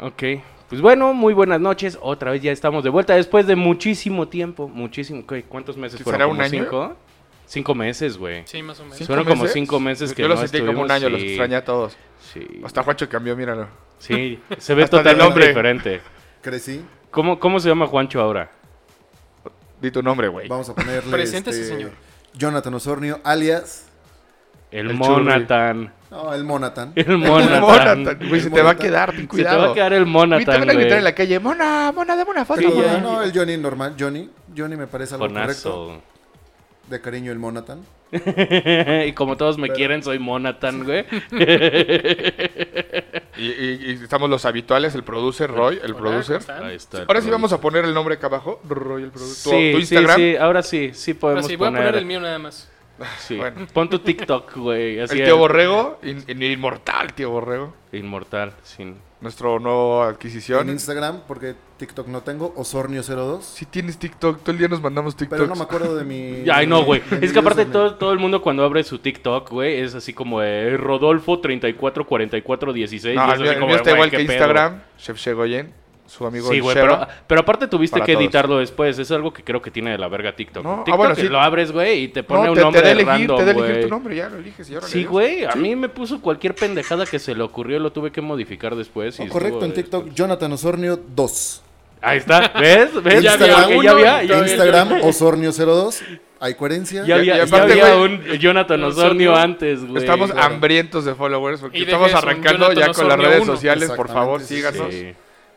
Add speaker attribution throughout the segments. Speaker 1: Ok. Pues bueno, muy buenas noches. Otra vez ya estamos de vuelta después de muchísimo tiempo. Muchísimo. ¿qué? ¿Cuántos meses
Speaker 2: ¿Qué
Speaker 1: fueron?
Speaker 2: será, un
Speaker 1: ¿Como
Speaker 2: año?
Speaker 1: Cinco? Cinco meses, güey.
Speaker 3: Sí, más o menos.
Speaker 2: ¿Cinco
Speaker 1: Fueron como
Speaker 2: meses?
Speaker 1: cinco meses que
Speaker 2: Yo los
Speaker 1: no
Speaker 2: sentí como un
Speaker 1: estuvimos,
Speaker 2: año, los
Speaker 1: sí.
Speaker 2: extrañé a todos.
Speaker 1: Sí.
Speaker 2: Hasta Juancho cambió, míralo.
Speaker 1: Sí, se ve
Speaker 2: Hasta de
Speaker 1: totalmente
Speaker 2: nombre.
Speaker 1: diferente.
Speaker 4: Crecí.
Speaker 1: ¿Cómo, ¿Cómo se llama Juancho ahora?
Speaker 2: Di tu nombre, güey.
Speaker 4: Vamos a ponerle.
Speaker 3: Preséntese,
Speaker 4: este,
Speaker 3: señor.
Speaker 4: Jonathan Osornio, alias.
Speaker 1: El,
Speaker 2: El
Speaker 1: Monatan.
Speaker 4: No, el Monatan.
Speaker 1: El
Speaker 2: Monatan.
Speaker 1: Monatan.
Speaker 2: Güey, se te
Speaker 4: Monatan.
Speaker 2: va a quedar, ten
Speaker 1: Se te
Speaker 2: cuidado.
Speaker 1: va a quedar el
Speaker 2: Güey, te
Speaker 1: Monatan,
Speaker 2: van a gritar en
Speaker 1: güey.
Speaker 2: la calle, mona, mona, dame una foto.
Speaker 4: Pero,
Speaker 1: Sí, ya.
Speaker 4: no, el Johnny normal. Johnny. Johnny me parece algo correcto.
Speaker 1: Jonazo.
Speaker 4: De cariño, el Monatan.
Speaker 1: y como todos me quieren, soy Monatan, güey.
Speaker 2: Y, y- y estamos los habituales, el producer, Roy, el
Speaker 3: Hola,
Speaker 2: producer.
Speaker 3: ¿cómo están?
Speaker 1: Ahí está. el
Speaker 2: Ahora sí
Speaker 1: producto.
Speaker 2: vamos a poner el nombre acá abajo, Roy, el producer. Tu-
Speaker 1: Sí,
Speaker 2: tu
Speaker 1: sí,
Speaker 2: Instagram.
Speaker 1: sí, ahora sí, sí
Speaker 3: Ahora
Speaker 1: podemos
Speaker 3: sí, voy
Speaker 1: poner.
Speaker 3: a poner el mío nada más.
Speaker 1: sí.
Speaker 2: Bueno.
Speaker 1: Pon tu TikTok, güey.
Speaker 2: El
Speaker 1: Así
Speaker 2: tío
Speaker 1: es.
Speaker 2: Borrego, in- in- inmortal tío Borrego.
Speaker 1: Inmortal, sin.
Speaker 2: Nuestro nuevo
Speaker 4: En
Speaker 2: adquisición.
Speaker 4: Instagram, porque TikTok no tengo. Osornio02.
Speaker 2: Si tienes TikTok, todo el día nos mandamos TikToks.
Speaker 4: Pero no me acuerdo de mi.
Speaker 1: Ay, no, güey.
Speaker 4: de mi
Speaker 1: Es que aparte
Speaker 4: username.
Speaker 1: todo, todo el mundo cuando abre su TikTok, güey, es así como eh, Rodolfo 34 44 16.
Speaker 2: No,
Speaker 1: y es
Speaker 2: el mío,
Speaker 1: así
Speaker 2: el
Speaker 1: como,
Speaker 2: mío está
Speaker 1: güey,
Speaker 2: igual
Speaker 1: ¿qué
Speaker 2: que
Speaker 1: pedo?
Speaker 2: Instagram, Chef Shegoyen, su amigo
Speaker 1: Sí, güey,
Speaker 2: Sheva.
Speaker 1: pero, pero aparte tuviste
Speaker 2: para
Speaker 1: que
Speaker 2: todos.
Speaker 1: editarlo después. Es algo que creo que tiene de la verga TikTok.
Speaker 2: No, ah,
Speaker 1: TikTok
Speaker 2: bueno,
Speaker 1: que
Speaker 2: sí.
Speaker 1: lo abres, güey, y te pone
Speaker 2: no,
Speaker 1: un
Speaker 2: te- te,
Speaker 1: nombre
Speaker 2: da elegir,
Speaker 1: random,
Speaker 2: te da elegir
Speaker 1: güey.
Speaker 2: tu nombre, ya lo eliges. Y ahora le
Speaker 1: Sí,
Speaker 2: das.
Speaker 1: güey, a mí me puso cualquier pendejada que se le ocurrió, lo tuve que modificar después. y
Speaker 4: Oh,
Speaker 1: estuvo
Speaker 4: correcto, en
Speaker 1: de-
Speaker 4: TikTok, Jonathan Osornio2.
Speaker 1: Ahí está, ¿ves? ¿Ves? Ya había,
Speaker 4: Instagram,
Speaker 1: porque ya había,
Speaker 3: uno,
Speaker 1: ya había-
Speaker 4: Instagram, Osornio02. Hay coherencia.
Speaker 1: ya había-
Speaker 2: Y
Speaker 1: ya
Speaker 2: aparte,
Speaker 1: había
Speaker 2: güey,
Speaker 1: un Jonathan Osornio
Speaker 3: Osornio.
Speaker 1: antes, güey.
Speaker 2: Estamos
Speaker 1: Claro.
Speaker 2: hambrientos de followers porque
Speaker 3: Y
Speaker 2: estamos
Speaker 3: dejes un
Speaker 2: arrancando
Speaker 3: Jonathan
Speaker 2: ya con las
Speaker 3: Osorio
Speaker 2: redes
Speaker 3: uno.
Speaker 2: sociales. Por
Speaker 4: Exactamente,
Speaker 2: favor,
Speaker 4: sí,
Speaker 2: síganos.
Speaker 1: Sí.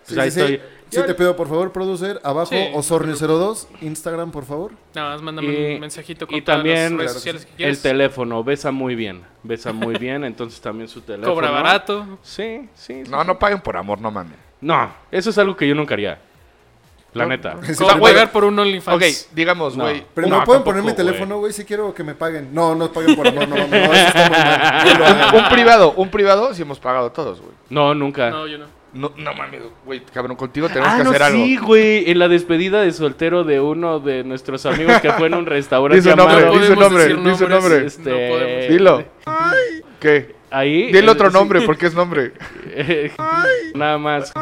Speaker 4: Sí,
Speaker 1: Pues ahí
Speaker 4: sí, sí.
Speaker 1: estoy.
Speaker 4: Sí, te pido, por favor, producer, abajo,
Speaker 3: Sí.
Speaker 4: Osornio02, Instagram, por favor.
Speaker 3: Nada más mándame
Speaker 1: Y-
Speaker 3: un mensajito
Speaker 1: y
Speaker 3: con todas
Speaker 1: también
Speaker 3: las redes
Speaker 4: Claro que
Speaker 3: sociales
Speaker 4: sí.
Speaker 3: que
Speaker 1: El
Speaker 3: quieras.
Speaker 1: teléfono, besa muy bien. Besa muy bien, entonces también su teléfono.
Speaker 3: Cobra barato.
Speaker 1: Sí, sí. sí,
Speaker 2: No,
Speaker 1: sí.
Speaker 2: no paguen por amor, no mames.
Speaker 1: No, eso es algo que yo nunca haría. La
Speaker 2: No,
Speaker 1: neta.
Speaker 4: Sí,
Speaker 3: Cobra
Speaker 4: pero-
Speaker 3: pagar por un OnlyFans.
Speaker 2: Ok, digamos,
Speaker 1: No.
Speaker 2: güey.
Speaker 4: Pero
Speaker 1: No,
Speaker 4: me pueden
Speaker 1: tampoco,
Speaker 4: poner mi
Speaker 1: güey.
Speaker 4: teléfono, güey, si quiero que me paguen. No, no paguen por amor, no mames. No, eso está muy mal. No lo hagan.
Speaker 2: Un privado, un privado sí hemos pagado todos, güey.
Speaker 1: No, nunca.
Speaker 3: No, yo no.
Speaker 2: No, no mames, güey, cabrón, contigo tenemos
Speaker 1: Ah,
Speaker 2: que
Speaker 1: no,
Speaker 2: hacer algo.
Speaker 1: sí, güey. En la despedida de soltero de uno de nuestros amigos que fue en un restaurante
Speaker 2: Dice nombre,
Speaker 1: llamado-
Speaker 2: dice
Speaker 3: podemos
Speaker 2: nombre,
Speaker 3: decir
Speaker 2: dice
Speaker 3: nombres,
Speaker 2: nombre.
Speaker 3: No podemos.
Speaker 2: Dilo. ¿Qué?
Speaker 1: Ahí.
Speaker 2: Dile otro
Speaker 1: sí,
Speaker 2: nombre, porque es nombre.
Speaker 1: eh, Nada más.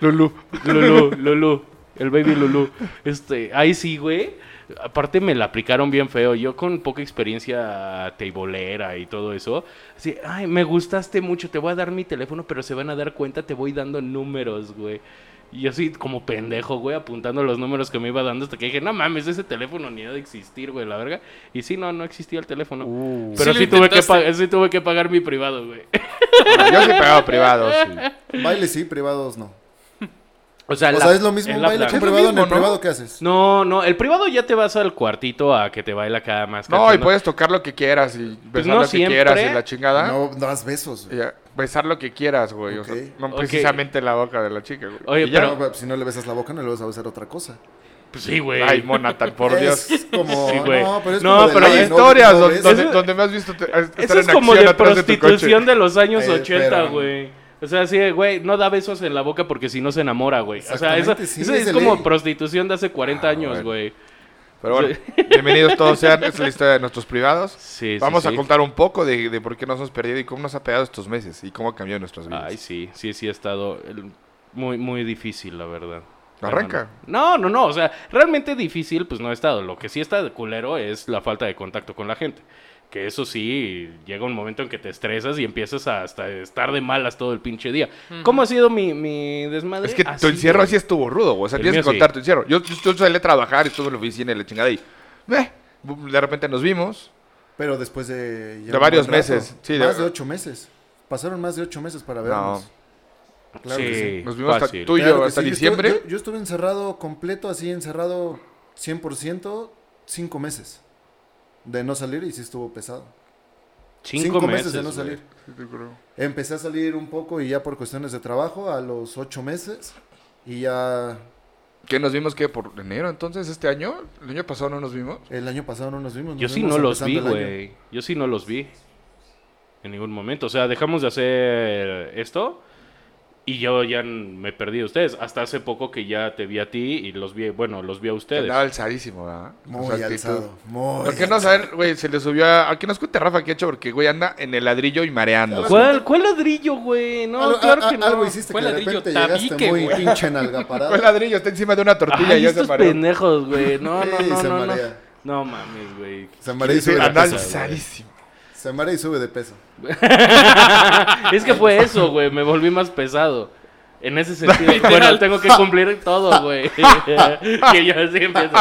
Speaker 2: Lulu.
Speaker 1: Lulú, Lulú. El baby Lulú. Este, ahí sí, güey. Aparte me la aplicaron bien feo. Yo con poca experiencia teibolera y todo eso. Así, ay, me gustaste mucho, te voy a dar mi teléfono, pero se van a dar cuenta, te voy dando números, güey. Y yo así como pendejo, güey, apuntando los números que me iba dando hasta que dije, no mames, ese teléfono ni ha de existir, güey, la verga. Y sí, no, no existía el teléfono.
Speaker 2: Uh.
Speaker 1: Pero
Speaker 3: Sí lo
Speaker 1: sí, tuve que
Speaker 3: intentaste.
Speaker 1: pa- sí tuve que pagar mi privado, güey.
Speaker 2: Bueno, yo sí he pagado privado, sí.
Speaker 4: Baile sí, privados no.
Speaker 1: O sea,
Speaker 4: O
Speaker 1: la-
Speaker 4: sea, es lo mismo
Speaker 1: en
Speaker 4: un
Speaker 1: la
Speaker 4: baile
Speaker 1: pla-
Speaker 4: con
Speaker 2: Es lo
Speaker 4: privado. En
Speaker 2: mismo,
Speaker 4: el
Speaker 2: ¿no?
Speaker 4: privado, ¿qué haces?
Speaker 1: No, no, el privado ya te vas al cuartito a que te baila cada más.
Speaker 2: No, y
Speaker 1: cachondo.
Speaker 2: puedes tocar lo que quieras y besar
Speaker 1: no
Speaker 2: lo
Speaker 1: siempre.
Speaker 2: que quieras y la chingada.
Speaker 4: No das besos,
Speaker 2: Y
Speaker 4: güey.
Speaker 2: ya, besar lo que quieras, güey. o sea,
Speaker 4: Ok.
Speaker 2: no
Speaker 1: Ok.
Speaker 2: precisamente la boca de la chica, güey.
Speaker 1: Oye,
Speaker 2: Y ya,
Speaker 1: pero-
Speaker 4: No, si no le besas la boca, no le vas a besar otra cosa.
Speaker 1: Pues sí, güey.
Speaker 2: Ay, Monatan, por Dios.
Speaker 4: Es como.
Speaker 1: Sí, güey.
Speaker 4: no, pero es
Speaker 1: No,
Speaker 4: como. de
Speaker 1: pero
Speaker 4: la-
Speaker 2: Hay
Speaker 1: no,
Speaker 2: historias
Speaker 4: no
Speaker 2: donde,
Speaker 4: ves-
Speaker 2: donde-
Speaker 1: eso-
Speaker 2: donde me has visto te- a- estar
Speaker 1: Eso es
Speaker 2: en
Speaker 1: como
Speaker 2: acción
Speaker 1: de
Speaker 2: atrás tu
Speaker 1: prostitución
Speaker 2: coche.
Speaker 1: de, los años
Speaker 4: Eh,
Speaker 1: 80,
Speaker 4: espérame.
Speaker 1: güey. O sea, sí, güey, no da besos en la boca porque si no se enamora, güey. O sea, eso,
Speaker 4: Exactamente, sí,
Speaker 1: eso
Speaker 4: es
Speaker 1: es
Speaker 4: de
Speaker 1: como
Speaker 4: ley.
Speaker 1: prostitución de hace 40 años,
Speaker 2: Ah, bueno.
Speaker 1: güey.
Speaker 2: Pero bueno, bienvenidos todos sean. Esta es la historia de nuestros privados.
Speaker 1: Sí, sí,
Speaker 2: Vamos a
Speaker 1: sí.
Speaker 2: contar un poco de, de por qué nos hemos perdido y cómo nos ha pegado estos meses y cómo ha cambiado nuestras vidas.
Speaker 1: Ay, sí, sí, sí ha estado el- muy, muy difícil, la verdad.
Speaker 2: Arranca.
Speaker 1: Pero No, no, no, no, o sea, realmente difícil pues no ha estado. Lo que sí está de culero es la falta de contacto con la gente. Que eso sí, llega un momento en que te estresas y empiezas a hasta estar de malas todo el pinche día. ¿Cómo ha sido mi, mi desmadre?
Speaker 2: Es que tu encierro así estuvo rudo, güey. O sea,
Speaker 1: El
Speaker 2: tienes
Speaker 1: mío
Speaker 2: que contar
Speaker 1: sí.
Speaker 2: tu encierro. Yo, yo, yo salí a trabajar, estuve en la oficina y la chingada y... meh, de repente nos vimos.
Speaker 4: Pero después de. ya
Speaker 2: De
Speaker 4: un
Speaker 2: varios
Speaker 4: buen rato.
Speaker 2: meses, sí, de-
Speaker 4: Más de ocho meses. Pasaron más de ocho meses para vernos. Claro que sí.
Speaker 2: Nos vimos hasta
Speaker 1: fácil.
Speaker 2: tú y
Speaker 4: Claro
Speaker 2: yo
Speaker 4: que
Speaker 2: hasta
Speaker 4: sí, yo estuve-
Speaker 2: diciembre.
Speaker 4: Yo, yo estuve encerrado completo, así encerrado 100%, cinco meses de no salir y sí estuvo pesado.
Speaker 1: Cinco, meses,
Speaker 4: de no
Speaker 1: güey.
Speaker 4: salir. Empecé a salir un poco y ya por cuestiones de trabajo a los ocho meses y ya
Speaker 2: Que nos vimos que por enero, entonces, este año, el año pasado no nos vimos.
Speaker 4: el año pasado no nos vimos. nos
Speaker 1: Yo sí
Speaker 4: vimos
Speaker 1: no los vi,
Speaker 4: empezando el año.
Speaker 1: güey. Yo sí no los vi. En ningún momento. O sea, dejamos de hacer esto Y yo ya n- me perdí de ustedes. Hasta hace poco que ya te vi a ti y los vi, bueno, los vi a
Speaker 2: Que
Speaker 1: ustedes.
Speaker 2: Andaba alzadísimo, ¿verdad?
Speaker 4: Muy
Speaker 2: Su actitud.
Speaker 4: alzado. Muy
Speaker 2: ¿Por qué no saber, güey? Se le subió a. ¿A qué nos cuenta Rafa qué ha hecho? Porque, güey, anda en el ladrillo y mareando.
Speaker 1: ¿Cuál, ¿Cuál ladrillo, güey? No,
Speaker 4: Algo-
Speaker 1: claro
Speaker 4: a-
Speaker 1: que
Speaker 4: a-
Speaker 1: no.
Speaker 4: ah, Algo hiciste
Speaker 3: Fue
Speaker 4: que de
Speaker 3: ladrillo,
Speaker 4: repente llegaste
Speaker 3: tabique,
Speaker 4: muy
Speaker 3: güey.
Speaker 4: pinche nalgaparado.
Speaker 2: ¿Cuál ladrillo? Está encima de una tortilla
Speaker 1: Ay,
Speaker 2: y ya se
Speaker 1: estos
Speaker 2: mareó.
Speaker 1: pendejos, güey. No, no,
Speaker 4: Sí,
Speaker 1: no,
Speaker 4: se
Speaker 1: no, no.
Speaker 4: marea.
Speaker 1: No mames, güey.
Speaker 4: Se marea y
Speaker 2: Sí,
Speaker 4: sube de
Speaker 2: anda
Speaker 4: peso.
Speaker 2: alzadísimo.
Speaker 4: Se marea y sube de peso.
Speaker 1: Es que fue eso, güey. Me volví más pesado. En ese sentido. bueno,
Speaker 3: Literal.
Speaker 1: tengo que cumplir todo, güey. que yo así empiezo.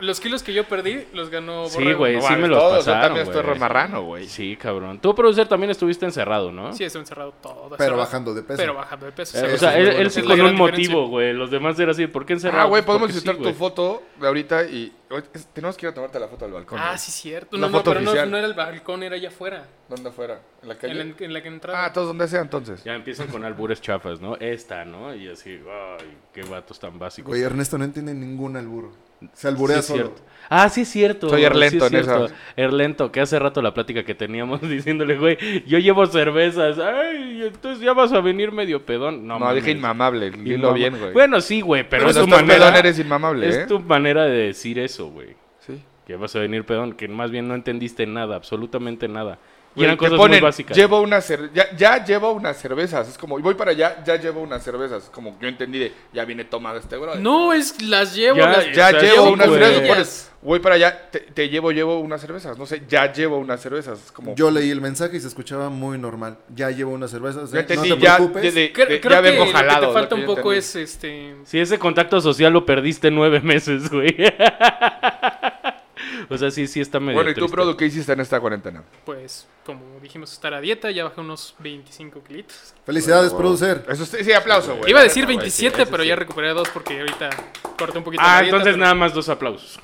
Speaker 3: Los kilos que yo perdí los ganó
Speaker 1: Sí,
Speaker 3: Borrego.
Speaker 1: güey.
Speaker 2: No
Speaker 1: sí
Speaker 2: mames,
Speaker 1: me los
Speaker 2: todos,
Speaker 1: pasaron,
Speaker 2: Yo también estoy
Speaker 1: güey.
Speaker 2: remarrano, güey.
Speaker 1: Sí, cabrón. Tú, producer, también estuviste encerrado, ¿no?
Speaker 3: Sí, estuve encerrado todo.
Speaker 4: Pero
Speaker 3: encerrado.
Speaker 4: bajando de peso.
Speaker 3: Pero bajando de peso.
Speaker 1: Eh,
Speaker 3: sí,
Speaker 1: o sea,
Speaker 4: sí,
Speaker 1: él,
Speaker 4: bueno,
Speaker 1: él
Speaker 4: sí,
Speaker 1: sí
Speaker 4: la
Speaker 1: con
Speaker 3: gran
Speaker 1: un
Speaker 3: diferencia.
Speaker 1: motivo, güey. Los demás era así, ¿por qué encerrado?
Speaker 2: Ah, güey, podemos
Speaker 1: Porque sí,
Speaker 2: visitar tu
Speaker 1: güey.
Speaker 2: foto de ahorita y. oye, es- Tenemos que ir a tomarte la foto al balcón.
Speaker 3: Ah,
Speaker 2: güey.
Speaker 3: sí, cierto.
Speaker 2: Una
Speaker 3: No, no,
Speaker 2: foto
Speaker 3: pero no,
Speaker 2: oficial.
Speaker 3: no era el balcón, era allá afuera.
Speaker 2: ¿Dónde fuera? ¿En la
Speaker 3: En
Speaker 2: calle?
Speaker 3: la, en la que entraba.
Speaker 2: Ah, todos donde sea entonces.
Speaker 1: Ya empiezan con albures chafas, ¿no? Esta, ¿no? Y así, ay, qué vatos tan básicos.
Speaker 4: Güey, Ernesto no entiende ningún albur. Se alburea
Speaker 1: Sí, es
Speaker 4: solo.
Speaker 1: cierto. Ah, sí es cierto.
Speaker 2: Soy
Speaker 1: sí
Speaker 2: Erlento
Speaker 1: es
Speaker 2: en
Speaker 1: cierto.
Speaker 2: esas.
Speaker 1: Erlento, que hace rato la plática que teníamos diciéndole, güey, yo llevo cervezas. Ay, entonces ya vas a venir medio pedón. No,
Speaker 2: No,
Speaker 1: mames.
Speaker 2: dije inmamable. Dilo
Speaker 1: Inmama-
Speaker 2: bien, güey.
Speaker 1: Bueno, sí, güey, pero, es
Speaker 2: no
Speaker 1: tu
Speaker 2: estás
Speaker 1: manera.
Speaker 2: pelón, eres inmamable, ¿eh?
Speaker 1: Es tu manera de decir eso, güey.
Speaker 2: Sí.
Speaker 1: Que vas a venir pedón, que más bien no entendiste nada, absolutamente nada. Y
Speaker 2: Güey,
Speaker 1: eran
Speaker 2: te
Speaker 1: cosas
Speaker 2: ponen,
Speaker 1: muy básicas.
Speaker 2: Llevo una cer- ya, ya llevo unas cervezas. Es como, y voy para allá, ya llevo unas cervezas. Como yo entendí de, ya viene tomado este bro.
Speaker 3: No, es las llevo.
Speaker 1: Ya-
Speaker 3: las-
Speaker 2: ya
Speaker 1: o sea,
Speaker 2: llevo
Speaker 1: llevo
Speaker 2: unas
Speaker 1: como
Speaker 2: cervezas.
Speaker 1: ellas.
Speaker 2: pones, voy para allá, te, te llevo, llevo unas cervezas. No sé, ya llevo unas cervezas. Es como,
Speaker 4: Yo leí el mensaje y se escuchaba muy normal. Ya llevo unas cervezas.
Speaker 2: yo
Speaker 4: ¿eh? No
Speaker 2: entendí,
Speaker 4: te
Speaker 2: ya,
Speaker 4: preocupes.
Speaker 2: de- de-
Speaker 3: Cre-
Speaker 2: de-
Speaker 3: creo
Speaker 2: ya
Speaker 3: que
Speaker 2: vengo jalado.
Speaker 3: lo que
Speaker 2: lo
Speaker 3: te falta
Speaker 2: que
Speaker 3: un
Speaker 2: yo
Speaker 3: poco
Speaker 2: entendí.
Speaker 3: es este.
Speaker 1: Si ese contacto social lo perdiste nueve meses, güey. o sea, sí, sí está medio
Speaker 2: Bueno, ¿y tú,
Speaker 1: triste.
Speaker 2: Produ, qué hiciste en esta cuarentena?
Speaker 3: Pues, como dijimos, estar a dieta, ya bajé unos 25 kilitos.
Speaker 4: Felicidades, producer.
Speaker 2: Eso sí, sí, aplauso, güey.
Speaker 3: Iba a decir
Speaker 2: Neta, güey,
Speaker 3: 27,
Speaker 2: sí, eso
Speaker 3: pero
Speaker 2: sí.
Speaker 3: ya recuperé dos porque ahorita corté un poquito.
Speaker 1: Ah,
Speaker 3: la dieta,
Speaker 1: entonces
Speaker 3: pero-
Speaker 1: nada más dos aplausos.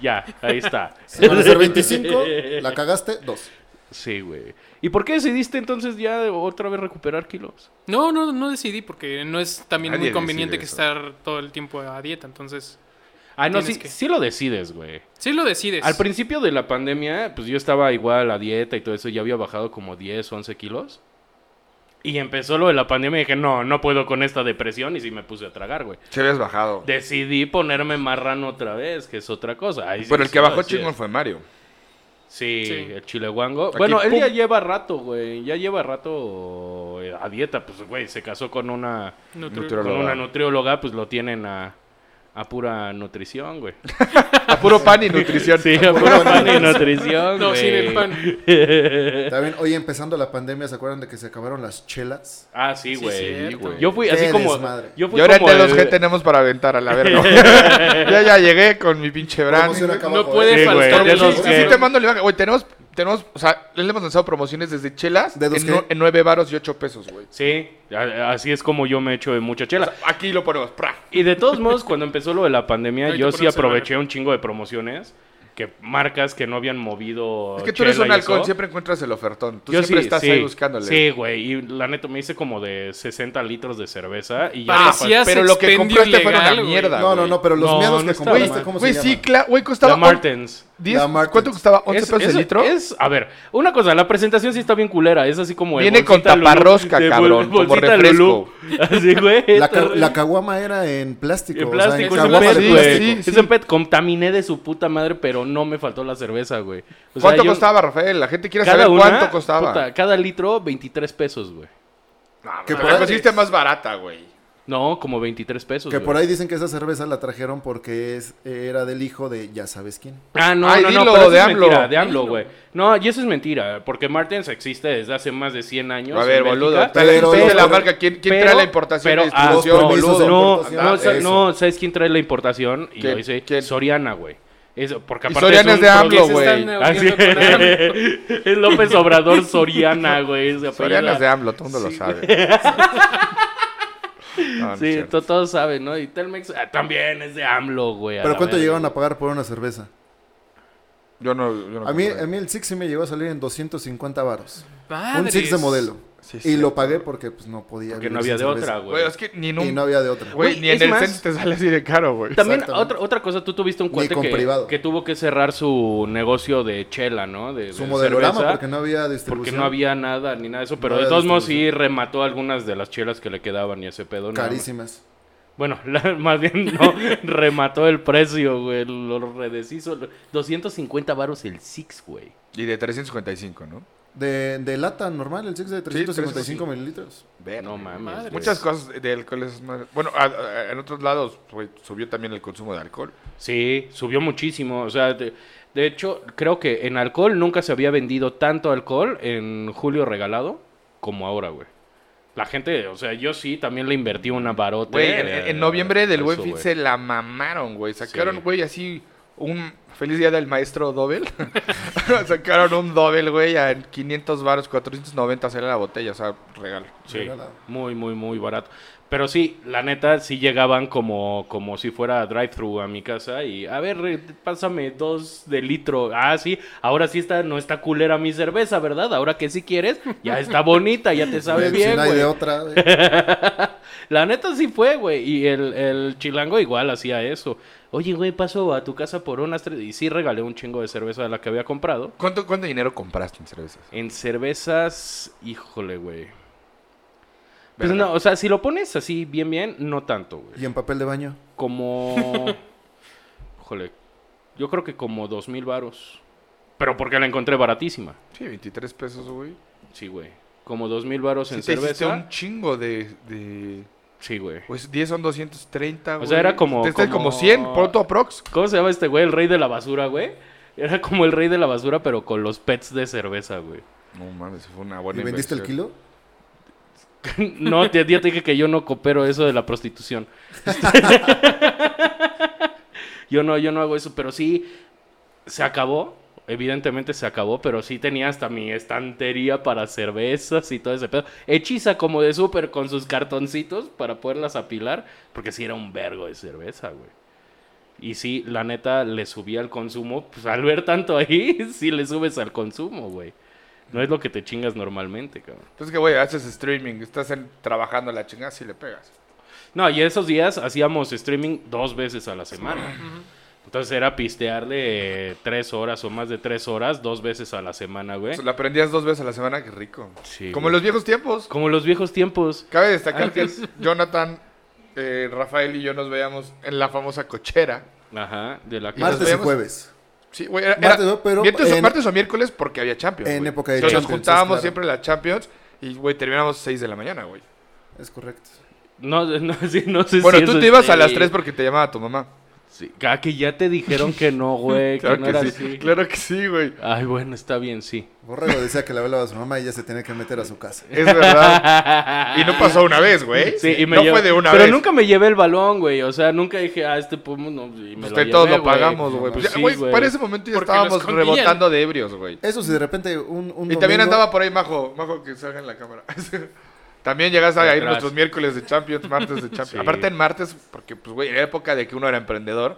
Speaker 1: ya, ahí está.
Speaker 4: Si van a ser 25, la cagaste, dos.
Speaker 1: Sí, güey. ¿Y por qué decidiste entonces ya otra vez recuperar kilos?
Speaker 3: No, no, no decidí porque no es también
Speaker 2: Nadie
Speaker 3: muy conveniente que
Speaker 2: decide
Speaker 3: estar todo el tiempo a dieta. Entonces,
Speaker 1: Ah, no,
Speaker 3: Tienes
Speaker 1: sí,
Speaker 3: que-
Speaker 1: sí lo decides, güey.
Speaker 3: sí lo decides.
Speaker 1: Al principio de la pandemia, pues yo estaba igual a dieta y todo eso, ya había bajado como 10, 11 kilos. Y empezó lo de la pandemia y dije, no, no puedo con esta depresión y sí me puse a tragar, güey.
Speaker 2: Che, habías bajado.
Speaker 1: Decidí ponerme marrano otra vez, que es otra cosa. Ahí sí
Speaker 2: Pero el
Speaker 1: sí
Speaker 2: que
Speaker 1: lo
Speaker 2: bajó
Speaker 1: decides.
Speaker 2: chingón fue Mario.
Speaker 1: Sí,
Speaker 3: Sí.
Speaker 1: el chileguango.
Speaker 2: Aquí,
Speaker 1: bueno, él ya
Speaker 2: pum.
Speaker 1: lleva rato, güey. Ya lleva rato eh, a dieta, pues, güey. Se casó con una,
Speaker 3: Nutri-
Speaker 2: Nutri-
Speaker 1: con
Speaker 2: Nutrióloga.
Speaker 1: una nutrióloga, pues lo tienen a, a pura nutrición, güey.
Speaker 2: A puro pan y nutrición.
Speaker 1: Sí, a pura pan y nutrición,
Speaker 3: No,
Speaker 1: güey.
Speaker 3: sin el pan.
Speaker 4: También, hoy empezando la pandemia, ¿se acuerdan de que se acabaron las chelas?
Speaker 1: Ah, sí,
Speaker 3: Sí,
Speaker 1: güey.
Speaker 3: cierto.
Speaker 1: yo fui así
Speaker 4: Qué
Speaker 1: como.
Speaker 4: desmadre.
Speaker 1: Yo fui
Speaker 2: Y ahora en
Speaker 1: como
Speaker 2: el 2G
Speaker 1: el-
Speaker 2: tenemos para aventar a la verga. ya, ya llegué con mi pinche brand.
Speaker 4: Promoción acá
Speaker 3: No
Speaker 4: abajo,
Speaker 3: puede
Speaker 4: ¿eh?
Speaker 1: Sí, güey,
Speaker 3: faltar.
Speaker 1: de
Speaker 3: un
Speaker 1: los
Speaker 3: kilo.
Speaker 1: que-
Speaker 2: Sí, te mando el Güey, tenemos, tenemos, o sea, le hemos lanzado promociones desde chelas
Speaker 4: ¿De dos
Speaker 2: en,
Speaker 4: qué?
Speaker 2: nue- en 9 varos y 8 pesos, güey.
Speaker 1: Sí, a- así es como yo me echo de mucha chela.
Speaker 2: Aquí lo ponemos, pra.
Speaker 1: Y de todos modos, cuando empezó lo de la pandemia,
Speaker 3: Ahí te
Speaker 1: yo sí
Speaker 3: pones el
Speaker 1: aproveché un chingo de promociones. Que marcas que no habían movido.
Speaker 2: Es que tú eres
Speaker 1: Oh, chela
Speaker 2: un
Speaker 1: y eso.
Speaker 2: halcón, siempre encuentras el ofertón. Tú siempre estás ahí buscándole.
Speaker 1: Sí, güey. Y la neta me hice como de 60 litros de cerveza. Y ya.
Speaker 2: Ah,
Speaker 3: Parecías
Speaker 2: pero lo que
Speaker 3: expendio
Speaker 2: compró este fue una
Speaker 3: ilegal, güey.
Speaker 2: mierda.
Speaker 4: No, no,
Speaker 2: güey.
Speaker 4: no, pero los
Speaker 1: No,
Speaker 4: miedos
Speaker 1: no
Speaker 4: que
Speaker 1: está.
Speaker 4: compraste, ¿cómo
Speaker 2: Güey,
Speaker 4: se
Speaker 2: sí,
Speaker 4: llama?
Speaker 2: claro. Güey,
Speaker 1: La
Speaker 2: costaba.
Speaker 1: Martens.
Speaker 2: 10,
Speaker 4: La Martens.
Speaker 2: ¿Cuánto costaba? ¿11
Speaker 1: Es-
Speaker 2: pesos
Speaker 1: es-
Speaker 2: el litro?
Speaker 1: Es, a ver, una cosa, la presentación sí está bien culera. Es así como. de
Speaker 2: Viene con
Speaker 1: bolsita Lulú,
Speaker 2: taparrosca,
Speaker 1: de bol-
Speaker 2: cabrón, como
Speaker 1: bolsita
Speaker 2: refresco.
Speaker 1: Lulú. Así, güey.
Speaker 4: La,
Speaker 1: está
Speaker 4: ca-
Speaker 1: re-
Speaker 4: la caguama era en plástico.
Speaker 1: en
Speaker 4: o sea,
Speaker 1: plástico, es un
Speaker 4: caguama
Speaker 1: pet,
Speaker 2: caguamas
Speaker 4: de
Speaker 2: sí,
Speaker 1: güey.
Speaker 4: plástico.
Speaker 2: sí,
Speaker 1: Es un pet, contaminé de su puta madre, pero no me faltó la cerveza, güey. O sea,
Speaker 2: ¿Cuánto
Speaker 1: yo-
Speaker 2: costaba, Rafael? La gente quiere
Speaker 1: cada
Speaker 2: saber
Speaker 1: una,
Speaker 2: cuánto costaba.
Speaker 1: puta, cada litro, 23 pesos, güey.
Speaker 2: No,
Speaker 4: Que
Speaker 2: me
Speaker 4: por
Speaker 2: la
Speaker 4: ahí-
Speaker 2: conseguiste más barata, güey.
Speaker 1: No, como 23 pesos.
Speaker 4: Que
Speaker 1: güey.
Speaker 4: por ahí dicen que esa cerveza la trajeron porque es, era del hijo de ya sabes quién.
Speaker 1: Ah, no,
Speaker 2: Ay,
Speaker 1: no, no,
Speaker 2: dilo,
Speaker 1: pero eso
Speaker 2: de
Speaker 1: es
Speaker 2: AMLO.
Speaker 1: mentira, de AMLO,
Speaker 3: Dilo.
Speaker 1: güey. No, y eso es mentira, porque Martens existe desde hace más de 100 años.
Speaker 2: A ver,
Speaker 1: en
Speaker 2: boludo.
Speaker 1: Bélgica.
Speaker 2: Tal vez
Speaker 4: Pero-
Speaker 2: dice la
Speaker 4: pero-
Speaker 2: marca. ¿Quién, quién trae la importación
Speaker 1: pero-
Speaker 2: y
Speaker 1: ah,
Speaker 2: distribución,
Speaker 1: no,
Speaker 4: permisos de
Speaker 2: boludo?
Speaker 1: no,
Speaker 4: importación,
Speaker 1: no,
Speaker 4: ah,
Speaker 1: sa-
Speaker 4: eso.
Speaker 1: no, ¿sabes quién trae la importación? Y lo
Speaker 2: ¿Quién?
Speaker 1: dice
Speaker 2: ¿Quién?
Speaker 1: Soriana, güey. Eso, porque
Speaker 2: Y
Speaker 1: aparte
Speaker 2: Soriana
Speaker 1: un
Speaker 2: es de AMLO,
Speaker 1: producto-
Speaker 3: se
Speaker 2: güey.
Speaker 3: están uniendo
Speaker 1: Así
Speaker 3: con AMLO.
Speaker 1: es. Es López Obrador Soriana, güey. ese apellido.
Speaker 2: Soriana es de AMLO, todo el mundo lo sabe. No, no es
Speaker 1: Sí,
Speaker 2: cierto.
Speaker 1: to- todos saben, ¿no? Y Telmex ah, también es de AMLO, güey. a
Speaker 4: Pero
Speaker 1: la
Speaker 4: ¿cuánto
Speaker 1: verga.
Speaker 4: llegaron a pagar por una cerveza?
Speaker 2: yo no, yo no
Speaker 4: A mí,
Speaker 2: compré.
Speaker 4: a mí el Six sí me llegó a salir en 250 varos. Un
Speaker 3: Madres.
Speaker 4: Six de modelo.
Speaker 2: Sí,
Speaker 4: Y
Speaker 2: sí.
Speaker 4: lo pagué porque pues no podía.
Speaker 1: Porque
Speaker 4: vivir
Speaker 1: no había de
Speaker 4: sin cerveza.
Speaker 1: otra,
Speaker 2: Güey,
Speaker 1: güey.
Speaker 2: es que ni en
Speaker 4: Y
Speaker 2: un.
Speaker 4: no había de otra.
Speaker 2: güey,
Speaker 1: Güey,
Speaker 2: ni en
Speaker 1: es
Speaker 2: el
Speaker 1: más-
Speaker 2: centro te sale así de caro, güey.
Speaker 1: También
Speaker 4: Exactamente.
Speaker 1: otra, otra cosa, tú tuviste un
Speaker 4: Ni
Speaker 1: cuate
Speaker 4: con
Speaker 1: que,
Speaker 4: privado.
Speaker 1: que tuvo que cerrar su negocio de chela, ¿no? De,
Speaker 4: Su
Speaker 1: de
Speaker 4: modelorama
Speaker 1: cerveza,
Speaker 4: porque no había distribución.
Speaker 1: porque no había nada ni nada de eso, pero de
Speaker 4: había
Speaker 1: todos modos sí
Speaker 4: distribución.
Speaker 1: remató algunas de las chelas que le quedaban y ese pedo. nada más.
Speaker 4: Carísimas.
Speaker 1: Bueno, la- más bien no, remató el precio, güey, lo redeshizo. 250 varos el six, güey.
Speaker 2: Y de 355, ¿no?
Speaker 4: De, de lata normal, el Six de 355
Speaker 2: 355.
Speaker 4: mililitros.
Speaker 2: Ver,
Speaker 1: No mames.
Speaker 3: Madre.
Speaker 1: güey.
Speaker 2: Muchas cosas de alcohol es más... Bueno, a- a- en otros lados güey, subió también el consumo de alcohol.
Speaker 1: Sí, subió muchísimo. O sea, de, de hecho, creo que en alcohol nunca se había vendido tanto alcohol en julio regalado como ahora, güey. La gente, o sea, yo sí también le invertí una barota.
Speaker 2: Güey, en, en noviembre del Buen Fin se
Speaker 1: se...
Speaker 2: la mamaron, güey. Sacaron,
Speaker 1: Sí.
Speaker 2: güey, así un... Feliz día del maestro Dobel. Sacaron un Dobel, güey, a 500 baros, 490 era la botella, o sea, regalo.
Speaker 1: Sí,
Speaker 4: Regalado.
Speaker 1: muy, muy, muy barato. Pero sí, la neta, sí llegaban como, como si fuera drive-thru a mi casa y, a ver, eh, pásame dos de litro. Ah, sí, ahora sí está, no está culera mi cerveza, ¿verdad? Ahora que sí quieres, ya está bonita, ya te sabe
Speaker 4: Güey, pues
Speaker 1: bien,
Speaker 4: Si no hay
Speaker 1: güey.
Speaker 4: de otra. güey.
Speaker 1: La neta sí fue, güey. Y el, el chilango igual hacía eso. Oye, güey, paso a tu casa por unas tres. Y sí regalé un chingo de cerveza de la que había comprado.
Speaker 2: ¿Cuánto, ¿Cuánto dinero compraste en cervezas?
Speaker 1: En cervezas, híjole, güey. Pues
Speaker 2: Verga.
Speaker 1: no, o sea, si lo pones así bien, bien, no tanto,
Speaker 4: Y
Speaker 1: güey.
Speaker 4: en papel de baño.
Speaker 1: Como. Híjole. Yo creo que como dos mil varos. Pero porque la encontré baratísima.
Speaker 2: Sí, 23 pesos, güey.
Speaker 1: Sí, güey. Como dos mil varos
Speaker 2: Sí
Speaker 1: en
Speaker 2: te hiciste
Speaker 1: cerveza.
Speaker 2: un chingo de... de-
Speaker 1: Sí, güey.
Speaker 2: Pues 10 son 230, güey.
Speaker 1: sea, era como-
Speaker 2: Te estás como,
Speaker 1: como-
Speaker 2: 100, pronto aprox.
Speaker 1: ¿Cómo se llama este güey? El rey de la basura, güey. Era como el rey de la basura, pero con los pets de cerveza, güey.
Speaker 2: No mames, fue una buena
Speaker 4: ¿Y vendiste el
Speaker 2: inversión.
Speaker 4: kilo?
Speaker 1: No, te, ya te dije que yo no coopero eso de la prostitución. Este, yo no, yo no hago eso, pero sí se acabó. Evidentemente se acabó, pero sí tenía hasta mi estantería para cervezas y todo ese pedo. Hechiza como de súper con sus cartoncitos para poderlas apilar, porque sí era un vergo de cerveza, güey. Y sí, la neta, le subía al consumo. Pues al ver tanto ahí, sí le subes al consumo, güey. No es lo que te chingas normalmente, cabrón.
Speaker 2: Entonces, que güey, haces streaming, estás en- trabajando la chingada, si le pegas.
Speaker 1: No, y esos días hacíamos streaming dos veces a la semana. Entonces era pistearle eh, tres horas o más de tres horas dos veces a la semana, güey.
Speaker 2: La aprendías dos veces a la semana, qué rico.
Speaker 1: Sí,
Speaker 2: Como
Speaker 1: güey.
Speaker 2: en los viejos tiempos.
Speaker 1: Como los viejos tiempos.
Speaker 2: Cabe destacar
Speaker 1: Antes.
Speaker 2: que Jonathan, eh, Rafael y yo nos veíamos en la famosa cochera.
Speaker 1: Ajá, de la
Speaker 2: nos
Speaker 4: Martes y
Speaker 2: veíamos-
Speaker 4: jueves.
Speaker 2: Sí, güey, era,
Speaker 4: Martes,
Speaker 2: era-
Speaker 4: ¿no? Pero
Speaker 2: miércoles o-
Speaker 4: en-
Speaker 2: martes o miércoles porque había Champions.
Speaker 4: en
Speaker 2: güey.
Speaker 4: época de
Speaker 2: O sea, Nos
Speaker 4: Champions,
Speaker 2: juntábamos
Speaker 4: claro.
Speaker 2: siempre en la Champions y, güey, terminábamos 6 de la mañana, güey.
Speaker 4: Es correcto.
Speaker 1: No, no, sí, no sé
Speaker 2: Bueno,
Speaker 1: si
Speaker 2: tú
Speaker 1: eso
Speaker 2: te ibas a
Speaker 1: esté-
Speaker 2: las 3 porque te llamaba tu mamá.
Speaker 1: Sí, ah, que ya te dijeron que no, güey. que
Speaker 2: Claro
Speaker 1: no
Speaker 2: que
Speaker 1: era
Speaker 2: sí.
Speaker 1: así.
Speaker 2: Claro que sí, güey.
Speaker 1: Ay, bueno, está bien, sí.
Speaker 4: Borrego decía que le hablaba a su mamá y ya se tenía que meter a su casa.
Speaker 2: Es verdad. Ah, Y no pasó una vez, güey.
Speaker 1: Sí, y me
Speaker 2: no
Speaker 1: llevo-
Speaker 2: fue de una
Speaker 1: Pero
Speaker 2: vez.
Speaker 1: nunca me llevé el balón, güey. O sea, nunca dije, ah, este pomo no. Y me
Speaker 2: Pues
Speaker 1: lo
Speaker 2: te- todos
Speaker 1: llevé,
Speaker 2: lo pagamos, güey. Pues
Speaker 1: Pues
Speaker 2: ya,
Speaker 1: sí,
Speaker 2: güey,
Speaker 1: güey.
Speaker 2: para ese momento ya
Speaker 3: Porque lo
Speaker 2: estábamos
Speaker 3: escondían.
Speaker 2: rebotando de ebrios, güey.
Speaker 4: Eso si de repente un, un
Speaker 2: Y también
Speaker 4: domingo-
Speaker 2: andaba por ahí Majo, Majo que salga en la cámara. también llegas a ir
Speaker 1: Atrás.
Speaker 2: nuestros miércoles de Champions, martes de Champions.
Speaker 1: Sí.
Speaker 2: Aparte en martes, porque pues güey, era época de que uno era emprendedor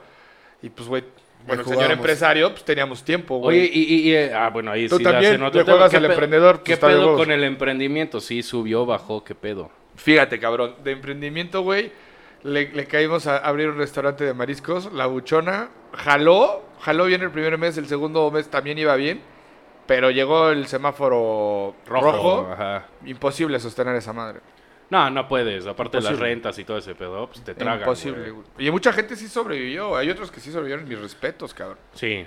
Speaker 2: y pues güey, bueno, el señor
Speaker 4: jugábamos.
Speaker 2: empresario, pues teníamos tiempo, güey.
Speaker 1: Oye, y, y- y, eh, ah, bueno, ahí
Speaker 2: Tú
Speaker 1: sí das
Speaker 2: también
Speaker 1: en
Speaker 2: le
Speaker 1: tema.
Speaker 2: juegas
Speaker 1: ¿Qué
Speaker 2: al
Speaker 1: pedo-
Speaker 2: emprendedor, pues,
Speaker 1: ¿Qué
Speaker 2: está de
Speaker 1: pedo
Speaker 2: huevos.
Speaker 1: con el emprendimiento? Sí, subió, bajó, ¿qué pedo?
Speaker 2: Fíjate, cabrón, de emprendimiento, güey, le, le caímos a abrir un restaurante de mariscos, la buchona, jaló, jaló bien el primer mes, el segundo mes también iba bien, pero llegó el semáforo rojo,
Speaker 1: Ajá.
Speaker 2: imposible sostener esa madre.
Speaker 1: No, no puedes. Aparte de las
Speaker 2: Imposible.
Speaker 1: rentas y todo ese pedo, pues te tragan.
Speaker 2: Imposible,
Speaker 1: güey.
Speaker 2: güey. Y mucha gente sí sobrevivió. Hay otros que sí sobrevivieron. Mis respetos, cabrón.
Speaker 1: Sí.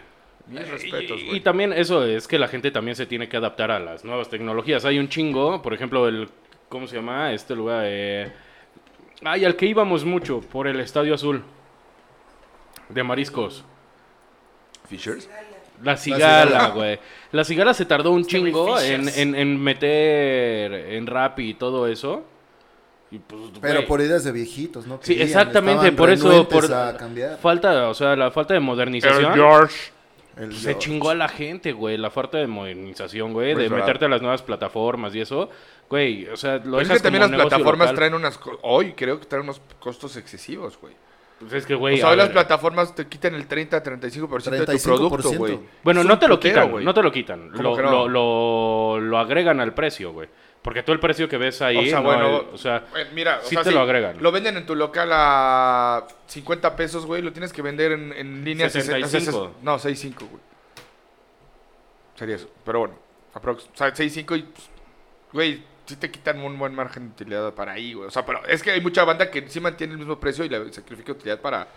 Speaker 2: Mis
Speaker 1: Y-
Speaker 2: respetos,
Speaker 1: y,
Speaker 2: güey.
Speaker 1: también eso es que la gente también se tiene que adaptar a las nuevas tecnologías. Hay un chingo, por ejemplo, el. ¿Cómo se llama? Este lugar. Eh... Ay, al que íbamos mucho, por el Estadio Azul. De mariscos.
Speaker 2: ¿Fishers?
Speaker 1: La cigala,
Speaker 4: cigala.
Speaker 1: güey. La cigala se tardó un
Speaker 3: Este güey
Speaker 1: chingo en,
Speaker 3: fichas.
Speaker 1: en, en meter en rap y todo eso. Y pues,
Speaker 4: Pero
Speaker 1: güey,
Speaker 4: por ideas de viejitos, ¿no?
Speaker 1: Sí,
Speaker 4: Querían,
Speaker 1: exactamente,
Speaker 4: estaban
Speaker 1: por eso
Speaker 4: renuentes
Speaker 1: por
Speaker 4: a cambiar.
Speaker 1: falta, o sea, la falta de modernización.
Speaker 2: George.
Speaker 4: El
Speaker 1: Se
Speaker 4: George.
Speaker 1: chingó a la gente, güey, la falta de modernización, güey,
Speaker 2: Pues
Speaker 1: de
Speaker 2: es verdad.
Speaker 1: meterte a las nuevas plataformas y eso. Güey, o sea, lo
Speaker 2: Pero es que
Speaker 1: dejas
Speaker 2: también
Speaker 1: como
Speaker 2: las
Speaker 1: negocio
Speaker 2: plataformas
Speaker 1: local.
Speaker 2: traen unas... co- Hoy creo que traen unos costos excesivos, güey.
Speaker 1: Pues es que, güey.
Speaker 2: o sea,
Speaker 1: a
Speaker 2: hoy las
Speaker 1: ver.
Speaker 2: plataformas te quitan el 30-35% de tu
Speaker 4: 35%.
Speaker 2: producto, güey.
Speaker 1: Bueno,
Speaker 2: Es
Speaker 1: no
Speaker 2: un
Speaker 1: te lo
Speaker 2: putero,
Speaker 1: quitan,
Speaker 2: güey.
Speaker 1: no te lo quitan.
Speaker 2: ¿Cómo
Speaker 1: Lo,
Speaker 2: que no?
Speaker 1: lo, lo, lo agregan al precio, güey. Porque tú el precio que ves ahí.
Speaker 2: O sea,
Speaker 1: no,
Speaker 2: bueno,
Speaker 1: el- o sea,
Speaker 2: eh, mira, o
Speaker 1: sí
Speaker 2: sea,
Speaker 1: te lo agregan.
Speaker 2: Lo venden en tu local a 50 pesos, güey. Lo tienes que vender en, en línea. a
Speaker 1: 65.
Speaker 2: ses- No, 65, güey. Sería eso. Pero bueno, aprox. O sea, 65 y. pues, Güey, sí te quitan un buen margen de utilidad para ahí, güey. O sea, pero es que hay mucha banda que sí mantiene el mismo precio y le sacrifica utilidad para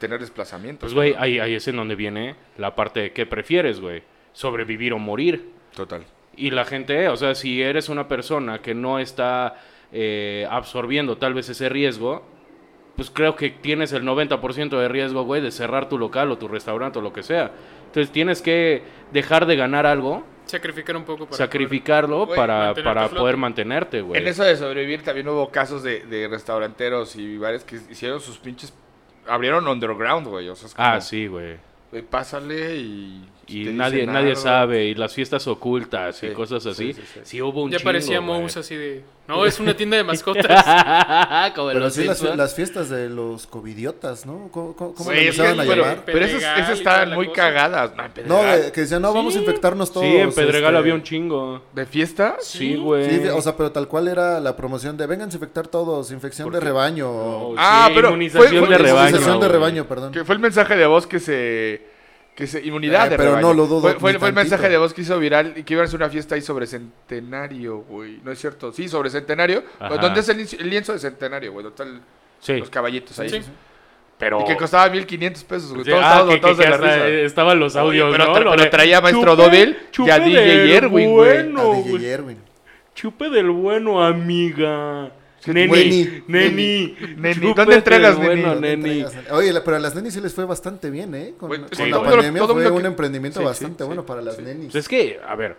Speaker 2: tener desplazamientos.
Speaker 1: pues, güey, ahí, ahí es en donde viene la parte de qué prefieres, güey. Sobrevivir o morir.
Speaker 2: Total.
Speaker 1: Y la gente, o sea, si eres una persona que no está eh, absorbiendo tal vez ese riesgo, pues creo que tienes el 90% de riesgo, güey, de cerrar tu local o tu restaurante o lo que sea. Entonces tienes que dejar de ganar algo,
Speaker 3: Sacrificar un poco para.
Speaker 1: sacrificarlo
Speaker 2: Güey,
Speaker 1: para,
Speaker 3: mantenerte
Speaker 1: para
Speaker 3: a flote.
Speaker 1: poder mantenerte, güey.
Speaker 2: En eso de sobrevivir también hubo casos de, de restauranteros y bares que hicieron sus pinches. Abrieron underground, güey. O sea, es
Speaker 1: Ah,
Speaker 2: como-
Speaker 1: sí, güey.
Speaker 2: Güey, pásale y. si
Speaker 1: Y
Speaker 2: te
Speaker 1: nadie,
Speaker 2: dicen
Speaker 1: nadie
Speaker 2: algo.
Speaker 1: sabe, y las fiestas ocultas y
Speaker 2: Sí,
Speaker 1: cosas
Speaker 2: sí,
Speaker 1: así. Sí,
Speaker 2: sí, sí.
Speaker 1: hubo un
Speaker 3: Ya parecía
Speaker 1: chingo, güey.
Speaker 3: Mouse así de. No, es una tienda de mascotas.
Speaker 1: Como
Speaker 4: Pero
Speaker 1: los
Speaker 4: sí, las,
Speaker 1: Simpsons.
Speaker 4: las fiestas de los covidiotas, ¿no? ¿Cómo, cómo, cómo
Speaker 2: Sí,
Speaker 4: le
Speaker 2: es que,
Speaker 4: empezaban a
Speaker 2: pero,
Speaker 4: llamar?
Speaker 2: pero esas,
Speaker 3: Pedregal
Speaker 2: esas
Speaker 3: y toda
Speaker 2: estaban
Speaker 3: la
Speaker 2: muy
Speaker 3: cosa.
Speaker 2: cagadas. No, en
Speaker 4: No,
Speaker 2: Pedregal.
Speaker 4: de- que decían, no, vamos a infectarnos todos.
Speaker 1: Sí, en Pedregal
Speaker 4: este,
Speaker 1: había un chingo.
Speaker 2: ¿De fiesta?
Speaker 1: Sí, güey.
Speaker 4: Sí, o sea, pero tal cual era la promoción de vengan a infectar todos, infección de rebaño. o-
Speaker 2: Ah, pero
Speaker 1: Oh,
Speaker 2: fue-
Speaker 1: inmunización
Speaker 2: fue
Speaker 1: de rebaño.
Speaker 4: Inmunización de
Speaker 1: güey.
Speaker 4: rebaño, perdón.
Speaker 2: Que fue el mensaje de voz que se. Que se inmunidad
Speaker 4: Eh,
Speaker 2: de
Speaker 4: pero
Speaker 2: rebaño.
Speaker 4: no lo dudo
Speaker 2: Fue, fue-
Speaker 4: ni
Speaker 2: fue el
Speaker 4: tantito.
Speaker 2: mensaje de voz que hizo viral y que iban a hacer una fiesta ahí sobre centenario, güey. No es cierto. Sí, sobre centenario.
Speaker 1: Ajá.
Speaker 2: ¿Dónde es el lienzo, el lienzo de centenario, güey? ¿Dónde están
Speaker 1: Sí.
Speaker 2: los caballitos ahí?
Speaker 3: Sí.
Speaker 1: Pero...
Speaker 2: Y que costaba 1500 pesos, güey.
Speaker 1: Sí,
Speaker 2: Todos,
Speaker 1: ah,
Speaker 2: todos,
Speaker 1: que-
Speaker 2: todos
Speaker 1: que-
Speaker 2: de
Speaker 1: que
Speaker 2: la
Speaker 1: hasta,
Speaker 2: risa.
Speaker 1: eh, Estaban los audios,
Speaker 2: pero
Speaker 1: ¿no?
Speaker 2: tra-
Speaker 1: Lo
Speaker 2: pero
Speaker 1: de-
Speaker 2: traía a Maestro
Speaker 1: Chupe-
Speaker 2: Dobel y
Speaker 1: chupe
Speaker 2: a DJ
Speaker 1: del
Speaker 2: Erwin, güey.
Speaker 4: A
Speaker 1: bueno,
Speaker 4: DJ
Speaker 1: güey.
Speaker 4: Erwin.
Speaker 1: Chupe del bueno, amiga.
Speaker 2: Sí,
Speaker 1: Neni,
Speaker 4: güey.
Speaker 1: neni,
Speaker 2: Neni,
Speaker 1: Chupe
Speaker 2: ¿dónde
Speaker 1: del
Speaker 2: entregas, neni?
Speaker 1: bueno,
Speaker 4: ¿Dónde
Speaker 1: neni?
Speaker 4: entregas? Oye, la- pero a las nenis sí les fue bastante bien, ¿eh? Con,
Speaker 2: Güey,
Speaker 4: con
Speaker 1: sí,
Speaker 4: la
Speaker 1: todo
Speaker 2: mundo-
Speaker 4: pandemia
Speaker 2: todo
Speaker 4: fue
Speaker 2: mundo
Speaker 4: un
Speaker 2: que-
Speaker 4: emprendimiento
Speaker 2: Sí, sí,
Speaker 4: bastante
Speaker 2: sí,
Speaker 4: bueno para las
Speaker 2: sí.
Speaker 4: nenis.
Speaker 1: Pues es que, a ver,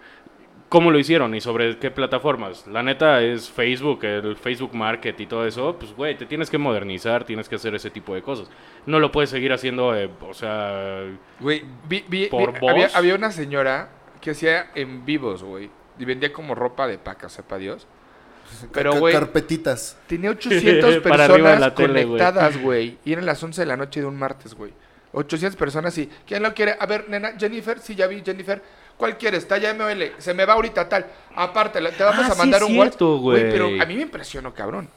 Speaker 1: ¿cómo lo hicieron y sobre qué plataformas? La neta es Facebook, el Facebook Market y todo eso. Pues, güey, te tienes que modernizar, tienes que hacer ese tipo de cosas. No lo puedes seguir haciendo, eh, o sea...
Speaker 2: Güey, vi, vi-
Speaker 1: ¿Por
Speaker 2: vi- había,
Speaker 1: voz?
Speaker 2: había una señora que hacía en vivos, güey. Y vendía como ropa de paca, sepa Dios. Pero,
Speaker 4: Ca-
Speaker 2: güey,
Speaker 4: Carpetitas.
Speaker 2: tenía 800
Speaker 1: Para arriba de
Speaker 2: personas
Speaker 1: la tele, güey.
Speaker 2: conectadas, güey. Y eran las 11 de la noche de un martes, güey. 800 personas y... ¿Quién lo quiere? A ver, nena, Jennifer, sí, ya vi, Jennifer. ¿Cuál quieres? Talla ML. Se me va ahorita tal. Aparte, la- te vamos
Speaker 1: Ah,
Speaker 2: a
Speaker 1: sí,
Speaker 2: mandar
Speaker 1: es
Speaker 2: un WhatsApp.
Speaker 1: cierto, güey.
Speaker 2: pero a mí me impresionó, cabrón.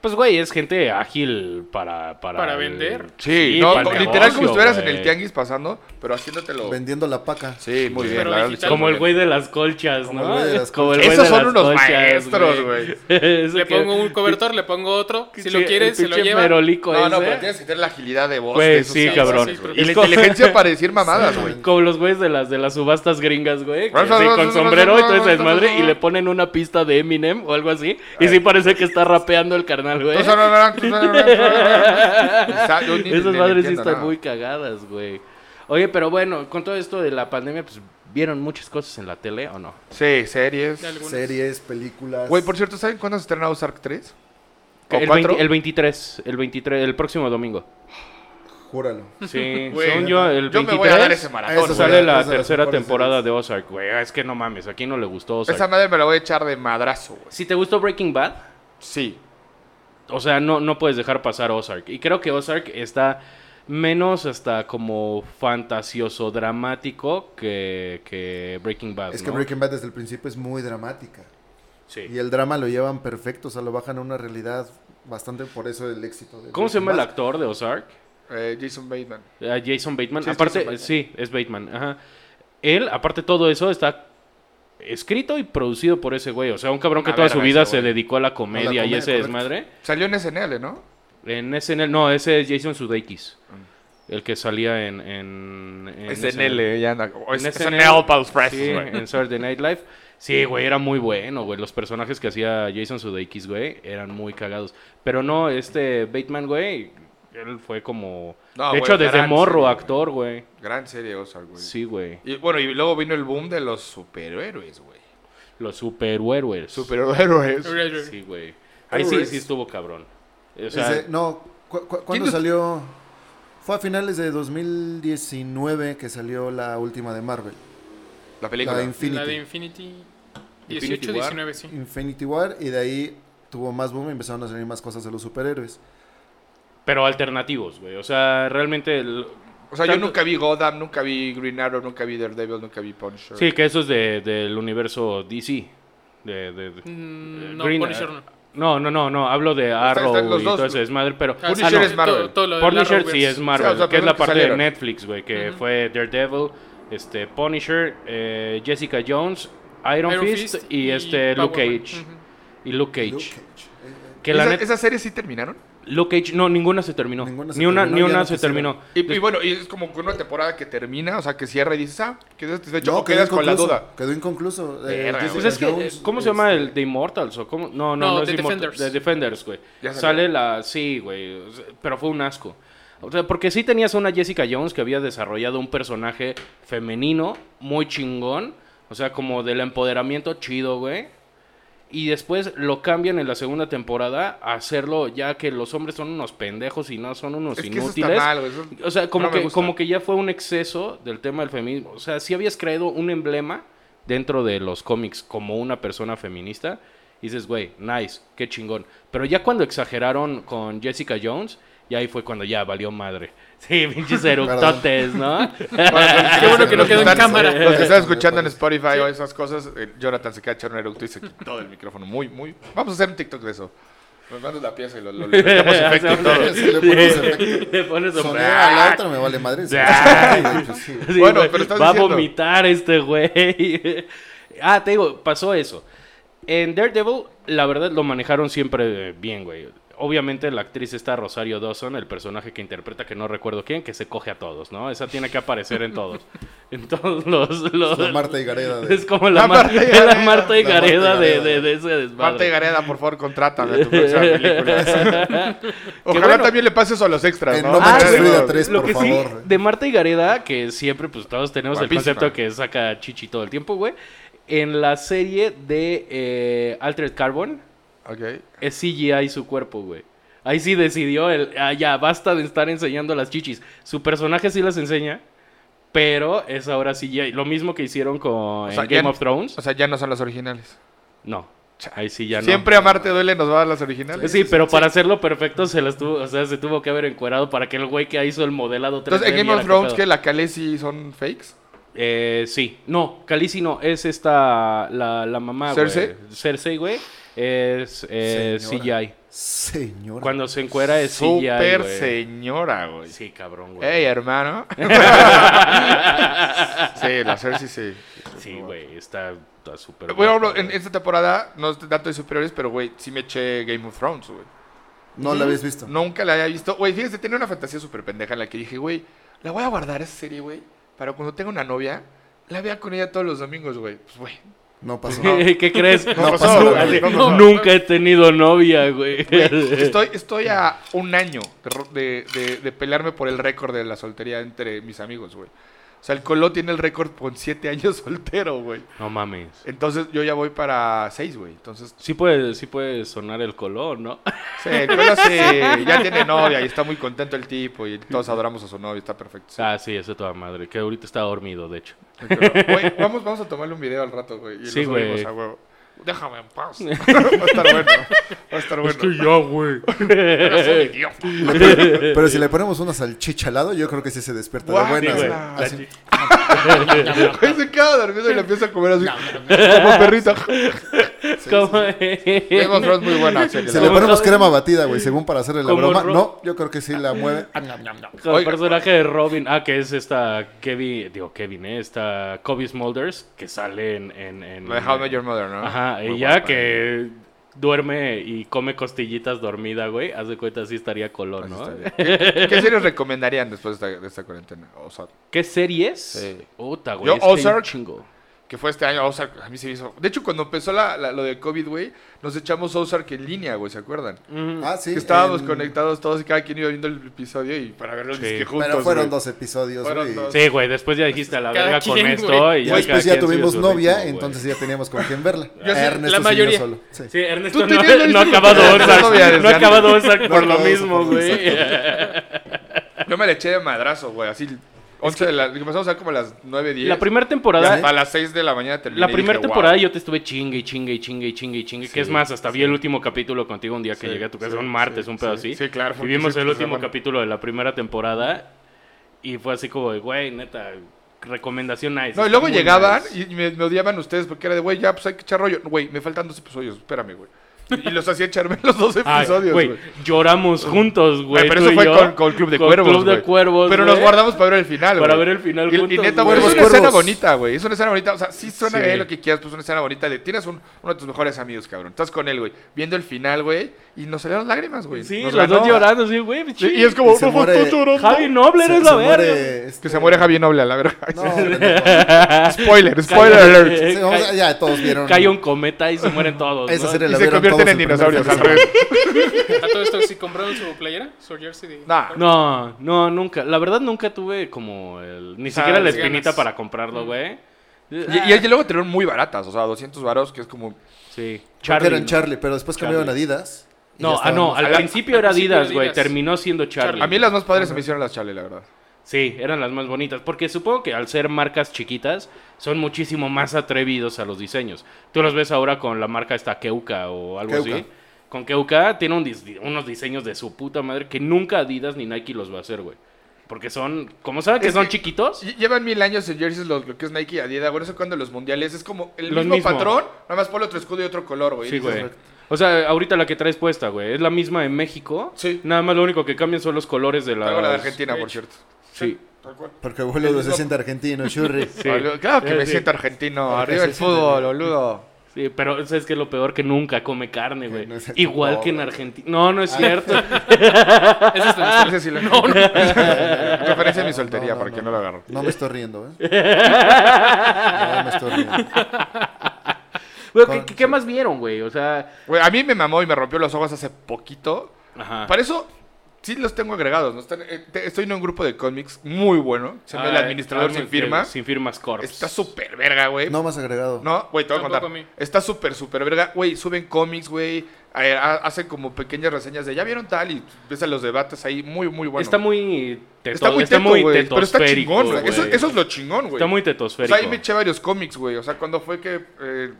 Speaker 1: Pues, güey, es gente ágil para... Para,
Speaker 3: Para
Speaker 1: el-
Speaker 3: vender.
Speaker 2: Sí,
Speaker 1: Sí,
Speaker 2: no,
Speaker 1: para el
Speaker 2: literal como si
Speaker 1: negocio,
Speaker 2: estuvieras en
Speaker 1: güey.
Speaker 2: el tianguis pasando, pero haciéndotelo.
Speaker 4: Vendiendo la paca.
Speaker 2: Sí, muy bien.
Speaker 3: Pero
Speaker 2: la verdad,
Speaker 3: digital.
Speaker 1: Como
Speaker 2: muy
Speaker 1: el
Speaker 2: bien.
Speaker 1: güey de las colchas,
Speaker 4: Como
Speaker 1: ¿no?
Speaker 4: el güey de las
Speaker 1: Como el
Speaker 2: colchas.
Speaker 1: güey
Speaker 2: Esos
Speaker 1: de
Speaker 2: son
Speaker 1: las
Speaker 2: unos
Speaker 1: colchas,
Speaker 2: maestros, güey.
Speaker 1: Ese
Speaker 3: Le
Speaker 1: que-
Speaker 3: pongo un cobertor, le pongo otro. Si lo
Speaker 1: Sí,
Speaker 3: quieres,
Speaker 1: el
Speaker 3: se lo
Speaker 1: pinche
Speaker 3: lleva.
Speaker 1: merolico
Speaker 2: No, no,
Speaker 1: ese.
Speaker 2: pero tienes que tener la agilidad de voz.
Speaker 1: Güey,
Speaker 2: de esos
Speaker 1: sí,
Speaker 2: cabrones,
Speaker 1: cabrón.
Speaker 2: güey.
Speaker 1: Es
Speaker 2: Y la
Speaker 1: como-
Speaker 2: inteligencia para decir mamadas, güey.
Speaker 1: Como los güeyes de las de las subastas gringas, güey. que
Speaker 2: Raza,
Speaker 1: así
Speaker 2: raza,
Speaker 1: con
Speaker 2: raza,
Speaker 1: sombrero y todo ese
Speaker 2: raza,
Speaker 1: desmadre.
Speaker 2: raza.
Speaker 1: Y le ponen una pista de Eminem o algo así. Y sí parece que está rapeando el carnal, güey.
Speaker 2: Entonces, no, no, no, no, no, no, no, no. O sea, yo ni- ni-
Speaker 1: Esas
Speaker 2: ni
Speaker 1: madres sí
Speaker 2: entiendo
Speaker 1: están
Speaker 2: nada.
Speaker 1: muy cagadas, güey. Oye, pero bueno, con todo esto de la pandemia, pues vieron muchas cosas en la tele o no.
Speaker 2: Sí, series.
Speaker 3: De algunas.
Speaker 4: Series, películas.
Speaker 2: Güey, por cierto, ¿saben cuándo se estrena Ozark 3? ¿O
Speaker 1: El,
Speaker 2: 4?
Speaker 1: 20 el 23, el 23, el próximo domingo.
Speaker 4: Júralo.
Speaker 1: Sí,
Speaker 2: Güey,
Speaker 1: según yo, el 23.
Speaker 2: Yo me voy a dar ese maratón.
Speaker 4: Eso
Speaker 2: güey.
Speaker 1: Sale la
Speaker 4: Es de las
Speaker 1: tercera
Speaker 4: mejores
Speaker 1: temporada
Speaker 4: series.
Speaker 1: de Ozark, güey. Ah, Es que no mames, aquí no le gustó Ozark.
Speaker 2: Esa madre me la voy a echar de madrazo, güey.
Speaker 1: Si te gustó Breaking Bad,
Speaker 2: Sí.
Speaker 1: O sea, no, no puedes dejar pasar Ozark. Y creo que Ozark está menos hasta como fantasioso, dramático que, que Breaking Bad.
Speaker 4: Es que
Speaker 1: ¿no?
Speaker 4: Breaking Bad desde el principio es muy dramática.
Speaker 1: Sí.
Speaker 4: Y el drama lo llevan perfecto, o sea, lo bajan a una realidad bastante por eso el éxito. de
Speaker 1: ¿Cómo se llama el
Speaker 4: Breaking
Speaker 1: actor de Ozark?
Speaker 2: Eh, Jason Bateman.
Speaker 1: Ah, Jason Bateman.
Speaker 2: Sí, es
Speaker 1: aparte,
Speaker 2: Jason Bateman.
Speaker 1: sí, es Bateman. Ajá. Él, aparte todo eso, está escrito y producido por ese güey. O sea, un cabrón que
Speaker 2: Una
Speaker 1: toda su
Speaker 2: Ah, verga
Speaker 1: vida
Speaker 2: ese
Speaker 1: se
Speaker 2: güey.
Speaker 1: dedicó a la comedia, y
Speaker 4: comedia,
Speaker 1: ese
Speaker 4: correcto.
Speaker 1: desmadre.
Speaker 2: Salió en SNL, ¿no?
Speaker 1: En SNL, no, ese es Jason Sudeikis.
Speaker 2: Mm.
Speaker 1: El que salía en... en, en
Speaker 2: ya anda. o
Speaker 1: En
Speaker 2: Es
Speaker 1: SNL,
Speaker 2: SNL para los frescos,
Speaker 1: Sí,
Speaker 2: güey.
Speaker 1: en Saturday Night Live. Sí, güey, era muy bueno, güey. Los personajes que hacía Jason Sudeikis, güey, eran muy cagados. Pero no, este Bateman, güey, él fue como...
Speaker 2: No,
Speaker 1: de
Speaker 2: Ah, güey,
Speaker 1: hecho, desde
Speaker 2: gran
Speaker 1: morro,
Speaker 2: serie, güey.
Speaker 1: actor, güey.
Speaker 2: Gran serie Ozark, güey.
Speaker 1: Sí, güey.
Speaker 2: Y bueno, y luego vino el boom de los superhéroes, güey.
Speaker 1: Los superhéroes.
Speaker 2: Superhéroes.
Speaker 1: Sí, güey. Ahí sí,
Speaker 4: Héroes.
Speaker 1: sí estuvo cabrón. O
Speaker 4: Bad?
Speaker 1: sea,
Speaker 4: Desde- no, cu- cu- ¿cuándo
Speaker 2: ¿Quién-
Speaker 4: salió? Fue a finales de 2019 que salió la última de Marvel.
Speaker 2: La
Speaker 4: La
Speaker 2: película.
Speaker 4: Infinity.
Speaker 3: La de Infinity.
Speaker 1: Infinity
Speaker 3: 18,
Speaker 1: War.
Speaker 3: 19, sí.
Speaker 4: Infinity War y de ahí tuvo más boom y empezaron a salir más cosas de los superhéroes.
Speaker 1: Pero alternativos, güey. O sea, realmente. el-
Speaker 2: O sea, yo
Speaker 1: tanto-
Speaker 2: nunca vi Gotham, nunca vi Green Arrow, nunca vi Daredevil, nunca vi Punisher.
Speaker 1: Sí, que eso es de- del universo DC. De, de- de-
Speaker 3: Mm,
Speaker 1: eh,
Speaker 3: No,
Speaker 1: Green-
Speaker 3: Punisher no.
Speaker 1: No, no, no, no. Hablo de
Speaker 2: Está-
Speaker 1: Arrow
Speaker 2: están los
Speaker 1: y
Speaker 2: dos,
Speaker 1: todo ese
Speaker 2: güey.
Speaker 1: desmadre, pero.
Speaker 3: Ah,
Speaker 2: Punisher
Speaker 3: sí,
Speaker 2: es Marvel.
Speaker 3: todo- todo lo de
Speaker 1: Punisher
Speaker 3: Arrowverse.
Speaker 1: sí es Marvel,
Speaker 2: Sí, o sea,
Speaker 1: que es la
Speaker 2: perdón, que
Speaker 1: parte de
Speaker 2: salieron.
Speaker 1: Netflix, güey, que
Speaker 3: Ujú.
Speaker 1: fue Daredevil, este, Punisher, eh, Jessica Jones, Iron,
Speaker 3: Iron
Speaker 1: Fist,
Speaker 3: Fist
Speaker 1: y, este
Speaker 3: Power
Speaker 1: Luke
Speaker 3: Man.
Speaker 1: Cage.
Speaker 3: Ujú.
Speaker 1: Y Luke Cage.
Speaker 4: Luke Cage. Eh, eh,
Speaker 1: Que la
Speaker 2: ¿Esa-
Speaker 1: neta,
Speaker 2: ¿Esas series sí terminaron?
Speaker 1: Luke Cage, no, ninguna se terminó.
Speaker 4: Ninguna se
Speaker 1: ni una,
Speaker 4: terminó,
Speaker 1: ni
Speaker 4: ya
Speaker 1: una
Speaker 4: no
Speaker 1: se
Speaker 4: quisieron.
Speaker 1: terminó.
Speaker 2: Y, y bueno, y es como que una temporada que termina, o sea, que cierra y dices, ah, quedé satisfecho,
Speaker 4: no,
Speaker 2: o quedas con la
Speaker 4: inconcluso,
Speaker 2: duda.
Speaker 4: Quedó inconcluso. Eh,
Speaker 2: Verga,
Speaker 1: Pues
Speaker 4: Jessica
Speaker 2: güey.
Speaker 1: es que, eh,
Speaker 4: Jones,
Speaker 1: ¿cómo se llama
Speaker 4: este,
Speaker 1: el de Immortals? ¿O cómo? No, no,
Speaker 3: No,
Speaker 1: no, es
Speaker 3: The
Speaker 1: de Immortals.
Speaker 3: Defenders.
Speaker 1: De Defenders, güey.
Speaker 2: Ya salió.
Speaker 1: Sale la. Sí, güey. o sea, Pero fue un asco. O sea, porque sí tenías una Jessica Jones que había desarrollado un personaje femenino muy chingón. O sea, como del empoderamiento chido, güey. Y después lo cambian en la segunda temporada a hacerlo ya que los hombres son unos pendejos y Pues no son unos
Speaker 2: Es que eso está
Speaker 1: inútiles.
Speaker 2: mal, güey. eso-
Speaker 1: O sea, como,
Speaker 2: No me
Speaker 1: que,
Speaker 2: gusta.
Speaker 1: como que ya fue un exceso del tema del feminismo. O sea, si habías creado un emblema dentro de los cómics como una persona feminista, y dices, güey, nice, qué chingón. Pero ya cuando exageraron con Jessica Jones, ya ahí fue cuando ya valió madre. Sí, pinches eructotes, ¿no?
Speaker 2: Para-
Speaker 3: Qué bueno que no quedó en
Speaker 2: están-
Speaker 3: cámara.
Speaker 2: Los que están escuchando en Spotify o esas cosas, eh, Jonathan se queda echando un eructo y se quitó el micrófono. Muy, muy. Vamos a hacer un TikTok de eso. Me mandas la pieza y lo, lo, le metemos efecto y todo.
Speaker 4: Sí, le pones efecto.
Speaker 1: Le pones Ah, un-
Speaker 4: Soné a la otra, me vale madre. Sí,
Speaker 1: Ya.
Speaker 4: güey, pues sí, güey.
Speaker 1: Sí,
Speaker 2: Bueno,
Speaker 1: güey,
Speaker 2: pero estás
Speaker 1: Va
Speaker 2: diciendo.
Speaker 1: a vomitar este güey. ah, te digo, pasó eso. En Daredevil, la verdad, lo manejaron siempre eh, bien, güey. Obviamente la actriz está Rosario Dawson, el personaje que interpreta, que no recuerdo quién, que se coge a todos, ¿no? Esa tiene que aparecer en todos. En todos los... los-
Speaker 4: La Marta y Gareda. de-
Speaker 1: Es como la,
Speaker 2: La
Speaker 1: Mar-
Speaker 2: Marta
Speaker 1: la
Speaker 2: y
Speaker 1: Marta
Speaker 2: Gareda.
Speaker 1: y
Speaker 4: La Marta y
Speaker 1: Gareda de,
Speaker 4: Gareda.
Speaker 1: de- de ese desmadre.
Speaker 2: Marta y Gareda, por favor, contrátame a tu próxima película. Ojalá
Speaker 1: bueno.
Speaker 2: también le pase eso a los extras,
Speaker 4: En
Speaker 2: ¿no?
Speaker 4: No
Speaker 1: Ah,
Speaker 4: Manches
Speaker 1: güey,
Speaker 4: Frida tres,
Speaker 1: lo
Speaker 4: por
Speaker 1: que sí,
Speaker 4: favor.
Speaker 1: de Marta y Gareda, que siempre pues todos tenemos
Speaker 2: Guapísima.
Speaker 1: el concepto que saca Chichi todo el tiempo, güey. En la serie de eh, Altered Carbon,
Speaker 2: Ok.
Speaker 1: es CGI su cuerpo, güey. Ahí sí decidió el, ah, ya, basta de estar enseñando las chichis. Su personaje sí las enseña, pero es ahora CGI. Lo mismo que hicieron con en
Speaker 2: sea,
Speaker 1: Game
Speaker 2: ya-
Speaker 1: of Thrones.
Speaker 2: O sea, ya no son las originales.
Speaker 1: No, ahí sí ya no.
Speaker 2: Siempre amarte duele nos va a dar las originales.
Speaker 1: Sí, pero para hacerlo perfecto se las tuvo, o sea, se tuvo que haber encuerado para que el güey que hizo el modelado 3D
Speaker 2: Entonces, en Game
Speaker 1: viera
Speaker 2: of
Speaker 1: qué
Speaker 2: Thrones,
Speaker 1: pedo.
Speaker 2: que la Khaleesi son fakes.
Speaker 1: Eh, sí. No, Khaleesi no. Es esta, la, la mamá, güey.
Speaker 2: ¿Cersei?
Speaker 1: Cersei, güey. Es eh,
Speaker 4: Señora.
Speaker 1: CGI.
Speaker 4: Señora.
Speaker 1: Cuando se encuera es CGI,
Speaker 2: Super
Speaker 1: güey.
Speaker 2: señora, güey.
Speaker 1: Sí, cabrón, güey.
Speaker 2: Ey, hermano. sí, la Cersei sí.
Speaker 1: Sí, güey. Está, está súper...
Speaker 2: Bueno,
Speaker 1: guapa,
Speaker 2: bro, en
Speaker 1: güey.
Speaker 2: esta temporada, no es datos superiores, pero güey, sí me eché Game of Thrones, güey.
Speaker 4: No la habías visto.
Speaker 2: Nunca la había visto. Güey, fíjense, tenía una fantasía súper pendeja en la que dije, güey, la voy a guardar esa serie, güey, para cuando tenga una novia, la vea con ella todos los domingos, güey. Pues, güey.
Speaker 4: No pasó.
Speaker 1: ¿Qué crees?
Speaker 4: No
Speaker 2: pasó,
Speaker 1: Nu-
Speaker 2: güey,
Speaker 1: así,
Speaker 2: no pasó.
Speaker 1: Nunca he tenido novia, güey.
Speaker 2: Güey, Estoy, estoy a un año de, ro- de- de- de pelearme por el récord de la soltería entre mis amigos, güey. O sea, el Colo tiene el récord con siete años soltero, güey.
Speaker 1: No mames.
Speaker 2: Entonces yo ya voy para seis, güey. Entonces,
Speaker 1: Sí puede, sí puede sonar el color, ¿no?
Speaker 2: sí, el Colo sí, ya tiene novia y está muy contento el tipo y todos adoramos a su novia, está perfecto. sí.
Speaker 1: Ah, sí, eso toda madre. Que ahorita está dormido, de hecho.
Speaker 2: El Colo. Güey, vamos, vamos a tomarle un video al rato, güey. y lo
Speaker 1: Sí, güey.
Speaker 2: subimos a huevo. Déjame en paz. va a estar bueno. Va a estar bueno.
Speaker 1: ya, güey.
Speaker 2: Soy idiota.
Speaker 4: Pero si le ponemos una salchicha al lado, yo creo que sí se despierta de
Speaker 2: Guau,
Speaker 4: buenas.
Speaker 2: sí,
Speaker 4: güey.
Speaker 2: güey.
Speaker 4: Así.
Speaker 2: Güey, se queda dormido y le empieza a comer así. Como perrito.
Speaker 1: ¿Cómo
Speaker 2: Game of Thrones muy buena serie,
Speaker 4: Si
Speaker 2: la
Speaker 4: le
Speaker 1: Como
Speaker 2: verdad.
Speaker 4: ponemos
Speaker 1: Robin-
Speaker 4: crema batida, güey, según para hacerle la
Speaker 1: Como
Speaker 4: broma.
Speaker 1: Ro-
Speaker 4: No, yo creo que sí la mueve.
Speaker 1: Con
Speaker 2: Oiga.
Speaker 1: el personaje de Robin, ah, que es esta Kevin, digo Kevin, eh, esta Kobe Smulders, que sale en... en, en-
Speaker 2: Lo de How I Met Your Mother, ¿no?
Speaker 1: Ajá,
Speaker 2: Muy
Speaker 1: ella
Speaker 2: guapa.
Speaker 1: que duerme y come costillitas dormida, güey, haz de cuenta así estaría Colón,
Speaker 2: Así
Speaker 1: ¿no?
Speaker 2: está bien. ¿Qué, qué series recomendarían después de esta, de esta cuarentena? Ozark.
Speaker 1: ¿Qué series?
Speaker 2: Sí.
Speaker 1: Puta, güey,
Speaker 2: Yo,
Speaker 1: es que hay un
Speaker 2: Ozark.
Speaker 1: chingo.
Speaker 2: Que fue este año, Ozark, a mí se me hizo... De hecho, cuando empezó la, la- lo de COVID, güey, nos echamos Ozark en línea, güey, ¿se acuerdan?
Speaker 1: Mm.
Speaker 4: Ah, sí.
Speaker 2: que estábamos
Speaker 4: en-
Speaker 2: conectados todos y cada quien iba viendo el episodio y para verlo
Speaker 1: Sí.
Speaker 2: disque
Speaker 1: Pero
Speaker 2: juntos,
Speaker 4: Pero fueron
Speaker 2: güey.
Speaker 4: dos episodios,
Speaker 2: Fueron
Speaker 4: güey.
Speaker 2: dos.
Speaker 1: Sí, güey, después ya dijiste a la
Speaker 3: Cada
Speaker 1: verga con
Speaker 3: quien,
Speaker 1: esto y
Speaker 3: güey.
Speaker 4: Y
Speaker 1: ya
Speaker 4: después
Speaker 1: cada
Speaker 4: ya
Speaker 1: quien sigue
Speaker 4: tuvimos
Speaker 1: su
Speaker 4: novia,
Speaker 1: ritmo, güey.
Speaker 4: entonces ya teníamos con quién verla.
Speaker 2: Yo sí,
Speaker 4: Ernesto
Speaker 3: la
Speaker 4: siguió
Speaker 3: mayoría.
Speaker 4: solo. Sí.
Speaker 1: Sí, Ernesto no,
Speaker 2: tenías la
Speaker 1: no ha
Speaker 2: misma-
Speaker 1: acabado
Speaker 2: tenías
Speaker 1: Ozark,
Speaker 2: novia desde
Speaker 1: no ha
Speaker 2: antes.
Speaker 1: acabado Ozark
Speaker 4: No
Speaker 1: por lo
Speaker 4: acabado Ozark,
Speaker 1: mismo, güey.
Speaker 2: Yo me le eché de madrazo, güey, así... 11 de la, empezamos a ver como a las 9, 10.
Speaker 1: La primera
Speaker 2: Ya
Speaker 1: temporada.
Speaker 2: a las 6 de la mañana terminé.
Speaker 1: La
Speaker 2: y
Speaker 1: primera
Speaker 2: dije,
Speaker 1: temporada
Speaker 2: "Wow".
Speaker 1: yo te estuve chingue y chingue y chingue y chingue y chingue. que es
Speaker 2: Sí,
Speaker 1: más, hasta vi
Speaker 2: sí.
Speaker 1: el último capítulo contigo un día que
Speaker 2: Sí,
Speaker 1: llegué a tu casa,
Speaker 2: sí,
Speaker 1: un martes,
Speaker 2: sí,
Speaker 1: un pedo
Speaker 2: sí.
Speaker 1: así.
Speaker 2: Sí, claro,
Speaker 1: Y
Speaker 2: fue un
Speaker 1: vimos
Speaker 2: principio
Speaker 1: el
Speaker 2: de
Speaker 1: último
Speaker 2: semana.
Speaker 1: capítulo de la primera temporada. Y fue así como de, güey, neta, recomendación nice.
Speaker 2: No,
Speaker 1: está
Speaker 2: y luego
Speaker 1: muy
Speaker 2: llegaban
Speaker 1: nice".
Speaker 2: y me, me odiaban ustedes porque era de, güey, ya, pues hay que echar rollo. Güey, me faltan dos episodios, espérame, güey. Y los hacía echarme los dos
Speaker 1: Ay,
Speaker 2: episodios,
Speaker 1: güey,
Speaker 2: güey.
Speaker 1: lloramos juntos, güey.
Speaker 2: Ay, pero
Speaker 1: tú
Speaker 2: eso
Speaker 1: y
Speaker 2: fue
Speaker 1: yo,
Speaker 2: con, con Club de
Speaker 1: con
Speaker 2: Cuervos.
Speaker 1: Club de
Speaker 2: güey.
Speaker 1: Cuervos,
Speaker 2: Pero nos
Speaker 1: güey.
Speaker 2: guardamos para ver el final,
Speaker 1: Para
Speaker 2: güey.
Speaker 1: ver el final
Speaker 2: Y- Y,
Speaker 1: juntos,
Speaker 2: neta,
Speaker 1: güey.
Speaker 2: güey, es una
Speaker 4: Cuervos,
Speaker 2: escena
Speaker 4: cuervos.
Speaker 2: bonita, güey. Es una escena bonita. O sea, sí suena
Speaker 1: Sí.
Speaker 2: bien lo que quieras, pues una escena bonita. De, tienes un- uno de tus mejores amigos, cabrón. Estás con él, güey. Viendo el final, güey. Y nos salieron lágrimas, güey.
Speaker 1: Sí,
Speaker 2: Nos
Speaker 1: los dos
Speaker 2: ganó.
Speaker 1: llorando, sí, güey.
Speaker 2: Sí, Y es como,
Speaker 4: Y se
Speaker 2: no,
Speaker 4: muere-
Speaker 2: estás llorando.
Speaker 1: Javi Noble
Speaker 4: Se-
Speaker 1: eres
Speaker 4: se
Speaker 1: la
Speaker 4: muere,
Speaker 1: verga.
Speaker 4: este-
Speaker 2: Que se muere Javi Noble, a la verga.
Speaker 4: No, hombre,
Speaker 2: Spoiler, spoiler alert.
Speaker 4: no. Sí, vamos a- ya todos vieron.
Speaker 1: Eh, Cae un cometa y se mueren todos.
Speaker 4: Esa
Speaker 1: ¿no?
Speaker 4: serie
Speaker 2: Y
Speaker 4: la
Speaker 2: se
Speaker 4: vieron
Speaker 2: convierten
Speaker 4: todos
Speaker 2: en
Speaker 4: el primer
Speaker 2: dinosaurios al
Speaker 4: capítulo.
Speaker 2: revés.
Speaker 3: A todo esto, si compraron su playera, su jersey de.
Speaker 2: Nah.
Speaker 1: No, no, nunca. La verdad nunca tuve como el- ni
Speaker 2: Ah,
Speaker 1: siquiera la
Speaker 3: las
Speaker 1: espinita
Speaker 3: ganas. Mm.
Speaker 1: para comprarlo, güey.
Speaker 2: Y, y luego tuvieron muy baratas, o sea, 200 varos, que es como.
Speaker 1: Sí,
Speaker 4: Porque
Speaker 1: Charlie.
Speaker 4: eran Charlie, pero después cambiaron a Adidas. y ya
Speaker 1: No, ah,
Speaker 4: estaban
Speaker 1: no,
Speaker 4: más-
Speaker 1: al
Speaker 2: Al-
Speaker 1: principio
Speaker 3: al
Speaker 1: era
Speaker 3: principio
Speaker 1: Adidas, güey,
Speaker 3: Adidas.
Speaker 1: terminó siendo Charlie.
Speaker 2: A mí las más padres se me hicieron las chale, la verdad.
Speaker 1: Sí, eran las más bonitas, porque supongo que al ser marcas chiquitas son muchísimo más atrevidos a los diseños. Tú los ves ahora con la marca esta Keuka o algo así.
Speaker 4: Keuka.
Speaker 1: Con Keuka tiene un dis- unos diseños de su puta madre que nunca Adidas ni Nike los va a hacer, güey. Porque son, como saben que
Speaker 2: Es
Speaker 1: son
Speaker 2: que-
Speaker 1: chiquitos,
Speaker 2: Lle- Llevan mil años en jerseys los- lo, que es Nike y Adidas, güey. Eso cuando los mundiales es como el
Speaker 1: Los
Speaker 2: mismo,
Speaker 1: mismo.
Speaker 2: patrón, nada más ponle otro escudo y otro color, güey.
Speaker 1: Sí,
Speaker 2: Y dices,
Speaker 1: güey. O sea, ahorita la que traes puesta, güey, es la misma en México.
Speaker 2: Sí.
Speaker 1: Nada más lo único que cambian son los colores de la.
Speaker 2: Traigo la de Argentina, por cierto.
Speaker 1: Sí.
Speaker 2: Tal cual.
Speaker 4: Porque boludo se
Speaker 2: no.
Speaker 4: siente argentino, churri.
Speaker 1: Sí.
Speaker 2: Pablo, Claro que
Speaker 1: Sí,
Speaker 2: me
Speaker 1: sí.
Speaker 2: siento argentino.
Speaker 4: Porque
Speaker 2: Arriba
Speaker 4: se
Speaker 2: el
Speaker 4: siente
Speaker 2: fútbol, boludo.
Speaker 1: Sí, pero es que es lo peor que nunca come carne, güey.
Speaker 4: no es cierto.
Speaker 1: Igual que en Argentina. No,
Speaker 2: Ah.
Speaker 1: no es cierto.
Speaker 3: Ese es de
Speaker 2: No
Speaker 3: nuestro-
Speaker 2: sé si lo no, Referencia a mi soltería,
Speaker 4: no,
Speaker 2: para
Speaker 4: no,
Speaker 2: que no lo agarren.
Speaker 4: No me estoy riendo, ¿eh? No me estoy riendo.
Speaker 1: Güey, ¿qué- ¿qué, qué más vieron, güey? O sea.
Speaker 2: Güey, a mí me mamó y me rompió los ojos hace poquito.
Speaker 1: Ajá.
Speaker 3: Ah.
Speaker 2: Para eso sí los tengo agregados. ¿no? Están- eh, te- estoy en un grupo de cómics muy bueno. Se
Speaker 3: eh,
Speaker 2: llama El
Speaker 1: Ah,
Speaker 2: Administrador
Speaker 1: ah,
Speaker 2: Sin
Speaker 1: que-
Speaker 2: Firma.
Speaker 1: Sin firmas Corps.
Speaker 2: Está súper verga, güey.
Speaker 4: No más agregado.
Speaker 2: No, güey, te voy a
Speaker 3: Tampoco
Speaker 2: contar.
Speaker 3: a mí.
Speaker 2: Está súper, súper verga. Güey, suben cómics, güey. a- a- Hacen como pequeñas reseñas de ya vieron tal y empiezan los debates ahí. Muy, muy bueno.
Speaker 1: Está muy. teto-
Speaker 2: Está muy
Speaker 1: está
Speaker 2: teto,
Speaker 1: muy
Speaker 2: güey, Pero está
Speaker 1: tetosférico,
Speaker 2: chingón, güey. Eso,
Speaker 1: güey.
Speaker 2: eso es lo chingón, güey.
Speaker 1: Está muy
Speaker 2: O
Speaker 1: tetosférico.
Speaker 2: sea, ahí me eché varios cómics, güey. O sea, cuando fue que. eh,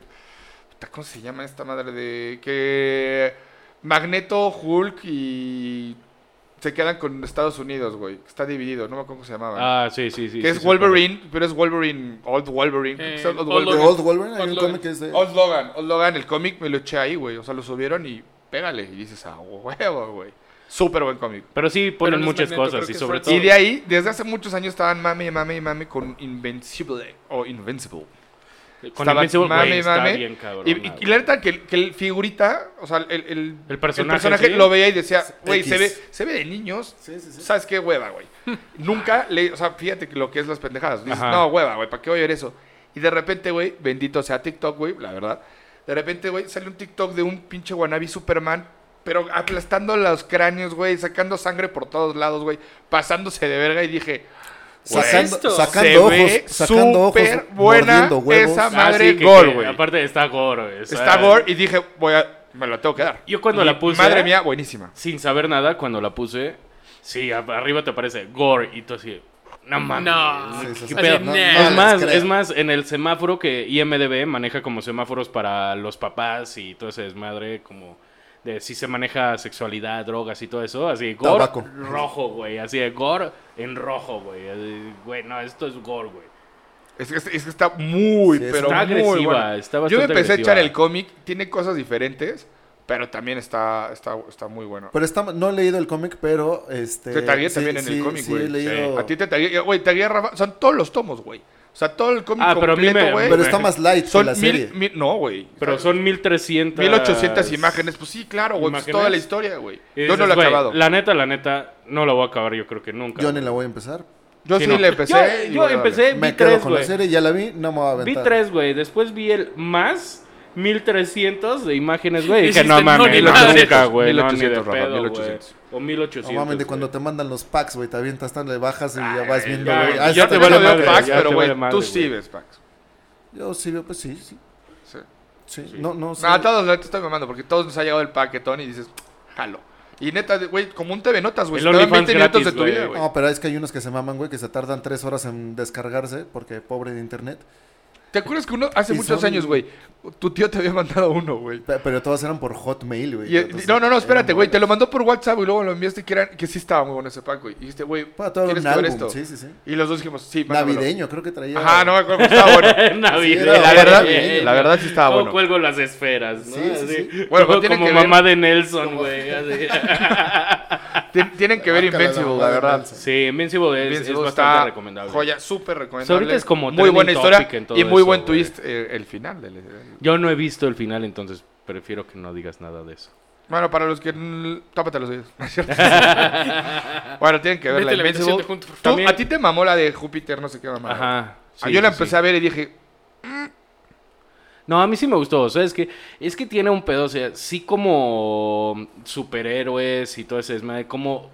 Speaker 2: puta, ¿Cómo se llama esta madre de.? Que. Magneto, Hulk y. Se quedan con Estados Unidos, güey. Está dividido, no me acuerdo cómo se llamaba.
Speaker 1: Ah, sí, sí, sí.
Speaker 2: que
Speaker 1: sí,
Speaker 2: es
Speaker 1: sí,
Speaker 2: Wolverine, pero es Wolverine. Old Wolverine. creo que
Speaker 3: Eh,
Speaker 2: es Old
Speaker 3: Old
Speaker 2: Wolverine.
Speaker 4: De
Speaker 3: Logan.
Speaker 4: Old Wolverine hay
Speaker 3: Old
Speaker 4: un
Speaker 3: Logan.
Speaker 4: cómic que es de...
Speaker 2: Old Logan, Old Logan, el cómic me lo eché ahí, güey. O sea, lo subieron y pégale. Y dices, ah, huevo, güey. Súper buen cómic.
Speaker 1: Pero sí ponen
Speaker 3: no es
Speaker 1: muchas
Speaker 3: Magneto,
Speaker 1: cosas
Speaker 3: creo
Speaker 1: y
Speaker 3: que
Speaker 1: sobre
Speaker 3: fue
Speaker 1: todo.
Speaker 2: Y de ahí, desde hace muchos años estaban mame y mame y mame con Invincible. O Invincible.
Speaker 1: Con
Speaker 2: Estaban
Speaker 1: Invincible,
Speaker 2: mame
Speaker 1: güey,
Speaker 2: y
Speaker 1: está
Speaker 2: mame.
Speaker 1: bien, cabrón.
Speaker 2: Y, y- y la neta que, el- que el figurita, o sea, el, el, el-
Speaker 1: El personaje, ¿sí?
Speaker 2: lo veía y decía, güey, se
Speaker 4: X.
Speaker 2: ve, se ve de niños.
Speaker 4: Sí, sí, sí.
Speaker 2: ¿Sabes qué hueva, güey? Nunca le, o sea, fíjate que lo que es las pendejadas. Dices,
Speaker 1: Ajá.
Speaker 2: no, hueva, güey, ¿para qué voy a ver eso? Y de repente, güey, bendito sea TikTok, güey, la verdad. De repente, güey, sale un TikTok de un pinche wannabe Superman, pero aplastando los cráneos, güey, sacando sangre por todos lados, güey, pasándose de verga y dije, güey,
Speaker 4: Sacando,
Speaker 3: esto
Speaker 4: sacando
Speaker 2: se
Speaker 4: ojos,
Speaker 2: ve
Speaker 4: sacando ojos,
Speaker 2: súper buena
Speaker 4: mordiendo huevos.
Speaker 2: esa
Speaker 1: Ah, sí,
Speaker 2: madre
Speaker 1: que-
Speaker 2: Gore,
Speaker 1: que-
Speaker 2: güey.
Speaker 1: Aparte está Gore, güey. o sea,
Speaker 2: está gore y dije, voy a, me la tengo que dar.
Speaker 1: Eh. Yo cuando
Speaker 2: Y
Speaker 1: la puse-
Speaker 2: Madre mía, buenísima.
Speaker 1: Sin saber nada, cuando la puse, sí, a- arriba te aparece Gore y tú así. No mames.
Speaker 3: No.
Speaker 4: Sí, sí,
Speaker 1: ¿Qué
Speaker 4: sí.
Speaker 1: pedo?
Speaker 3: Así, nah.
Speaker 1: Es
Speaker 4: les
Speaker 1: más,
Speaker 4: creo.
Speaker 1: es más, en el semáforo que IMDB maneja como semáforos para los papás y todo ese desmadre, como de si se maneja sexualidad, drogas y todo eso, así gore
Speaker 4: Tabaco.
Speaker 1: rojo, güey, así de gore en rojo, güey, así, güey, no, esto es gore, güey.
Speaker 2: Es que, es que está muy,
Speaker 4: Sí, está
Speaker 2: pero muy
Speaker 1: agresiva,
Speaker 2: buena.
Speaker 1: está
Speaker 2: Yo me
Speaker 1: bastante
Speaker 2: empecé
Speaker 1: agresiva.
Speaker 2: a echar el cómic, tiene cosas diferentes, pero también está, está, está muy bueno.
Speaker 4: Pero está, no he leído el cómic, pero este...
Speaker 2: Te tagué
Speaker 4: sí,
Speaker 2: también en el
Speaker 4: sí,
Speaker 2: cómic,
Speaker 4: sí,
Speaker 2: güey.
Speaker 4: he leído...
Speaker 2: A ti te tagué, güey, tagué a Rafa, son todos los tomos, güey. O sea, todo el cómic
Speaker 1: Ah, pero a mí me-
Speaker 2: completo, güey.
Speaker 4: Pero está más light que
Speaker 2: Son
Speaker 4: la serie.
Speaker 2: mil, mil- no, güey.
Speaker 1: Pero son 1300
Speaker 2: 1800 imágenes, pues sí, claro, güey, pues
Speaker 1: ¿Imágenes?
Speaker 2: toda la historia, güey.
Speaker 1: Y
Speaker 2: Yo no
Speaker 1: dices,
Speaker 2: lo he
Speaker 1: "Güey,
Speaker 2: acabado.
Speaker 1: La neta, la neta, no la voy a acabar yo creo que nunca.
Speaker 4: Yo ni la voy a empezar.
Speaker 2: Yo sí,
Speaker 1: no.
Speaker 2: le empecé.
Speaker 1: Yo-
Speaker 2: y
Speaker 1: Yo,
Speaker 2: bueno,
Speaker 1: empecé, vi
Speaker 4: Me quedo
Speaker 1: tres,
Speaker 4: con
Speaker 1: güey.
Speaker 4: la serie, ya la vi, no me voy a
Speaker 1: Vi
Speaker 4: aventar.
Speaker 1: tres, güey. Después vi el más 1300 de imágenes, güey. Dije,
Speaker 3: Dijiste,
Speaker 1: no
Speaker 3: no, ni
Speaker 1: mames, no,
Speaker 3: madre.
Speaker 1: nunca, güey. No, ni de
Speaker 2: 1800, Rafa,
Speaker 1: pedo,
Speaker 2: 1800.
Speaker 1: güey. O 1800.
Speaker 4: No mames, de
Speaker 1: güey.
Speaker 4: cuando te mandan los packs, güey, te avientas tan le bajas y ya
Speaker 1: Ay,
Speaker 4: vas viendo,
Speaker 1: ya,
Speaker 4: güey.
Speaker 1: ya
Speaker 4: Ah,
Speaker 1: te
Speaker 4: está
Speaker 2: Yo
Speaker 1: vale
Speaker 2: no
Speaker 4: bien.
Speaker 2: veo
Speaker 1: madre,
Speaker 2: Pax,
Speaker 1: ya
Speaker 2: pero
Speaker 1: te
Speaker 2: güey,
Speaker 1: vale
Speaker 2: tú
Speaker 1: madre,
Speaker 2: sí
Speaker 1: güey.
Speaker 2: ves Pax.
Speaker 4: Yo sí veo, pues sí, sí.
Speaker 2: Sí.
Speaker 4: Sí, no, no. sí.
Speaker 2: No, a todos los te estoy mamando porque todos nos ha llegado el paquetón y dices, jalo. Y neta, güey, como un TV Notas, güey.
Speaker 1: El
Speaker 2: se te van
Speaker 1: OnlyFans
Speaker 2: 20 minutos de
Speaker 1: gratis,
Speaker 2: tu vida,
Speaker 1: güey.
Speaker 2: güey.
Speaker 4: No, pero es que hay unos que se maman, güey, que se tardan tres horas en descargarse porque pobre de internet.
Speaker 2: ¿Te acuerdas que uno hace
Speaker 4: Y
Speaker 2: muchos
Speaker 4: son-
Speaker 2: años, güey? Tu tío te había mandado uno, güey.
Speaker 4: Pe- Pero todas eran por Hotmail, güey.
Speaker 2: Y-
Speaker 4: Entonces,
Speaker 2: no, no, no, espérate,
Speaker 4: eran
Speaker 2: güey. Te lo
Speaker 4: buenas.
Speaker 2: mandó por WhatsApp y luego lo enviaste que, era, que sí estaba muy bueno ese pack, güey. Y dijiste, güey,
Speaker 4: Para todo
Speaker 2: tienes
Speaker 4: un
Speaker 2: que ver
Speaker 4: álbum,
Speaker 2: esto.
Speaker 4: sí, sí, sí.
Speaker 2: Y los dos dijimos, sí, mándamelo.
Speaker 4: Navideño, creo que traía.
Speaker 2: Ajá, no me acuerdo, pero estaba bueno.
Speaker 1: Navidad.
Speaker 4: era
Speaker 2: la verdad,
Speaker 4: navideño.
Speaker 2: la verdad sí estaba
Speaker 1: ¿Cómo
Speaker 2: bueno.
Speaker 1: cuelgo las esferas, ¿no?
Speaker 4: Sí, sí,
Speaker 1: Así.
Speaker 4: sí.
Speaker 2: Bueno,
Speaker 1: como
Speaker 2: pero tiene
Speaker 1: como
Speaker 2: que ver-
Speaker 1: mamá de Nelson, güey. así.
Speaker 2: Tien- tienen que ver
Speaker 4: Guácala,
Speaker 2: Invencible,
Speaker 4: la
Speaker 2: la
Speaker 4: verdad,
Speaker 2: verdad.
Speaker 4: Nelson.
Speaker 1: Sí, Invincible Pues, es, es
Speaker 2: Invincible
Speaker 1: bastante
Speaker 2: está
Speaker 1: recomendable.
Speaker 2: Joya, súper recomendable.
Speaker 1: O sea, ahorita es como
Speaker 2: muy
Speaker 1: trending
Speaker 2: buena
Speaker 1: topic
Speaker 2: historia
Speaker 1: en todo
Speaker 2: y muy
Speaker 1: eso,
Speaker 2: buen
Speaker 1: güey.
Speaker 2: twist eh, el final. del- el-
Speaker 1: Yo no he visto el final, entonces prefiero que no digas nada de eso.
Speaker 2: Bueno, para los que mm, tápate los oídos. ¿no es cierto? bueno, tienen que ver
Speaker 3: Vete a la
Speaker 2: la Invincible.
Speaker 3: habitación de juntos, por
Speaker 2: Tú-
Speaker 1: También-
Speaker 2: a ti te mamó la de Júpiter, no sé qué mamá.
Speaker 1: Ajá. sí,
Speaker 2: Ah, yo la
Speaker 1: sí,
Speaker 2: empecé
Speaker 1: sí.
Speaker 2: a ver y dije,
Speaker 1: No, a mí sí me gustó. O sea, es que, es que tiene un pedo. O sea, sí como superhéroes y todo ese desmadre, como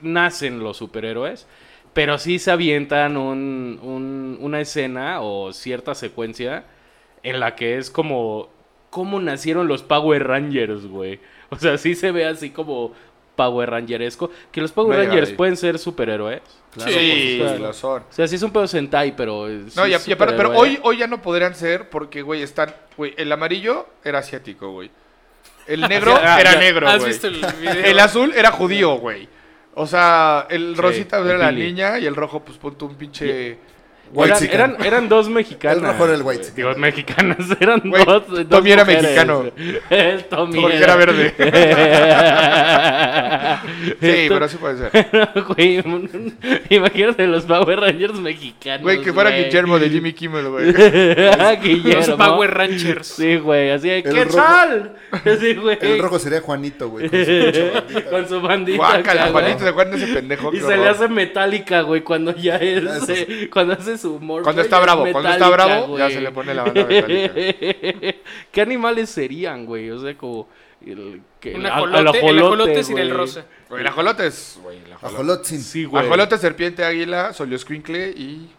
Speaker 1: nacen los superhéroes, pero sí se avientan un- un- una escena o cierta secuencia en la que es como cómo nacieron los Power Rangers, güey. O sea, sí se ve así como Power Rangeresco. Que los Power
Speaker 2: No llegaba
Speaker 1: Rangers
Speaker 2: ahí.
Speaker 1: pueden ser superhéroes.
Speaker 4: Claro,
Speaker 2: sí,
Speaker 4: por supuesto.
Speaker 2: lo son.
Speaker 1: O sea, sí es un pedo Sentai, pero... sí
Speaker 2: No, ya-
Speaker 1: es
Speaker 2: ya para- pero
Speaker 1: superhéroe.
Speaker 2: hoy, hoy ya no podrían ser porque, güey, están. Güey, el amarillo era asiático, güey. El negro
Speaker 1: Ah,
Speaker 2: era
Speaker 1: ya.
Speaker 2: negro,
Speaker 3: ¿Has
Speaker 2: güey.
Speaker 3: visto el video?
Speaker 2: El azul era judío, güey. O sea, el
Speaker 1: Sí,
Speaker 2: rosita
Speaker 1: el
Speaker 2: era la
Speaker 1: Billy.
Speaker 2: niña y el rojo, pues ponte un pinche.
Speaker 4: White
Speaker 1: eran,
Speaker 4: chicken.
Speaker 1: eran, eran dos mexicanas.
Speaker 4: El mejor era el white
Speaker 1: güey.
Speaker 4: chicken.
Speaker 1: Digo, mexicanas, eran
Speaker 2: Güey,
Speaker 1: dos,
Speaker 2: Tommy
Speaker 1: dos
Speaker 2: era
Speaker 1: mujeres.
Speaker 2: mexicano.
Speaker 1: El Tommy
Speaker 2: Porque era verde.
Speaker 1: sí,
Speaker 2: Sí, pero sí puede ser.
Speaker 1: Güey, un- imagínate los Power Rangers mexicanos.
Speaker 2: Güey, que fuera
Speaker 1: güey.
Speaker 2: Guillermo de Jimmy Kimmel, güey.
Speaker 1: Ah,
Speaker 3: Los
Speaker 1: Guillermo.
Speaker 3: Power Rangers.
Speaker 1: Sí, güey, así de
Speaker 4: El
Speaker 1: ¿qué
Speaker 4: rojo-
Speaker 1: tal? Sí, güey.
Speaker 4: El rojo sería Juanito, güey. con su pinche bandita.
Speaker 1: Con su bandita.
Speaker 2: Guácala,
Speaker 1: acá, güey.
Speaker 2: Juanito, ¿se acuerdan de ese pendejo?
Speaker 1: Y
Speaker 2: Qué
Speaker 1: se le
Speaker 2: horror.
Speaker 1: hace metálica, güey, cuando ya
Speaker 4: Ya
Speaker 1: es.
Speaker 4: es-
Speaker 1: eh, cuando hace su humor.
Speaker 2: Cuando
Speaker 1: güey,
Speaker 2: está
Speaker 1: ya es
Speaker 2: bravo, cuando está
Speaker 1: metálica,
Speaker 2: bravo, ya
Speaker 1: güey.
Speaker 2: se le pone la banda metálica.
Speaker 1: ¿Qué animales serían, güey? O sea, como. El, que-
Speaker 3: Un
Speaker 1: el a-
Speaker 3: ajolote, el
Speaker 1: ajolote,
Speaker 3: ajolote sin
Speaker 1: güey.
Speaker 3: el rosa.
Speaker 2: Güey, el ajolote es. Güey, el ajolote.
Speaker 4: Ajolotzin.
Speaker 1: Sí, güey.
Speaker 2: Ajolote, serpiente, águila, solioscuincle y.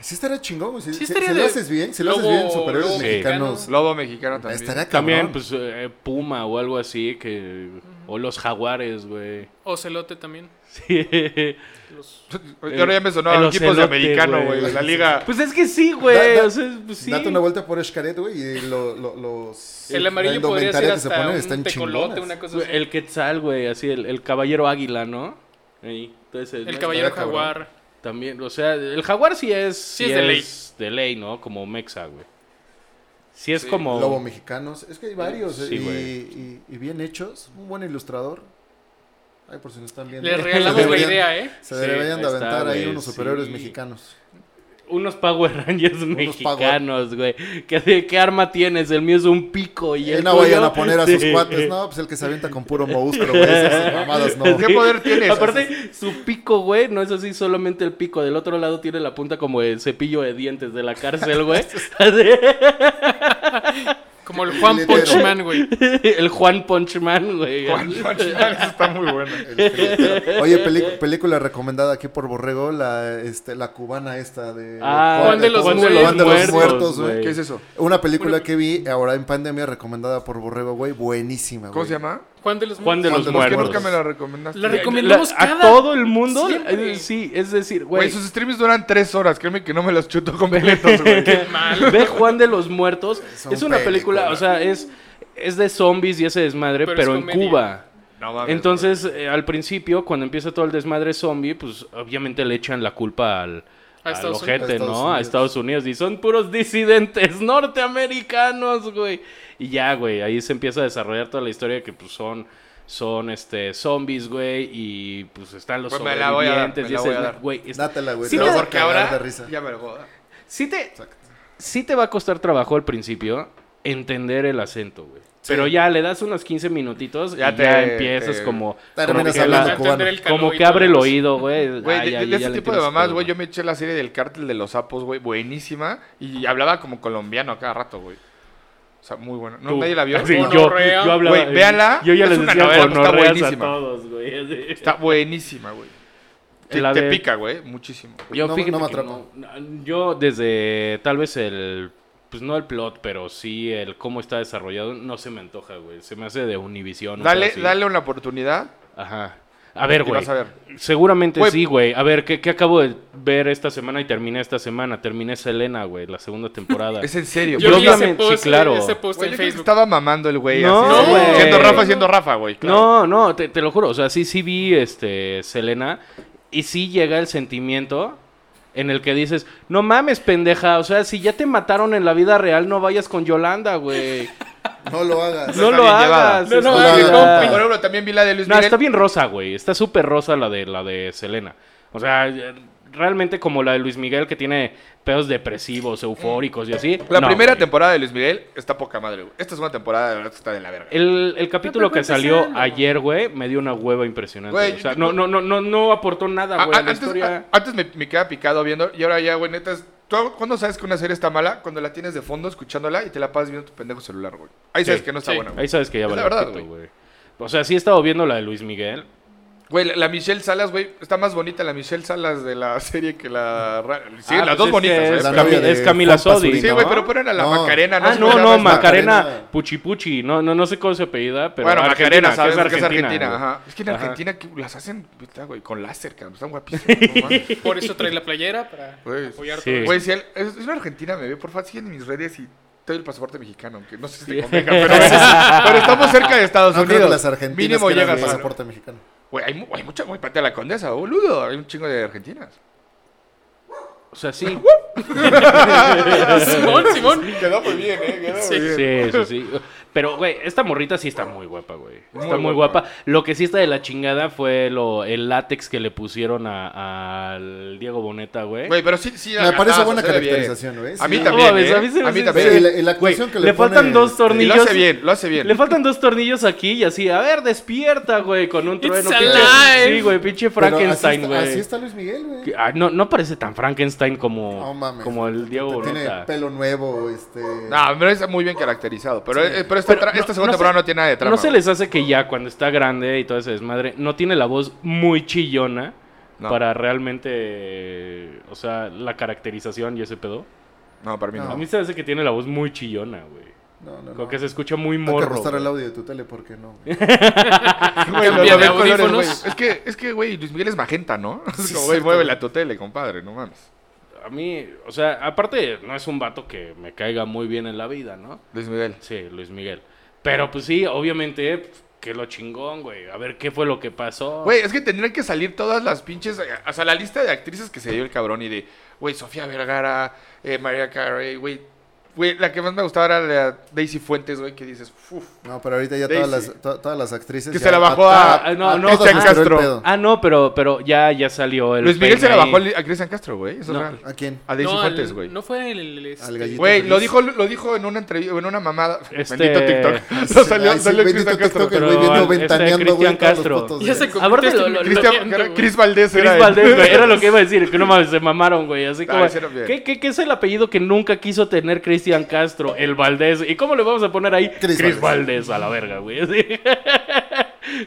Speaker 4: Sí estaría chingón, güey. Si,
Speaker 3: Sí
Speaker 4: si-
Speaker 3: estaría
Speaker 4: si lo
Speaker 3: de-
Speaker 4: haces bien, si lo haces
Speaker 3: lobo-
Speaker 4: bien, superhéroes
Speaker 3: lobo
Speaker 4: mexicanos.
Speaker 2: Lobo mexicano también.
Speaker 4: Estaría cabrón.
Speaker 1: También, pues, eh, puma o algo así. que O los jaguares, güey.
Speaker 3: Ocelote también.
Speaker 1: Sí.
Speaker 3: Los...
Speaker 2: Oye, Ahora ya me sonaba
Speaker 1: El
Speaker 2: equipos
Speaker 1: ocelote,
Speaker 2: de americano,
Speaker 1: güey.
Speaker 2: güey. de La liga.
Speaker 1: Pues es que sí, güey.
Speaker 4: Da- da-
Speaker 1: O sea, pues sí.
Speaker 4: Date una vuelta por Escaret, güey, y lo- lo- los...
Speaker 3: El
Speaker 4: la
Speaker 3: amarillo podría ser
Speaker 4: indumentaria este que se
Speaker 3: hasta
Speaker 4: ponen
Speaker 3: un
Speaker 4: están
Speaker 3: tecolote,
Speaker 4: chingonas.
Speaker 3: una cosa
Speaker 1: Güey,
Speaker 3: así.
Speaker 1: El quetzal, güey. Así, el, el caballero águila, ¿no? Ahí. Entonces,
Speaker 3: El
Speaker 1: ¿no?
Speaker 3: caballero
Speaker 4: cabrón.
Speaker 3: jaguar.
Speaker 1: También, o sea, el jaguar sí es. Sí,
Speaker 3: es de ley.
Speaker 1: es de ley. ¿no? Como mexa, güey. Sí es
Speaker 2: Sí,
Speaker 1: como.
Speaker 4: Lobo mexicanos. Es que hay varios.
Speaker 1: Sí,
Speaker 4: eh, y,
Speaker 1: güey.
Speaker 4: y- y bien hechos. Un buen ilustrador. Ay, por si no están viendo.
Speaker 3: Les regalamos la
Speaker 4: Deberían-
Speaker 3: idea, ¿eh?
Speaker 4: Se
Speaker 1: Sí,
Speaker 4: deberían de
Speaker 1: ahí está,
Speaker 4: aventar ahí
Speaker 1: güey,
Speaker 4: unos superhéroes
Speaker 1: sí.
Speaker 4: mexicanos.
Speaker 1: Unos Power Rangers
Speaker 4: Power-
Speaker 1: mexicanos, güey. ¿Qué, así, ¿Qué arma tienes? El mío es un pico y
Speaker 4: Y
Speaker 1: el
Speaker 4: no vayan
Speaker 1: tuyo-
Speaker 4: a poner a
Speaker 1: Sí.
Speaker 4: sus cuates. No, pues el que se avienta con puro monstruo, güey. Esas mamadas, no.
Speaker 2: ¿Qué poder tienes?
Speaker 1: Aparte, su pico, güey, no es así solamente el pico. Del otro lado tiene la punta como el cepillo de dientes de la cárcel, güey. Así,
Speaker 3: Como el Juan
Speaker 4: Filetero.
Speaker 3: Punch Man, güey.
Speaker 1: el Juan Punchman, güey.
Speaker 2: Juan Punchman, eso está muy bueno.
Speaker 4: El filetero. Oye, peli- película recomendada aquí por Borrego, la, este, la cubana esta de
Speaker 1: Ah,
Speaker 3: Juan de los
Speaker 4: Juan de los
Speaker 3: Muertos,
Speaker 4: Muertos, güey. Ah,
Speaker 1: güey.
Speaker 2: ¿Qué es eso?
Speaker 4: Una película que vi ahora en pandemia recomendada por Borrego, güey, buenísima, güey.
Speaker 2: ¿Cómo se llama?
Speaker 3: Juan de los
Speaker 1: Juan de
Speaker 3: Muertos.
Speaker 1: los
Speaker 4: Juan
Speaker 2: Que
Speaker 4: de los
Speaker 1: Muertos.
Speaker 2: nunca me la recomendaste.
Speaker 3: La
Speaker 1: La-
Speaker 3: recom- Recomendamos
Speaker 1: A
Speaker 3: cada-
Speaker 1: todo el mundo.
Speaker 3: siempre.
Speaker 1: eh, Sí, es decir,
Speaker 2: Güey,
Speaker 1: güey.
Speaker 2: sus streams duran tres horas. Créeme que no me los chuto completos, güey.
Speaker 3: Qué mal.
Speaker 1: Ve Juan de los Muertos.
Speaker 4: Son
Speaker 1: Es una película, o sea, es, es de zombies y ese desmadre, pero,
Speaker 3: Pero es
Speaker 1: en
Speaker 3: comedia.
Speaker 1: Cuba.
Speaker 2: No mames,
Speaker 1: Entonces, eh, al principio, cuando empieza todo el desmadre zombie, pues obviamente le echan la culpa al,
Speaker 3: A
Speaker 1: al
Speaker 3: Estados
Speaker 1: ojete,
Speaker 4: Unidos. A
Speaker 1: ¿no?
Speaker 4: Estados
Speaker 1: A
Speaker 4: Unidos.
Speaker 1: Estados Unidos. Y son puros disidentes norteamericanos, güey. Y ya, güey, ahí se empieza a desarrollar toda la historia que pues son... Son este zombies, güey, y pues están los
Speaker 2: Pues me la voy a dar,
Speaker 1: sobrevivientes.
Speaker 2: me
Speaker 1: y
Speaker 2: la
Speaker 1: ese-
Speaker 2: voy a dar.
Speaker 1: güey, es-
Speaker 4: Dátela, güey.
Speaker 1: Sí,
Speaker 4: te vas a
Speaker 1: porque
Speaker 4: cagar
Speaker 2: ahora-
Speaker 4: de risa.
Speaker 2: güey. Ya me lo joda.
Speaker 1: sí te,
Speaker 4: Exacto.
Speaker 1: sí te va a costar trabajo al principio entender el acento, güey.
Speaker 4: Sí.
Speaker 1: Pero ya le das unos 15 minutitos
Speaker 2: Ya
Speaker 1: y
Speaker 2: te-
Speaker 1: ya empiezas
Speaker 2: te-
Speaker 1: como...
Speaker 4: Terminas
Speaker 1: como que la-
Speaker 4: hablando
Speaker 3: Para
Speaker 4: cubano.
Speaker 3: entender el calor
Speaker 1: como
Speaker 3: y
Speaker 1: que
Speaker 3: todo
Speaker 1: abre el
Speaker 3: eso.
Speaker 1: oído, güey.
Speaker 2: Güey,
Speaker 1: Ay,
Speaker 2: de,
Speaker 1: ay,
Speaker 2: de
Speaker 1: ya
Speaker 2: ese
Speaker 1: le
Speaker 2: tipo de
Speaker 1: tienes
Speaker 2: mamás,
Speaker 1: que-
Speaker 2: güey, yo me eché la serie del cártel de los sapos, güey, buenísima. Y hablaba como colombiano a cada rato, güey. O sea, muy bueno. No,
Speaker 1: Tú.
Speaker 2: nadie la vio.
Speaker 1: Sí,
Speaker 2: No,
Speaker 1: yo,
Speaker 3: Gonorrea.
Speaker 1: yo hablaba.
Speaker 2: Güey, véanla,
Speaker 1: Yo ya
Speaker 2: es
Speaker 1: les
Speaker 2: una
Speaker 1: decía
Speaker 2: novela, está
Speaker 1: gonorreas a
Speaker 2: buenísima.
Speaker 1: todos, güey. así.
Speaker 2: Está buenísima, güey. Te,
Speaker 1: La
Speaker 2: te
Speaker 1: de-
Speaker 2: pica, güey, muchísimo.
Speaker 1: Yo,
Speaker 4: No-
Speaker 1: fíjate
Speaker 4: no me
Speaker 1: que
Speaker 4: atrapa.
Speaker 1: no- yo desde tal vez el pues no el plot, pero sí el cómo está desarrollado, no se me antoja, güey. Se me hace de Univision. un
Speaker 2: Dale,
Speaker 1: pedo así.
Speaker 2: dale una oportunidad.
Speaker 1: Ajá. A ver,
Speaker 2: Y
Speaker 1: güey.
Speaker 2: vas a ver.
Speaker 1: Seguramente
Speaker 2: Güey.
Speaker 1: sí, güey. A ver, ¿qué, qué acabo de ver esta semana y terminé esta semana? Terminé Selena, güey, la segunda temporada.
Speaker 2: Es en serio.
Speaker 1: Yo
Speaker 2: güey.
Speaker 1: vi- obviamente, sí, claro.
Speaker 3: ese post
Speaker 2: Güey,
Speaker 3: en
Speaker 2: yo creo que
Speaker 3: Facebook.
Speaker 2: estaba mamando el güey.
Speaker 1: No,
Speaker 2: así,
Speaker 3: güey.
Speaker 2: Siendo Rafa, siendo Rafa, güey.
Speaker 1: No,
Speaker 2: claro.
Speaker 1: no, te, te lo juro. O sea, sí, sí vi este, Selena y sí llega el sentimiento en el que dices, no mames, pendeja. O sea, si ya te mataron en la vida real, no vayas con Yolanda, güey.
Speaker 2: Pues
Speaker 4: No lo hagas.
Speaker 1: No
Speaker 2: Está
Speaker 1: lo
Speaker 2: bien llevada.
Speaker 1: hagas.
Speaker 3: No, no,
Speaker 1: está
Speaker 4: hagas,
Speaker 1: bien-
Speaker 4: compa.
Speaker 2: Por ejemplo, también vi la de Luis
Speaker 1: No,
Speaker 2: Miguel.
Speaker 1: está bien rosa, güey. Está súper rosa la de, la de Selena. O sea, realmente como la de Luis Miguel que tiene pedos depresivos, eufóricos y así.
Speaker 2: La
Speaker 1: no,
Speaker 2: primera
Speaker 1: güey.
Speaker 2: temporada de Luis Miguel está poca madre, güey. Esta segunda temporada, la verdad, está de la verga.
Speaker 1: El, el capítulo
Speaker 3: Pero, pero
Speaker 1: que salió
Speaker 3: empezando.
Speaker 1: ayer, güey, me dio una hueva impresionante.
Speaker 2: Güey,
Speaker 1: güey. o sea,
Speaker 2: yo-
Speaker 1: no, no, no, no, no aportó nada,
Speaker 2: A-
Speaker 1: güey.
Speaker 2: a-
Speaker 1: a La
Speaker 2: antes
Speaker 1: historia.
Speaker 2: a- antes me, me quedaba picado viendo y ahora ya, güey, neta, es- ¿tú- ¿cuándo sabes que una serie está mala? Cuando la tienes de fondo escuchándola y te la pasas viendo tu pendejo celular, güey. Ahí sabes
Speaker 1: Sí,
Speaker 2: que no está
Speaker 3: sí.
Speaker 2: buena, güey.
Speaker 1: Ahí sabes que ya
Speaker 2: Es
Speaker 1: vale
Speaker 2: la verdad,
Speaker 1: pito, güey. O sea, sí he estado viendo la de Luis Miguel.
Speaker 2: Güey, la- la Michelle Salas, güey, está más bonita la Michelle Salas de la serie que la... ra- Sí,
Speaker 1: Ah,
Speaker 2: las
Speaker 1: pues
Speaker 2: dos
Speaker 1: es
Speaker 2: bonitas,
Speaker 1: que
Speaker 2: ¿eh?
Speaker 1: Es,
Speaker 4: La
Speaker 2: Pero-
Speaker 1: Cami-
Speaker 4: novia de
Speaker 1: es Camila
Speaker 4: Juan
Speaker 1: Sodi.
Speaker 4: Pasolini,
Speaker 2: Sí,
Speaker 1: ¿no?
Speaker 2: güey, pero ponen a la
Speaker 4: No.
Speaker 2: Macarena, ¿no?
Speaker 1: Ah,
Speaker 2: sé
Speaker 1: no,
Speaker 2: cómo se
Speaker 1: no,
Speaker 2: llama esta.
Speaker 1: Macarena
Speaker 4: Macarena.
Speaker 1: Puchipuchi. No, no, no sé cómo se apellida, pero.
Speaker 2: bueno,
Speaker 1: Argentina,
Speaker 2: Macarena,
Speaker 1: que
Speaker 2: sabes
Speaker 1: es
Speaker 2: que es
Speaker 1: Argentina,
Speaker 2: Argentina.
Speaker 1: güey.
Speaker 2: Ajá. Es que en
Speaker 1: Ajá.
Speaker 2: Argentina que las hacen, puta, güey, con láser, cabrón. Están guapísimas. no mames.
Speaker 3: Por eso trae la playera para
Speaker 2: Güey,
Speaker 3: apoyar
Speaker 1: sí.
Speaker 3: todo eso.
Speaker 2: Güey, si él- es, es una argentina, me ve, por favor, siguen mis redes y te doy el pasaporte mexicano, aunque no sé si te convenga, pero, pero estamos cerca de Estados
Speaker 4: No creo
Speaker 2: Unidos.
Speaker 4: que las argentinas
Speaker 2: Mínimo
Speaker 4: quieran
Speaker 2: llega
Speaker 4: el
Speaker 2: al
Speaker 4: pasaporte mexicano.
Speaker 2: Güey, hay, mu- hay mucha, güey, pate a la condesa, boludo, hay un chingo de argentinas.
Speaker 1: O sea, sí.
Speaker 3: Simón, Simón.
Speaker 2: Quedó muy bien, eh, quedó
Speaker 3: Sí.
Speaker 2: muy bien.
Speaker 1: Sí, eso sí. Pero, güey, esta morrita sí está muy guapa, güey.
Speaker 2: Muy
Speaker 1: Está muy
Speaker 2: guapa.
Speaker 1: guapa. Lo que sí está de la chingada fue lo, el látex que le pusieron a- al Diego Boneta, güey.
Speaker 2: Güey, pero sí, sí.
Speaker 4: Me parece
Speaker 2: gatazo,
Speaker 4: buena
Speaker 2: se ve bien.
Speaker 4: caracterización, güey.
Speaker 2: A mí
Speaker 4: Sí.
Speaker 2: también,
Speaker 1: No,
Speaker 2: eh.
Speaker 1: a mí se me
Speaker 2: A mí
Speaker 1: hace-
Speaker 4: Sí,
Speaker 2: también.
Speaker 4: la, la actuación
Speaker 1: Güey,
Speaker 4: que
Speaker 1: le,
Speaker 4: le,
Speaker 1: faltan
Speaker 4: pone,
Speaker 1: dos
Speaker 2: Y
Speaker 1: tornillos.
Speaker 2: lo hace bien, lo hace bien.
Speaker 1: Le faltan dos tornillos aquí y así. A ver, despierta, güey, con un
Speaker 3: It's
Speaker 1: trueno.
Speaker 3: alive.
Speaker 1: Pinche, sí, güey, pinche
Speaker 4: pero así
Speaker 1: Frankenstein,
Speaker 4: está-
Speaker 1: güey.
Speaker 4: Así está Luis Miguel, güey.
Speaker 1: Que- ah, no, no parece tan Frankenstein como,
Speaker 4: No mames.
Speaker 1: como el Diego
Speaker 4: Tiene
Speaker 1: Boneta.
Speaker 4: pelo nuevo, este.
Speaker 2: No, pero es muy bien caracterizado. Pero, eh, pero esta,
Speaker 1: Pero
Speaker 2: tra-
Speaker 1: no-
Speaker 2: esta
Speaker 1: no
Speaker 2: segunda
Speaker 1: se-
Speaker 2: temporada no tiene nada de trama.
Speaker 1: ¿No se
Speaker 2: güey.
Speaker 1: les hace que ya cuando está grande y todo ese desmadre, no tiene la voz muy chillona
Speaker 2: No.
Speaker 1: para realmente, o sea, la caracterización y ese pedo?
Speaker 2: No, para mí no.
Speaker 1: A mí se me hace que tiene la voz muy chillona, güey.
Speaker 4: No, no,
Speaker 1: Como
Speaker 4: no.
Speaker 1: que se escucha muy
Speaker 4: Hay que
Speaker 1: morro.
Speaker 4: ajustar el
Speaker 1: güey.
Speaker 4: audio de tu tele porque no. güey.
Speaker 2: Güey,
Speaker 3: Cambia
Speaker 2: lo- lo
Speaker 3: de
Speaker 2: ven colores,
Speaker 3: audífonos.
Speaker 2: güey. Es que, es que, güey, Luis Miguel es magenta, ¿no? Es
Speaker 4: Sí,
Speaker 2: como, güey,
Speaker 4: cierto,
Speaker 2: muévela
Speaker 4: güey.
Speaker 2: a tu tele, compadre, no mames.
Speaker 1: A mí, o sea, aparte no es un vato que me caiga muy bien en la vida, ¿no?
Speaker 2: Luis Miguel.
Speaker 1: Sí, Luis Miguel. Pero pues sí, obviamente, pf, que lo chingón, güey. A ver qué fue lo que pasó.
Speaker 2: Güey, es que tendrían que salir todas las pinches. O sea, la lista de actrices que se dio el cabrón y de, güey, Sofía Vergara, eh, María Carey, güey. Güey, la que más me gustaba era la Daisy Fuentes, güey, que dices, uff.
Speaker 4: No, pero ahorita ya todas
Speaker 2: Daisy.
Speaker 4: las, to- todas las actrices.
Speaker 2: Que
Speaker 4: ya
Speaker 2: se la bajó a-
Speaker 1: a- ah, no, no,
Speaker 4: todos
Speaker 2: Cristian
Speaker 4: les tiró el
Speaker 2: Castro.
Speaker 4: pedo.
Speaker 1: Ah, no, pero, pero ya, ya salió el.
Speaker 2: Luis Miguel se
Speaker 1: peine
Speaker 2: la bajó
Speaker 1: ahí.
Speaker 2: a Cristian Castro, güey. Eso
Speaker 1: No.
Speaker 2: es real.
Speaker 4: ¿A quién?
Speaker 2: A Daisy
Speaker 3: No, al-
Speaker 2: Fuentes, güey.
Speaker 3: no fue el. el- este-
Speaker 4: Al gallito.
Speaker 2: Güey, lo
Speaker 4: Feliz.
Speaker 2: dijo, lo dijo en una entrevista, en una mamada.
Speaker 1: Este-
Speaker 2: Bendito TikTok. No salió,
Speaker 4: Ay, sí,
Speaker 2: salió
Speaker 4: bendito
Speaker 2: Cristian Castro.
Speaker 4: TikTok, el
Speaker 1: Pero
Speaker 4: güey viendo
Speaker 1: al- este
Speaker 4: ventaneando,
Speaker 1: Cristian
Speaker 4: güey, todas las
Speaker 1: Castro.
Speaker 4: fotos,
Speaker 3: Ya
Speaker 4: güey.
Speaker 3: se convirtió
Speaker 1: Aparte,
Speaker 3: este
Speaker 1: lo- lo-
Speaker 3: en
Speaker 2: Cristian,
Speaker 3: loquiendo, güey.
Speaker 2: Cris Valdés
Speaker 1: Chris
Speaker 2: era. él.
Speaker 1: Valdés, güey, era lo que iba a decir, que no mames, se mamaron, güey. Así
Speaker 2: No,
Speaker 1: como,
Speaker 2: Ah, hicieron bien.
Speaker 1: ¿qué, qué, qué es el apellido que nunca quiso tener Cristian Castro? El Valdés. ¿Y cómo le vamos a poner ahí?
Speaker 4: Chris
Speaker 1: Chris,
Speaker 4: Valdés.
Speaker 1: Valdés. a la verga, güey. Así.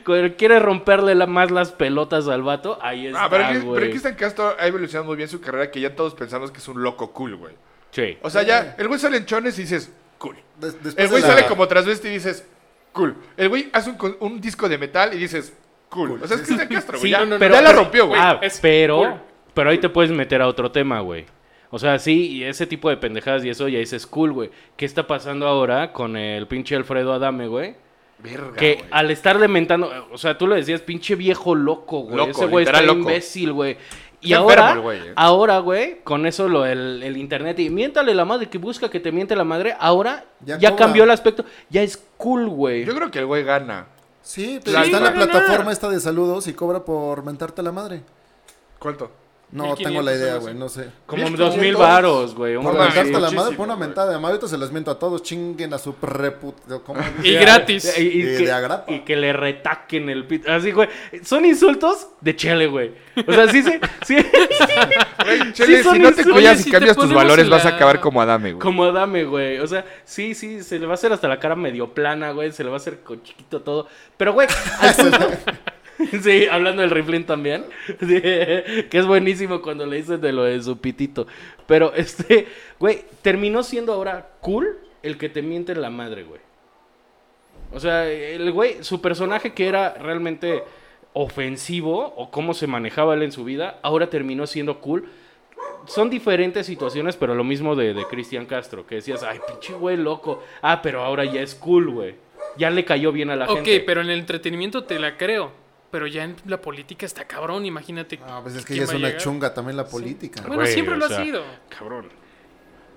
Speaker 1: Cuando Quiere romperle la- más las pelotas al vato, ahí está,
Speaker 2: Ah, pero, Chris-
Speaker 1: güey.
Speaker 2: pero Cristian Castro ha evolucionado muy bien su carrera que ya todos pensamos que es un loco cool, güey.
Speaker 1: Sí.
Speaker 2: O sea, ya, el güey sale en chones y dices, cool.
Speaker 4: Des- después
Speaker 2: El güey
Speaker 4: de la-
Speaker 2: sale como transvesti y dices, cool. El güey hace un, con- un disco de metal y dices, cool. O sea, es Cristian Castro, güey.
Speaker 1: Sí,
Speaker 2: ya,
Speaker 1: no, no,
Speaker 2: ya
Speaker 1: no,
Speaker 2: la
Speaker 1: pero-
Speaker 2: rompió, güey.
Speaker 1: Ah,
Speaker 3: es
Speaker 1: pero,
Speaker 3: cool.
Speaker 1: pero ahí te puedes meter a otro tema, güey. O sea, sí, y ese tipo de pendejadas y eso ya dices cool, güey. ¿Qué está pasando ahora con el pinche Alfredo Adame, güey?
Speaker 2: Verga,
Speaker 1: Que
Speaker 2: güey.
Speaker 1: al estar lamentando, eh, o sea, tú le decías pinche viejo loco, güey.
Speaker 2: Loco,
Speaker 1: Ese güey
Speaker 2: literal
Speaker 1: está
Speaker 2: loco.
Speaker 1: imbécil, güey. Y
Speaker 2: Está
Speaker 1: ahora,
Speaker 2: enfermo el güey, eh.
Speaker 1: ahora, güey, con eso lo el, el internet y miéntale la madre que busca que te miente la madre, ahora
Speaker 4: Ya
Speaker 1: ya,
Speaker 4: cobra.
Speaker 1: cambió el aspecto, ya es cool, güey.
Speaker 2: Yo creo que el güey gana.
Speaker 4: Sí,
Speaker 2: Sí,
Speaker 4: pero está en la
Speaker 3: no, no, no.
Speaker 4: plataforma esta de saludos y cobra por mentarte la madre.
Speaker 2: ¿Cuánto?
Speaker 4: No
Speaker 3: 1500
Speaker 4: tengo la idea,
Speaker 3: algo
Speaker 4: güey, no sé.
Speaker 1: Como
Speaker 2: Bien,
Speaker 1: dos mil
Speaker 2: como todos.
Speaker 1: varos, güey. una
Speaker 4: Por
Speaker 2: no,
Speaker 1: cosa
Speaker 4: mentarte
Speaker 1: así.
Speaker 4: la
Speaker 2: muchísimo,
Speaker 4: madre, por una
Speaker 2: güey.
Speaker 4: mentada. Además, ahorita se las miento a todos, chinguen a su reput... ¿cómo?
Speaker 3: Y gratis.
Speaker 1: Y, y
Speaker 4: Y de
Speaker 1: que,
Speaker 4: agrapa.
Speaker 1: y que le retaquen el pito. Así, güey. Son insultos de chele, güey. O sea, sí se. Sí,
Speaker 2: Güey, Chele,
Speaker 1: son
Speaker 2: si no te
Speaker 1: insultos.
Speaker 2: cuidas
Speaker 3: Oye,
Speaker 2: y
Speaker 3: si te
Speaker 2: cambias tus
Speaker 3: ponemos
Speaker 2: valores, vas a
Speaker 3: la-
Speaker 2: acabar como Adame, güey.
Speaker 1: como dame, güey. O sea, sí, sí, se le va a hacer hasta la cara medio plana, güey. Se le va a hacer con chiquito todo. Pero, güey, al punto. Sí, hablando del riflín también. Sí, que es buenísimo cuando le dices de lo de su pitito. Pero este, güey, terminó siendo ahora cool el que te miente en la madre, güey. O sea, el güey, su personaje que era realmente ofensivo o cómo se manejaba él en su vida, ahora terminó siendo cool. Son diferentes situaciones, pero lo mismo de, de Cristian Castro, que decías, ay, pinche güey loco. Ah, pero ahora ya es cool, güey. Ya le cayó bien a la
Speaker 3: ok,
Speaker 1: gente.
Speaker 3: pero en el entretenimiento te la creo. Pero ya en la política está cabrón, imagínate.
Speaker 4: Ah, pues es que
Speaker 3: quién
Speaker 4: ya es
Speaker 3: va a
Speaker 4: una
Speaker 3: llegar.
Speaker 4: chunga también la política.
Speaker 3: Bueno,
Speaker 1: Güey,
Speaker 3: siempre
Speaker 1: o
Speaker 3: lo
Speaker 1: sea,
Speaker 3: ha sido.
Speaker 1: Cabrón.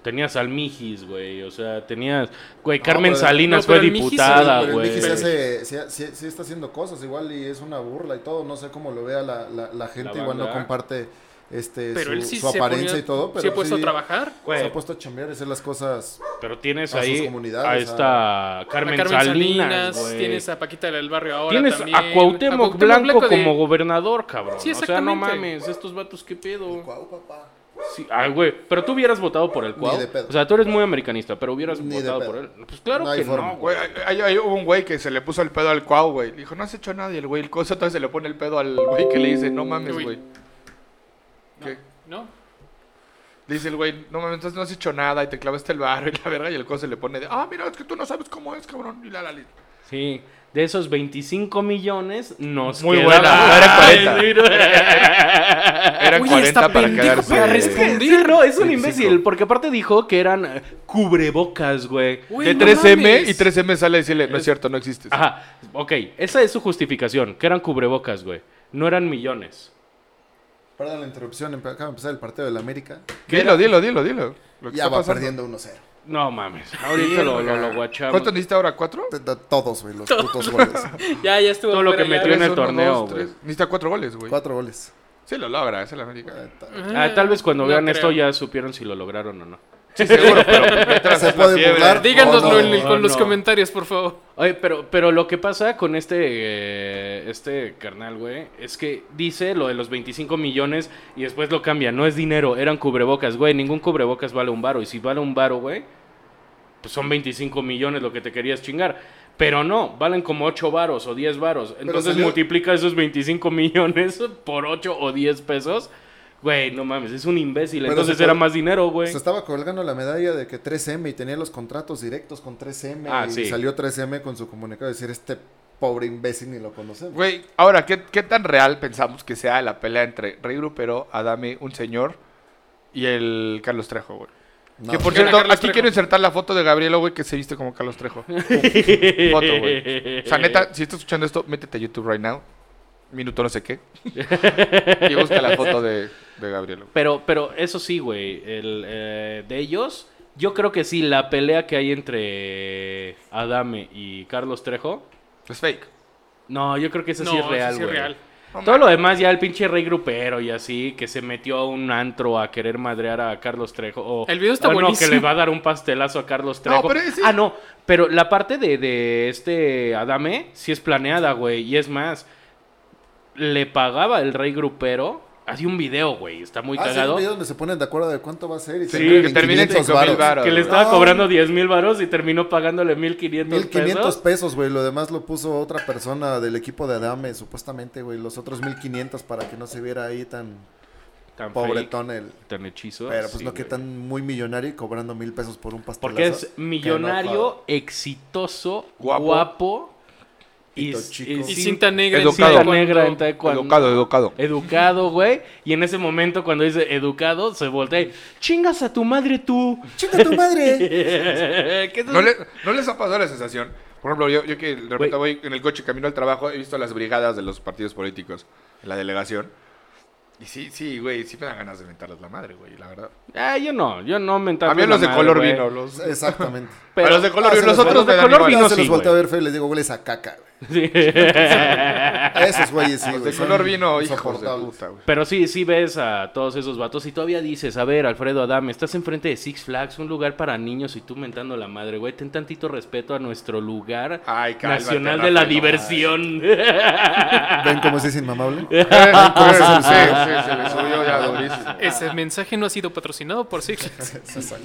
Speaker 1: Tenías al Mijis, güey. O sea, tenías. Güey,
Speaker 4: No,
Speaker 1: Carmen
Speaker 4: pero-
Speaker 1: Salinas
Speaker 3: no, pero
Speaker 1: fue
Speaker 3: el Mijis-
Speaker 1: diputada,
Speaker 4: pero el
Speaker 1: güey.
Speaker 4: Mijis se hace- se ha- sí- sí está haciendo cosas igual y es una burla y todo. No sé cómo lo vea la, la- la gente,
Speaker 1: La
Speaker 4: igual no
Speaker 1: banda.
Speaker 4: comparte este,
Speaker 3: Pero
Speaker 4: su,
Speaker 3: él sí
Speaker 4: su
Speaker 3: se
Speaker 4: apariencia
Speaker 3: ponía-
Speaker 4: y todo. Pero
Speaker 3: sí ha puesto
Speaker 4: sí
Speaker 3: a trabajar.
Speaker 1: Güey,
Speaker 4: Se ha puesto a chambear y hacer las cosas.
Speaker 1: pero tienes
Speaker 4: pues, a sus
Speaker 1: ahí
Speaker 4: comunidades,
Speaker 1: a
Speaker 4: a-
Speaker 1: esta
Speaker 3: A
Speaker 1: Carmen,
Speaker 3: Carmen
Speaker 1: Salinas,
Speaker 3: Salinas,
Speaker 1: güey.
Speaker 3: tienes a Paquita del Barrio ahora
Speaker 1: Tienes
Speaker 3: también.
Speaker 1: a Cuauhtémoc, Blanco,
Speaker 3: de-
Speaker 1: como gobernador, cabrón.
Speaker 3: Sí,
Speaker 1: o sea, no
Speaker 3: exactamente.
Speaker 1: mames, estos vatos, qué pedo.
Speaker 4: Guau, papá.
Speaker 1: Sí, ay, güey, pero tú hubieras votado por el
Speaker 4: Ni
Speaker 1: Cuau.
Speaker 4: de pedo.
Speaker 1: O sea, tú eres muy americanista, pero hubieras
Speaker 4: Ni de
Speaker 1: votado
Speaker 4: pedo.
Speaker 1: por él. Pues claro
Speaker 4: No hay
Speaker 1: que
Speaker 4: forma.
Speaker 1: no, güey.
Speaker 2: Güey, hay- hay- hubo un güey que se le puso el pedo al cuau, güey. Dijo, no has hecho nada. Y el güey, el cosa, entonces se le pone el pedo al güey que le dice, no mames,
Speaker 3: Uy.
Speaker 2: güey. ¿Qué?
Speaker 3: ¿No?
Speaker 2: Le Dice el güey, no mames, entonces no has hecho nada y te clavaste el barro y la verga. Y el cosa se le pone de, ah, mira, es que tú no sabes cómo es, cabrón. Y la la, la.
Speaker 1: Sí, de esos 25 millones nos
Speaker 2: Muy
Speaker 1: queda-
Speaker 2: buena,
Speaker 1: Ay,
Speaker 2: eran 40.
Speaker 1: sí, no.
Speaker 2: Eran
Speaker 3: Oye,
Speaker 2: 40
Speaker 3: está
Speaker 2: para
Speaker 3: pendejo
Speaker 2: quedarse.
Speaker 3: para
Speaker 1: Es que, sí, no, es un
Speaker 4: 25.
Speaker 1: imbécil, porque aparte dijo que eran eh, cubrebocas, güey.
Speaker 3: Güey,
Speaker 2: De
Speaker 3: no
Speaker 2: 3M
Speaker 3: mames.
Speaker 2: y 3M sale a decirle, no es cierto, no existes.
Speaker 1: Ajá, ok, esa es su justificación, que eran cubrebocas, güey. No eran millones.
Speaker 4: Perdón la interrupción. empe- Acaba de empezar el partido del América.
Speaker 2: Dilo, dilo, dilo, dilo. Lo que
Speaker 4: Ya
Speaker 2: está
Speaker 4: va
Speaker 2: pasando.
Speaker 4: perdiendo 1-0.
Speaker 1: No mames, ahorita lo, lo, lo guachamos.
Speaker 2: ¿Cuánto necesita ahora? ¿Cuatro?
Speaker 4: Te- te- Todos, güey, los putos goles.
Speaker 3: Ya, ya estuvo.
Speaker 1: Todo lo
Speaker 3: fuera,
Speaker 1: que
Speaker 3: ya.
Speaker 1: metió en el
Speaker 2: uno,
Speaker 1: torneo,
Speaker 2: dos,
Speaker 1: güey.
Speaker 2: tres. Necesita cuatro goles, güey.
Speaker 4: Cuatro goles.
Speaker 2: Sí lo logra, es el América.
Speaker 1: Ah, tal vez cuando
Speaker 3: No
Speaker 1: vean
Speaker 3: creo.
Speaker 1: esto ya supieron si lo lograron o no.
Speaker 2: Sí, seguro, pero mientras
Speaker 4: Se
Speaker 2: es la
Speaker 4: puede
Speaker 2: fiebre.
Speaker 4: burlar.
Speaker 3: Díganoslo
Speaker 4: Oh, no,
Speaker 3: en el-
Speaker 1: no,
Speaker 3: con los
Speaker 1: no.
Speaker 3: comentarios, por favor.
Speaker 1: Oye, pero, pero lo que pasa con este, eh, este carnal, güey, es que dice lo de los 25 millones y después lo cambia. No es dinero, eran cubrebocas, güey. Ningún cubrebocas vale un varo. Y si vale un varo, güey, pues son 25 millones lo que te querías chingar. Pero no, valen como 8 varos o 10 varos. Entonces
Speaker 4: salió-
Speaker 1: multiplica esos 25 millones por 8 o 10 pesos. Güey, no mames, es un imbécil.
Speaker 4: Pero
Speaker 1: Entonces
Speaker 4: se
Speaker 1: era
Speaker 4: fue-
Speaker 1: más dinero, güey.
Speaker 4: Se Pues estaba colgando la medalla de que 3M y tenía los contratos directos con 3M.
Speaker 1: Ah,
Speaker 4: y
Speaker 1: sí.
Speaker 4: salió 3M con su comunicado a decir: Este pobre imbécil ni lo conocemos.
Speaker 2: Güey, ahora, ¿qué, ¿qué tan real pensamos que sea la pelea entre Rey Grupero, Adame, un señor y el Carlos Trejo, güey?
Speaker 4: No.
Speaker 2: que por
Speaker 3: Gana
Speaker 2: cierto,
Speaker 3: Carlos
Speaker 2: aquí
Speaker 3: Trejo.
Speaker 2: quiero insertar la foto de Gabriela, güey, que se viste como Carlos Trejo. Foto,
Speaker 1: Eh,
Speaker 2: güey. O sea, neta, si estás escuchando esto, métete a YouTube right now. Minuto no sé qué. y busca la foto de, de Gabriela, güey.
Speaker 1: Pero, pero eso sí, güey. El, eh, de ellos, yo creo que sí, la pelea que hay entre Adame y Carlos Trejo.
Speaker 2: Es fake.
Speaker 1: No, yo creo que esa
Speaker 3: no,
Speaker 1: sí es real,
Speaker 3: sí
Speaker 1: güey.
Speaker 3: es real.
Speaker 2: No
Speaker 1: Todo lo demás, ya el pinche rey grupero y así, que se metió a un antro a querer madrear a Carlos Trejo. o-
Speaker 3: El video está
Speaker 1: ah,
Speaker 3: buenísimo.
Speaker 1: No, que le va a dar un pastelazo a Carlos Trejo.
Speaker 2: pero ese-
Speaker 1: Ah, no, pero la parte de, de este Adame sí es planeada, güey. Y es más, le pagaba el rey grupero. Hacía un video, güey. Está muy
Speaker 4: Ah, sí,
Speaker 1: cagado.
Speaker 4: un video donde se ponen de acuerdo de cuánto va a ser. Y
Speaker 2: Sí,
Speaker 4: termina
Speaker 2: que termina en
Speaker 4: 500
Speaker 2: 5,000
Speaker 4: varos.
Speaker 2: varos.
Speaker 1: Que le
Speaker 2: güey.
Speaker 1: estaba
Speaker 4: No.
Speaker 1: cobrando 10 mil varos y terminó pagándole 1500
Speaker 4: 1500
Speaker 1: pesos.
Speaker 4: pesos, güey. Lo demás lo puso otra persona del equipo de Adame, supuestamente, güey. Los otros 1500 para que no se viera ahí tan
Speaker 1: Tan fake,
Speaker 4: pobretón el.
Speaker 1: Tan hechizo.
Speaker 4: Pero pues
Speaker 1: sí,
Speaker 4: no que
Speaker 1: güey.
Speaker 4: tan muy millonario y cobrando mil pesos por un pastelazo.
Speaker 1: Porque es
Speaker 4: Qué enojado.
Speaker 1: millonario, exitoso,
Speaker 2: Guapo.
Speaker 1: guapo, y,
Speaker 4: Pito
Speaker 1: y
Speaker 4: chico.
Speaker 3: Y
Speaker 1: cin-
Speaker 3: cinta negra. en
Speaker 2: Educado.
Speaker 1: cinta
Speaker 3: taekwondo.
Speaker 1: negra en taekwondo.
Speaker 2: Educado, educado.
Speaker 1: Educado, güey. Y en ese momento, cuando dice educado, se voltea y chingas a tu madre tú.
Speaker 4: ¡Chinga tu madre!
Speaker 1: ¿Qué es
Speaker 2: ¿No, le- no les ha pasado la sensación? Por ejemplo, yo, yo que de repente voy en el coche camino al trabajo, he visto las brigadas de los partidos políticos en la delegación. Y sí, sí, güey, sí me dan ganas de mentarles la madre, güey, la verdad.
Speaker 1: Ah, yo no, yo no me
Speaker 2: A mí los de color vino, los...
Speaker 4: Exactamente.
Speaker 2: a los de color
Speaker 4: Ah,
Speaker 2: vino,
Speaker 4: se los-
Speaker 2: los otros
Speaker 1: los de
Speaker 2: me dan
Speaker 1: color
Speaker 2: igual.
Speaker 1: vino.
Speaker 4: Ya se
Speaker 1: sí,
Speaker 4: los volteo a
Speaker 1: güey.
Speaker 4: ver feo y les digo, hueles a caca, güey.
Speaker 1: Sí.
Speaker 4: A esos güeyes sí,
Speaker 2: Los
Speaker 4: güey,
Speaker 2: de
Speaker 4: son
Speaker 2: color vino, hijos de
Speaker 4: insoportables.
Speaker 2: puta, güey.
Speaker 1: Pero sí, sí ves a todos esos vatos y todavía dices, a ver, Alfredo Adame, estás enfrente de Six Flags, un lugar para niños y tú mentando la madre, güey, ten tantito respeto a nuestro lugar
Speaker 2: Ay, Ah, cálmate,
Speaker 1: nacional de la
Speaker 2: Rafael, no
Speaker 1: diversión.
Speaker 4: ¿Ven cómo se dice inmamable?
Speaker 2: Ah, Eh, sí, sí, se le subió ya durísimo.
Speaker 3: Ese mensaje no ha sido patrocinado por Six Flags.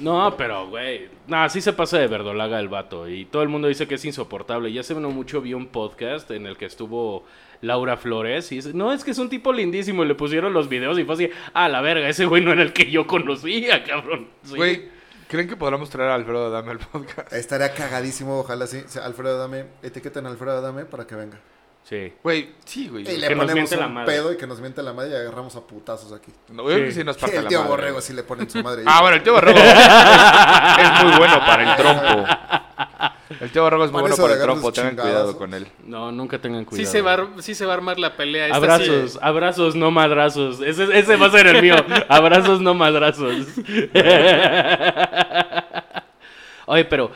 Speaker 1: no, pero, güey, nada, sí se pasa de verdolaga el vato y todo el mundo dice que es insoportable. Ya hace no mucho vi un podcast en el que estuvo Laura Flores. Y dice, no, es que es un tipo lindísimo. Y le pusieron los videos y fue así, ah, la verga, ese güey no era el que yo conocía, cabrón. Sí.
Speaker 2: Güey, ¿creen que podamos traer a Alfredo Dame al podcast?
Speaker 4: Estaría cagadísimo, ojalá sí. O sea, Alfredo Adame, etiqueten a Alfredo Adame para que venga.
Speaker 1: Sí.
Speaker 2: Güey, sí, güey.
Speaker 4: Y le
Speaker 1: Que nos
Speaker 4: ponemos
Speaker 1: miente
Speaker 4: un
Speaker 1: la madre.
Speaker 4: pedo y que nos miente la madre y agarramos a putazos aquí.
Speaker 2: No, yo creo que
Speaker 1: Sí.
Speaker 2: sí nos parte
Speaker 4: El
Speaker 2: la
Speaker 4: tío
Speaker 2: madre.
Speaker 4: Borrego sí le ponen su madre.
Speaker 2: Ah, bueno, el tío Borrego es, es muy bueno para el trompo. El tío Borrego es muy
Speaker 4: Por
Speaker 2: bueno
Speaker 4: eso
Speaker 2: para el
Speaker 4: agarra
Speaker 2: trompo,
Speaker 4: sus
Speaker 2: tengan cuidado
Speaker 4: chingadazos.
Speaker 2: con él.
Speaker 1: No, nunca tengan cuidado.
Speaker 3: Sí se, va, a ar- sí se va a armar la pelea. esta
Speaker 1: Abrazos,
Speaker 3: sí.
Speaker 1: abrazos, no madrazos. Ese, ese va a ser el mío. Abrazos, no madrazos. Oye, pero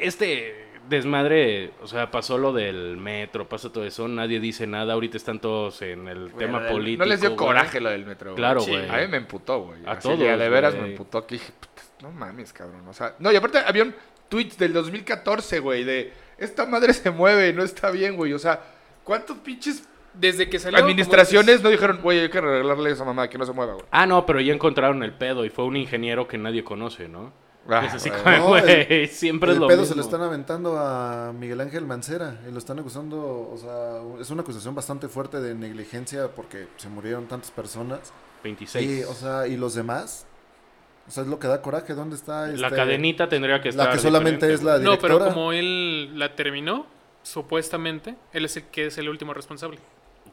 Speaker 1: este desmadre, o sea, pasó lo del metro, pasa todo eso, nadie dice nada, ahorita están todos en el tema político.
Speaker 2: No les dio
Speaker 1: güey.
Speaker 2: coraje lo del metro. güey.
Speaker 1: Claro,
Speaker 3: Sí.
Speaker 1: güey.
Speaker 2: A mí me emputó, güey.
Speaker 1: A
Speaker 2: Así,
Speaker 1: todos,
Speaker 2: ya de veras
Speaker 1: güey.
Speaker 2: me emputó que dije, "Puta, no mames, cabrón. O sea, no, y aparte había un tweet del 2014, güey, de esta madre se mueve, no está bien, güey. O sea, ¿cuántos pinches
Speaker 3: Desde que salió. como
Speaker 2: administraciones
Speaker 3: dices,
Speaker 2: no dijeron, güey, hay que arreglarle a esa mamá que no se mueva, güey?
Speaker 1: Ah, no, pero ya encontraron el pedo y fue un ingeniero que nadie conoce, ¿no?
Speaker 2: Ah,
Speaker 1: es así
Speaker 2: güey.
Speaker 1: como,
Speaker 4: No,
Speaker 1: güey, siempre es
Speaker 4: el
Speaker 1: lo
Speaker 4: pedo
Speaker 1: mismo.
Speaker 4: se lo están aventando a Miguel Ángel Mancera y lo están acusando, o sea, es una acusación bastante fuerte de negligencia porque se murieron tantas personas.
Speaker 1: 26.
Speaker 4: Y, o sea, y los demás, o sea, es lo que da coraje, ¿dónde está
Speaker 1: la
Speaker 4: este-
Speaker 1: cadenita tendría que estar
Speaker 4: La que solamente
Speaker 1: diferente,
Speaker 4: es la
Speaker 3: No, pero
Speaker 4: directora.
Speaker 3: como él la terminó, supuestamente, él es el que es el último responsable.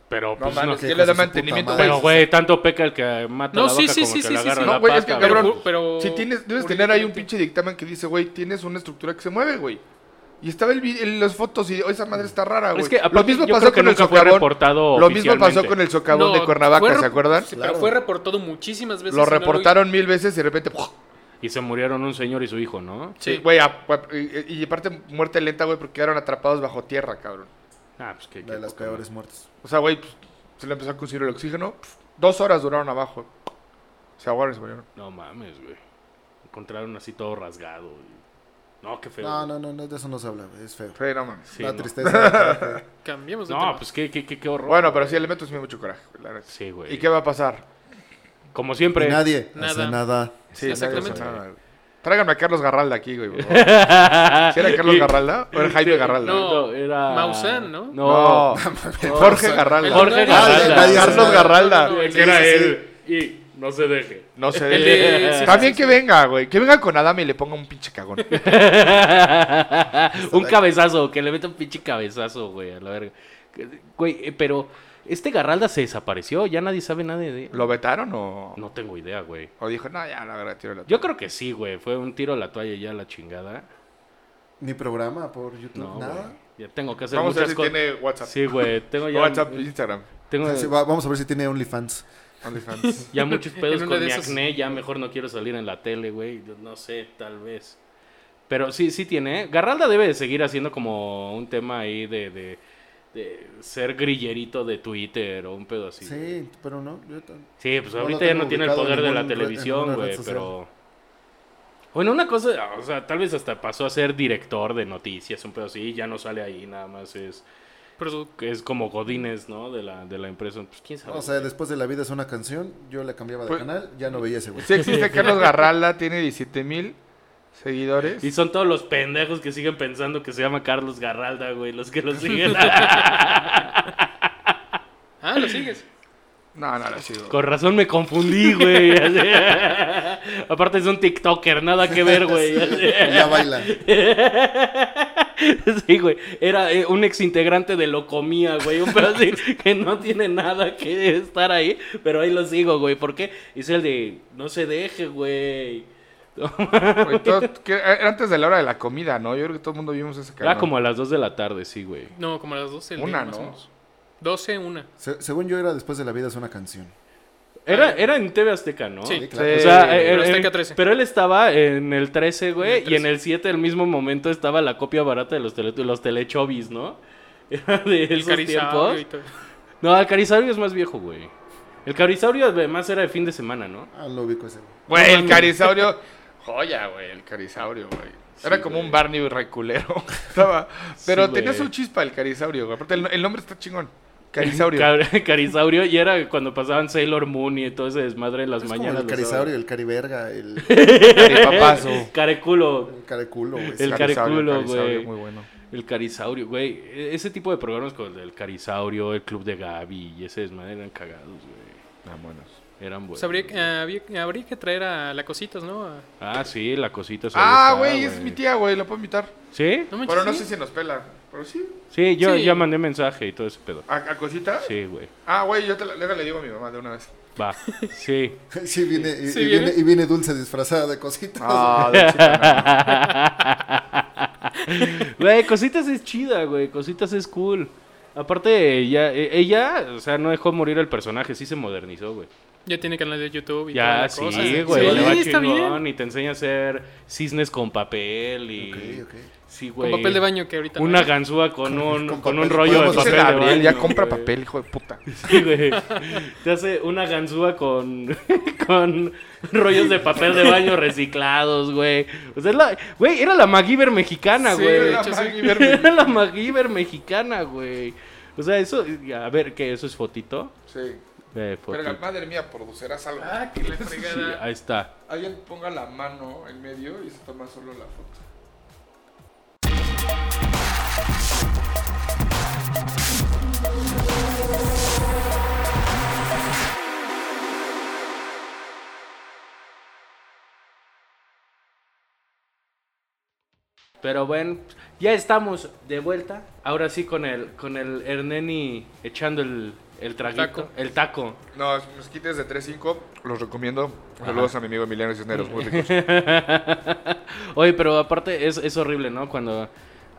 Speaker 1: Pero
Speaker 2: No
Speaker 1: pues no,
Speaker 2: mames,
Speaker 4: que
Speaker 2: ¿quién le da
Speaker 4: hijo de su puta
Speaker 2: mantenimiento,
Speaker 4: madre.
Speaker 1: Pero,
Speaker 2: güey?
Speaker 1: güey, tanto peca el que mata
Speaker 3: No,
Speaker 1: la
Speaker 3: sí,
Speaker 1: vaca
Speaker 3: sí,
Speaker 1: como
Speaker 3: sí,
Speaker 1: el que
Speaker 3: sí,
Speaker 1: le
Speaker 3: sí,
Speaker 1: agarra
Speaker 3: sí.
Speaker 1: la
Speaker 2: No, güey, es que,
Speaker 1: pata,
Speaker 2: cabrón,
Speaker 1: güey.
Speaker 3: Pero- pero-
Speaker 2: Si tienes, debes tener ahí un pinche dictamen que dice, güey, tienes una estructura que se mueve, güey. Y estaba el, vi- el- las fotos y oh, esa madre está rara, güey.
Speaker 1: Es que aparte, yo creo que nunca fue reportado
Speaker 2: Lo mismo pasó
Speaker 1: oficialmente.
Speaker 2: con el socavón
Speaker 3: No,
Speaker 2: de Cuernavaca,
Speaker 3: fue
Speaker 2: ¿se
Speaker 3: re-
Speaker 2: acuerdan?
Speaker 3: Sí,
Speaker 4: Claro.
Speaker 3: Pero fue reportado muchísimas veces.
Speaker 2: Lo
Speaker 3: y no
Speaker 2: reportaron mil veces y de repente. ¡puf!
Speaker 1: Y se murieron un señor y su hijo, ¿no?
Speaker 3: Sí.
Speaker 2: Sí, güey. a- a- Y, y aparte, muerte lenta, güey, porque quedaron atrapados bajo tierra, cabrón.
Speaker 1: Ah, pues que.
Speaker 4: de las peores muertes.
Speaker 2: O sea, güey, pues, se le empezó a consumir el oxígeno. pf, Dos horas duraron abajo. Se ahogaron y se murieron.
Speaker 1: No mames, güey. Encontraron así todo rasgado. güey. No, qué feo.
Speaker 4: No,
Speaker 1: güey.
Speaker 4: no, no, no, de eso no se habla, güey, es feo.
Speaker 2: Sí, no mames.
Speaker 1: Sí,
Speaker 4: da
Speaker 1: no.
Speaker 4: tristeza. da coraje.
Speaker 3: Cambiemos de
Speaker 1: No,
Speaker 3: tema.
Speaker 1: pues qué, qué, qué, qué horror.
Speaker 2: Bueno, pero sí, el evento sí me dio mucho coraje, güey, la neta.
Speaker 1: Sí, güey.
Speaker 2: ¿Y qué va a pasar?
Speaker 1: Como
Speaker 4: Y
Speaker 1: siempre.
Speaker 4: nadie
Speaker 3: Nada.
Speaker 4: hace nada.
Speaker 2: Sí,
Speaker 3: Exactamente.
Speaker 2: nadie hace nada, güey. Tráiganme a Carlos Garralda aquí, güey. por favor. ¿Sí era Carlos
Speaker 1: Y-
Speaker 2: Garralda? ¿O era Jaime
Speaker 1: Sí,
Speaker 2: Garralda?
Speaker 3: no.
Speaker 1: era.
Speaker 3: Maussan, ¿no?
Speaker 1: No.
Speaker 2: Jorge Garralda.
Speaker 1: Jorge
Speaker 4: Garralda. nadie hace
Speaker 2: Carlos
Speaker 4: nada.
Speaker 2: Garralda.
Speaker 3: No, no, no,
Speaker 1: Que era
Speaker 4: Sí, sí,
Speaker 1: él. Y no se deje.
Speaker 2: No sé.
Speaker 3: El de- sí,
Speaker 2: También
Speaker 3: sí,
Speaker 2: que venga, güey. Que venga con Adame y le ponga un pinche cagón.
Speaker 1: un cabezazo, que le meta un pinche cabezazo, güey, a la verga. Que- Güey, eh, pero este Garralda se desapareció, ya nadie sabe nada de él.
Speaker 2: ¿Lo vetaron o.?
Speaker 1: No tengo idea, güey.
Speaker 2: O dijo, no, ya, la verdad, tiro la
Speaker 1: Yo creo que sí, güey, fue un tiro a la toalla ya a la chingada.
Speaker 4: Ni programa por YouTube,
Speaker 1: No,
Speaker 4: nada.
Speaker 1: güey. Ya tengo que hacer
Speaker 2: Vamos a ver
Speaker 1: muchas
Speaker 2: si
Speaker 1: cosas.
Speaker 2: tiene WhatsApp.
Speaker 1: Sí, güey, tengo ya
Speaker 2: WhatsApp, Instagram.
Speaker 1: tengo
Speaker 4: Sí, va- vamos a ver si tiene OnlyFans.
Speaker 2: OnlyFans.
Speaker 1: ya muchos pedos
Speaker 3: En una
Speaker 1: con
Speaker 3: de
Speaker 1: mi
Speaker 3: esas.
Speaker 1: acné, ya mejor no quiero salir en la tele, güey, yo no sé, tal vez. Pero sí, sí tiene. ¿eh? Garralda debe de seguir haciendo como un tema ahí de, de, de ser grillerito de Twitter o un pedo así.
Speaker 4: Sí,
Speaker 1: güey.
Speaker 4: pero no. yo tan-
Speaker 1: Sí, pues
Speaker 4: No lo
Speaker 1: ahorita ya
Speaker 4: tengo
Speaker 1: no tiene el
Speaker 4: ubicado en
Speaker 1: poder de la
Speaker 4: ningún re- en
Speaker 1: televisión,
Speaker 4: ninguna red
Speaker 1: güey,
Speaker 4: social.
Speaker 1: pero... Bueno, una cosa, o sea, tal vez hasta pasó a ser director de noticias, un pedo así, ya no sale ahí, nada más es,
Speaker 3: Produ-
Speaker 1: es como Godínez, ¿no? De la, de la empresa, pues quién sabe.
Speaker 4: O sea, después de La vida es una canción, yo la cambiaba de
Speaker 2: Pues-
Speaker 4: canal, ya no veía ese güey.
Speaker 2: Sí existe Carlos Garralda, tiene 17 mil seguidores.
Speaker 1: y son todos los pendejos que siguen pensando que se llama Carlos Garralda, güey, los que lo siguen.
Speaker 3: Ah, lo sigues.
Speaker 2: No, no, lo sigo.
Speaker 1: Con razón me confundí, güey. Así. Aparte es un TikToker, nada que ver, güey. Así.
Speaker 4: Y ya baila.
Speaker 1: Sí, güey. Era eh, un exintegrante de Locomía, güey. Un pedo así que no tiene nada que estar ahí. Pero ahí lo sigo, güey. ¿Por qué? Hice el de no se deje, güey.
Speaker 2: Güey, todo- que- eh, era antes de la hora de la comida, ¿no? Yo creo que todo el mundo vimos ese canal.
Speaker 1: Era como a las 2 de la tarde, sí, güey.
Speaker 3: No, como a las 12. el día,
Speaker 2: Una,
Speaker 3: más o
Speaker 2: ¿no?
Speaker 3: menos. 12, una.
Speaker 4: Se- según yo era después de La vida es una canción.
Speaker 1: Era, era en TV Azteca, ¿no?
Speaker 3: Sí.
Speaker 1: O
Speaker 2: Sí.
Speaker 1: sea,
Speaker 2: Eh,
Speaker 1: eh,
Speaker 3: pero
Speaker 1: eh,
Speaker 3: Azteca
Speaker 1: él-
Speaker 3: 13.
Speaker 1: pero él estaba en el 13, güey,
Speaker 3: En el
Speaker 1: y en el 7 al mismo momento estaba la copia barata de los, tele, los Telechobis, ¿no? Era de
Speaker 3: El
Speaker 1: esos
Speaker 3: Carizabio ah, y
Speaker 1: tiempos.
Speaker 3: todo.
Speaker 1: No, el Carisaurio es más viejo, güey. El Carisaurio además era de fin de semana, ¿no?
Speaker 4: Ah, lo ubico ese güey.
Speaker 2: Güey, el carisaurio. Joya, güey, el carisaurio, güey. Era como un Barney reculero. Estaba. Pero
Speaker 1: Sí,
Speaker 2: tenía
Speaker 1: güey.
Speaker 2: su chispa el carisaurio, güey. Aparte, el, el nombre está chingón. Carisaurio.
Speaker 1: Cab- Carisaurio, y era cuando pasaban Sailor Moon y todo ese desmadre en las
Speaker 4: Es como
Speaker 1: mañanas.
Speaker 4: el
Speaker 1: los
Speaker 4: carisaurio, el cariverga, el,
Speaker 2: Caripapazo.
Speaker 1: sábados. Careculo.
Speaker 4: el careculo, güey.
Speaker 1: El
Speaker 4: sí.
Speaker 1: cariculo, güey.
Speaker 2: Muy bueno.
Speaker 1: El Carisaurio, güey. e- Ese tipo de programas como el del Carisaurio, el Club de Gaby y ese desmadre eran cagados, güey.
Speaker 2: Vámonos.
Speaker 1: Eran
Speaker 3: Pues
Speaker 1: buenos.
Speaker 3: habría, que- habría- habría que traer a la cositas, ¿no? A-
Speaker 1: Ah, sí, la cosita. se gusta,
Speaker 2: Ah, güey, es mi tía, güey, la puedo invitar.
Speaker 1: ¿Sí?
Speaker 3: No manches,
Speaker 2: Pero no
Speaker 3: sí.
Speaker 2: sé si nos pela. Pero sí.
Speaker 1: Sí, yo
Speaker 3: Sí.
Speaker 1: ya mandé mensaje y todo ese pedo.
Speaker 2: ¿A, a cosita?
Speaker 1: Sí, güey.
Speaker 2: Ah, güey, yo te la, déjale, le digo a mi mamá de una vez.
Speaker 1: Va. Sí.
Speaker 4: Sí, viene, y,
Speaker 3: Sí,
Speaker 4: y
Speaker 3: viene.
Speaker 4: viene, y viene dulce disfrazada de cositas.
Speaker 2: Ah, de
Speaker 1: Güey, Cositas es chida, güey. Cositas es cool. Aparte, ella, e- ella, o sea, no dejó morir el personaje, sí se modernizó, güey.
Speaker 3: Ya tiene canal de YouTube y toda
Speaker 1: Ya,
Speaker 3: la
Speaker 1: sí,
Speaker 3: cosa.
Speaker 1: güey.
Speaker 3: Sí,
Speaker 1: le va
Speaker 3: está
Speaker 1: chingón
Speaker 3: bien.
Speaker 1: y te enseña a hacer cisnes con papel y.
Speaker 4: Ok, ok.
Speaker 1: Sí,
Speaker 3: Con
Speaker 1: güey.
Speaker 3: papel de baño que ahorita...
Speaker 1: Una
Speaker 3: no hay.
Speaker 1: ganzúa con un,
Speaker 4: con
Speaker 1: con un
Speaker 4: papel.
Speaker 1: rollo de
Speaker 4: Podemos
Speaker 1: papel.
Speaker 2: Dice
Speaker 1: de
Speaker 2: pues, Gabriel, ya
Speaker 1: baño,
Speaker 2: compra
Speaker 1: güey.
Speaker 2: papel, hijo de puta.
Speaker 1: Sí, güey. Te hace una ganzúa con, con rollos de papel de baño reciclados, güey. O sea, es la, güey, era la MacGyver mexicana,
Speaker 3: Sí,
Speaker 1: güey.
Speaker 3: de hecho, sí.
Speaker 1: Era la MacGyver mexicana, güey. O sea, eso, a ver, ¿qué? ¿Eso es fotito?
Speaker 2: Sí.
Speaker 1: Eh, fotito.
Speaker 2: Pero madre mía, producerás algo.
Speaker 3: Ah, que la
Speaker 1: Sí,
Speaker 3: fregada.
Speaker 1: ahí está.
Speaker 2: Alguien ponga la mano en medio y se toma solo la foto.
Speaker 1: Pero bueno, ya estamos de vuelta. Ahora sí con el, con el Herneni echando el, el traguito.
Speaker 3: Taco.
Speaker 1: El taco.
Speaker 2: No, es- los quites de 3.5 los recomiendo. Saludos a mi amigo Emiliano Cisneros, muy ricos.
Speaker 1: Oye, pero aparte es, es horrible, ¿no? Cuando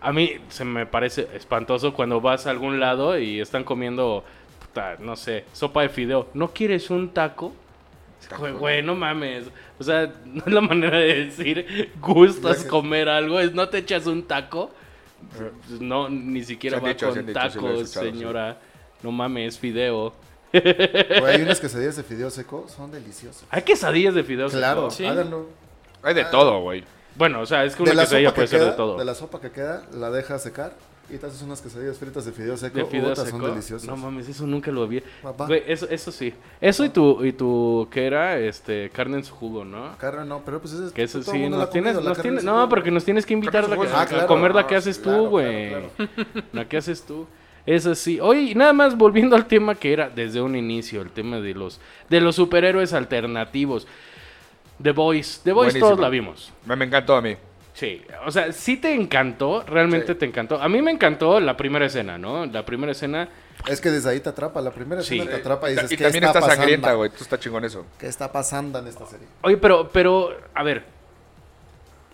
Speaker 1: a mí se me parece espantoso cuando vas a algún lado y están comiendo, puta, no sé, sopa de fideo. ¿No quieres un taco? Güey, güey, no mames. O sea, no es la manera de decir gustas
Speaker 4: Gracias.
Speaker 1: comer algo, es no te echas un taco. Pues No, ni siquiera
Speaker 2: Se han
Speaker 1: va
Speaker 2: dicho, se
Speaker 1: con
Speaker 2: han dicho, sí lo he
Speaker 1: tacos,
Speaker 2: escuchado, sí.
Speaker 1: señora. No mames, fideo.
Speaker 4: Güey, hay unas quesadillas de fideo seco, son deliciosas.
Speaker 1: Hay quesadillas de fideo.
Speaker 4: Claro,
Speaker 1: seco?
Speaker 3: Sí.
Speaker 4: háganlo.
Speaker 2: Hay de todo, güey.
Speaker 1: Bueno, o sea, es que
Speaker 4: De
Speaker 1: una
Speaker 4: la,
Speaker 1: quesadilla
Speaker 4: sopa
Speaker 1: puede
Speaker 4: que
Speaker 1: ser
Speaker 4: queda,
Speaker 1: de todo.
Speaker 4: de la sopa que queda, la dejas secar y te haces unas quesadillas fritas de fideo seco.
Speaker 1: de fideo
Speaker 4: Puta,
Speaker 1: seco.
Speaker 4: son deliciosas.
Speaker 1: No mames, eso nunca lo había.
Speaker 4: Papá.
Speaker 1: Güey, eso, eso sí. Eso y tu, y tu, ¿qué era? Este, carne en su jugo, ¿no?
Speaker 4: Carne no, pero pues es
Speaker 1: Que eso
Speaker 4: todo
Speaker 1: sí,
Speaker 4: el mundo la
Speaker 1: nos
Speaker 4: ha
Speaker 1: tienes,
Speaker 4: comido, la
Speaker 1: nos
Speaker 4: carne
Speaker 1: tienes-
Speaker 4: sí,
Speaker 1: no, porque nos tienes que invitar
Speaker 2: Carne en su
Speaker 1: la que-
Speaker 2: jugo,
Speaker 1: a
Speaker 2: ah, claro.
Speaker 1: comer la
Speaker 2: Ah,
Speaker 1: que haces
Speaker 2: sí,
Speaker 1: tú,
Speaker 4: claro,
Speaker 1: güey.
Speaker 4: claro,
Speaker 1: La que haces tú. Eso sí. Oye, y nada más volviendo al tema que era desde un inicio, el tema de los, de los superhéroes alternativos. The Voice. The Voice todos
Speaker 2: Buenísimo.
Speaker 1: la vimos.
Speaker 2: Me, me encantó a mí.
Speaker 1: Sí, o sea, sí te encantó, realmente
Speaker 2: Sí.
Speaker 1: te encantó. A mí me encantó la primera escena, ¿no? La primera escena,
Speaker 4: Es que desde ahí te atrapa, la primera
Speaker 1: Sí.
Speaker 4: escena te atrapa y dices,
Speaker 2: y
Speaker 4: ¿qué
Speaker 2: también
Speaker 4: está,
Speaker 2: está
Speaker 4: pasando?
Speaker 2: sangrienta, güey. Tú está chingón eso.
Speaker 4: ¿Qué está pasando en esta serie?
Speaker 1: Oye, pero, pero, a ver.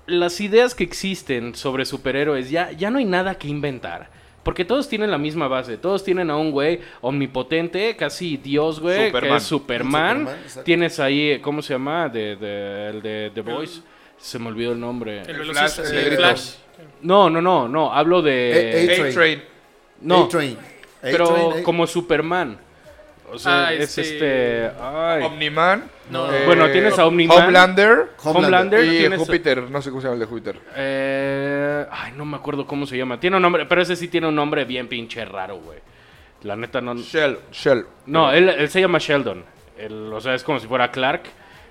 Speaker 1: Las ideas que existen sobre superhéroes, ya, ya no hay nada que inventar. Porque todos tienen la misma base. Todos tienen a un güey omnipotente, casi Dios, güey, que
Speaker 2: Superman.
Speaker 1: es Superman.
Speaker 4: Superman, exacto.
Speaker 1: Tienes ahí, eh, ¿cómo se llama? De, de, el de The Voice. Se me olvidó el nombre.
Speaker 3: El
Speaker 2: El
Speaker 3: velocista,
Speaker 2: Flash,
Speaker 3: sí,
Speaker 2: el
Speaker 3: el
Speaker 2: grito.
Speaker 3: Flash.
Speaker 1: No, no, no, no. Hablo
Speaker 4: Eh,
Speaker 1: de.
Speaker 4: eh, A-Train.
Speaker 2: A-Train.
Speaker 1: no,
Speaker 4: A-Train.
Speaker 1: pero
Speaker 4: A-Train, eh,
Speaker 1: como Superman. O sea,
Speaker 3: Ah,
Speaker 1: es
Speaker 3: este-
Speaker 1: este. ay.
Speaker 2: Omniman. eh,
Speaker 3: No.
Speaker 1: Bueno, tienes a Omniman.
Speaker 2: Homelander.
Speaker 1: Homelander.
Speaker 2: Y
Speaker 1: tienes-
Speaker 2: Júpiter. No sé cómo se llama el de Júpiter.
Speaker 1: Eh, ay, no me acuerdo cómo se llama. Tiene un nombre, pero ese sí tiene un nombre bien pinche raro, güey. La neta no.
Speaker 2: Shell. Shell.
Speaker 1: No, él, él se llama Sheldon. Él, o sea, es como si fuera Clark.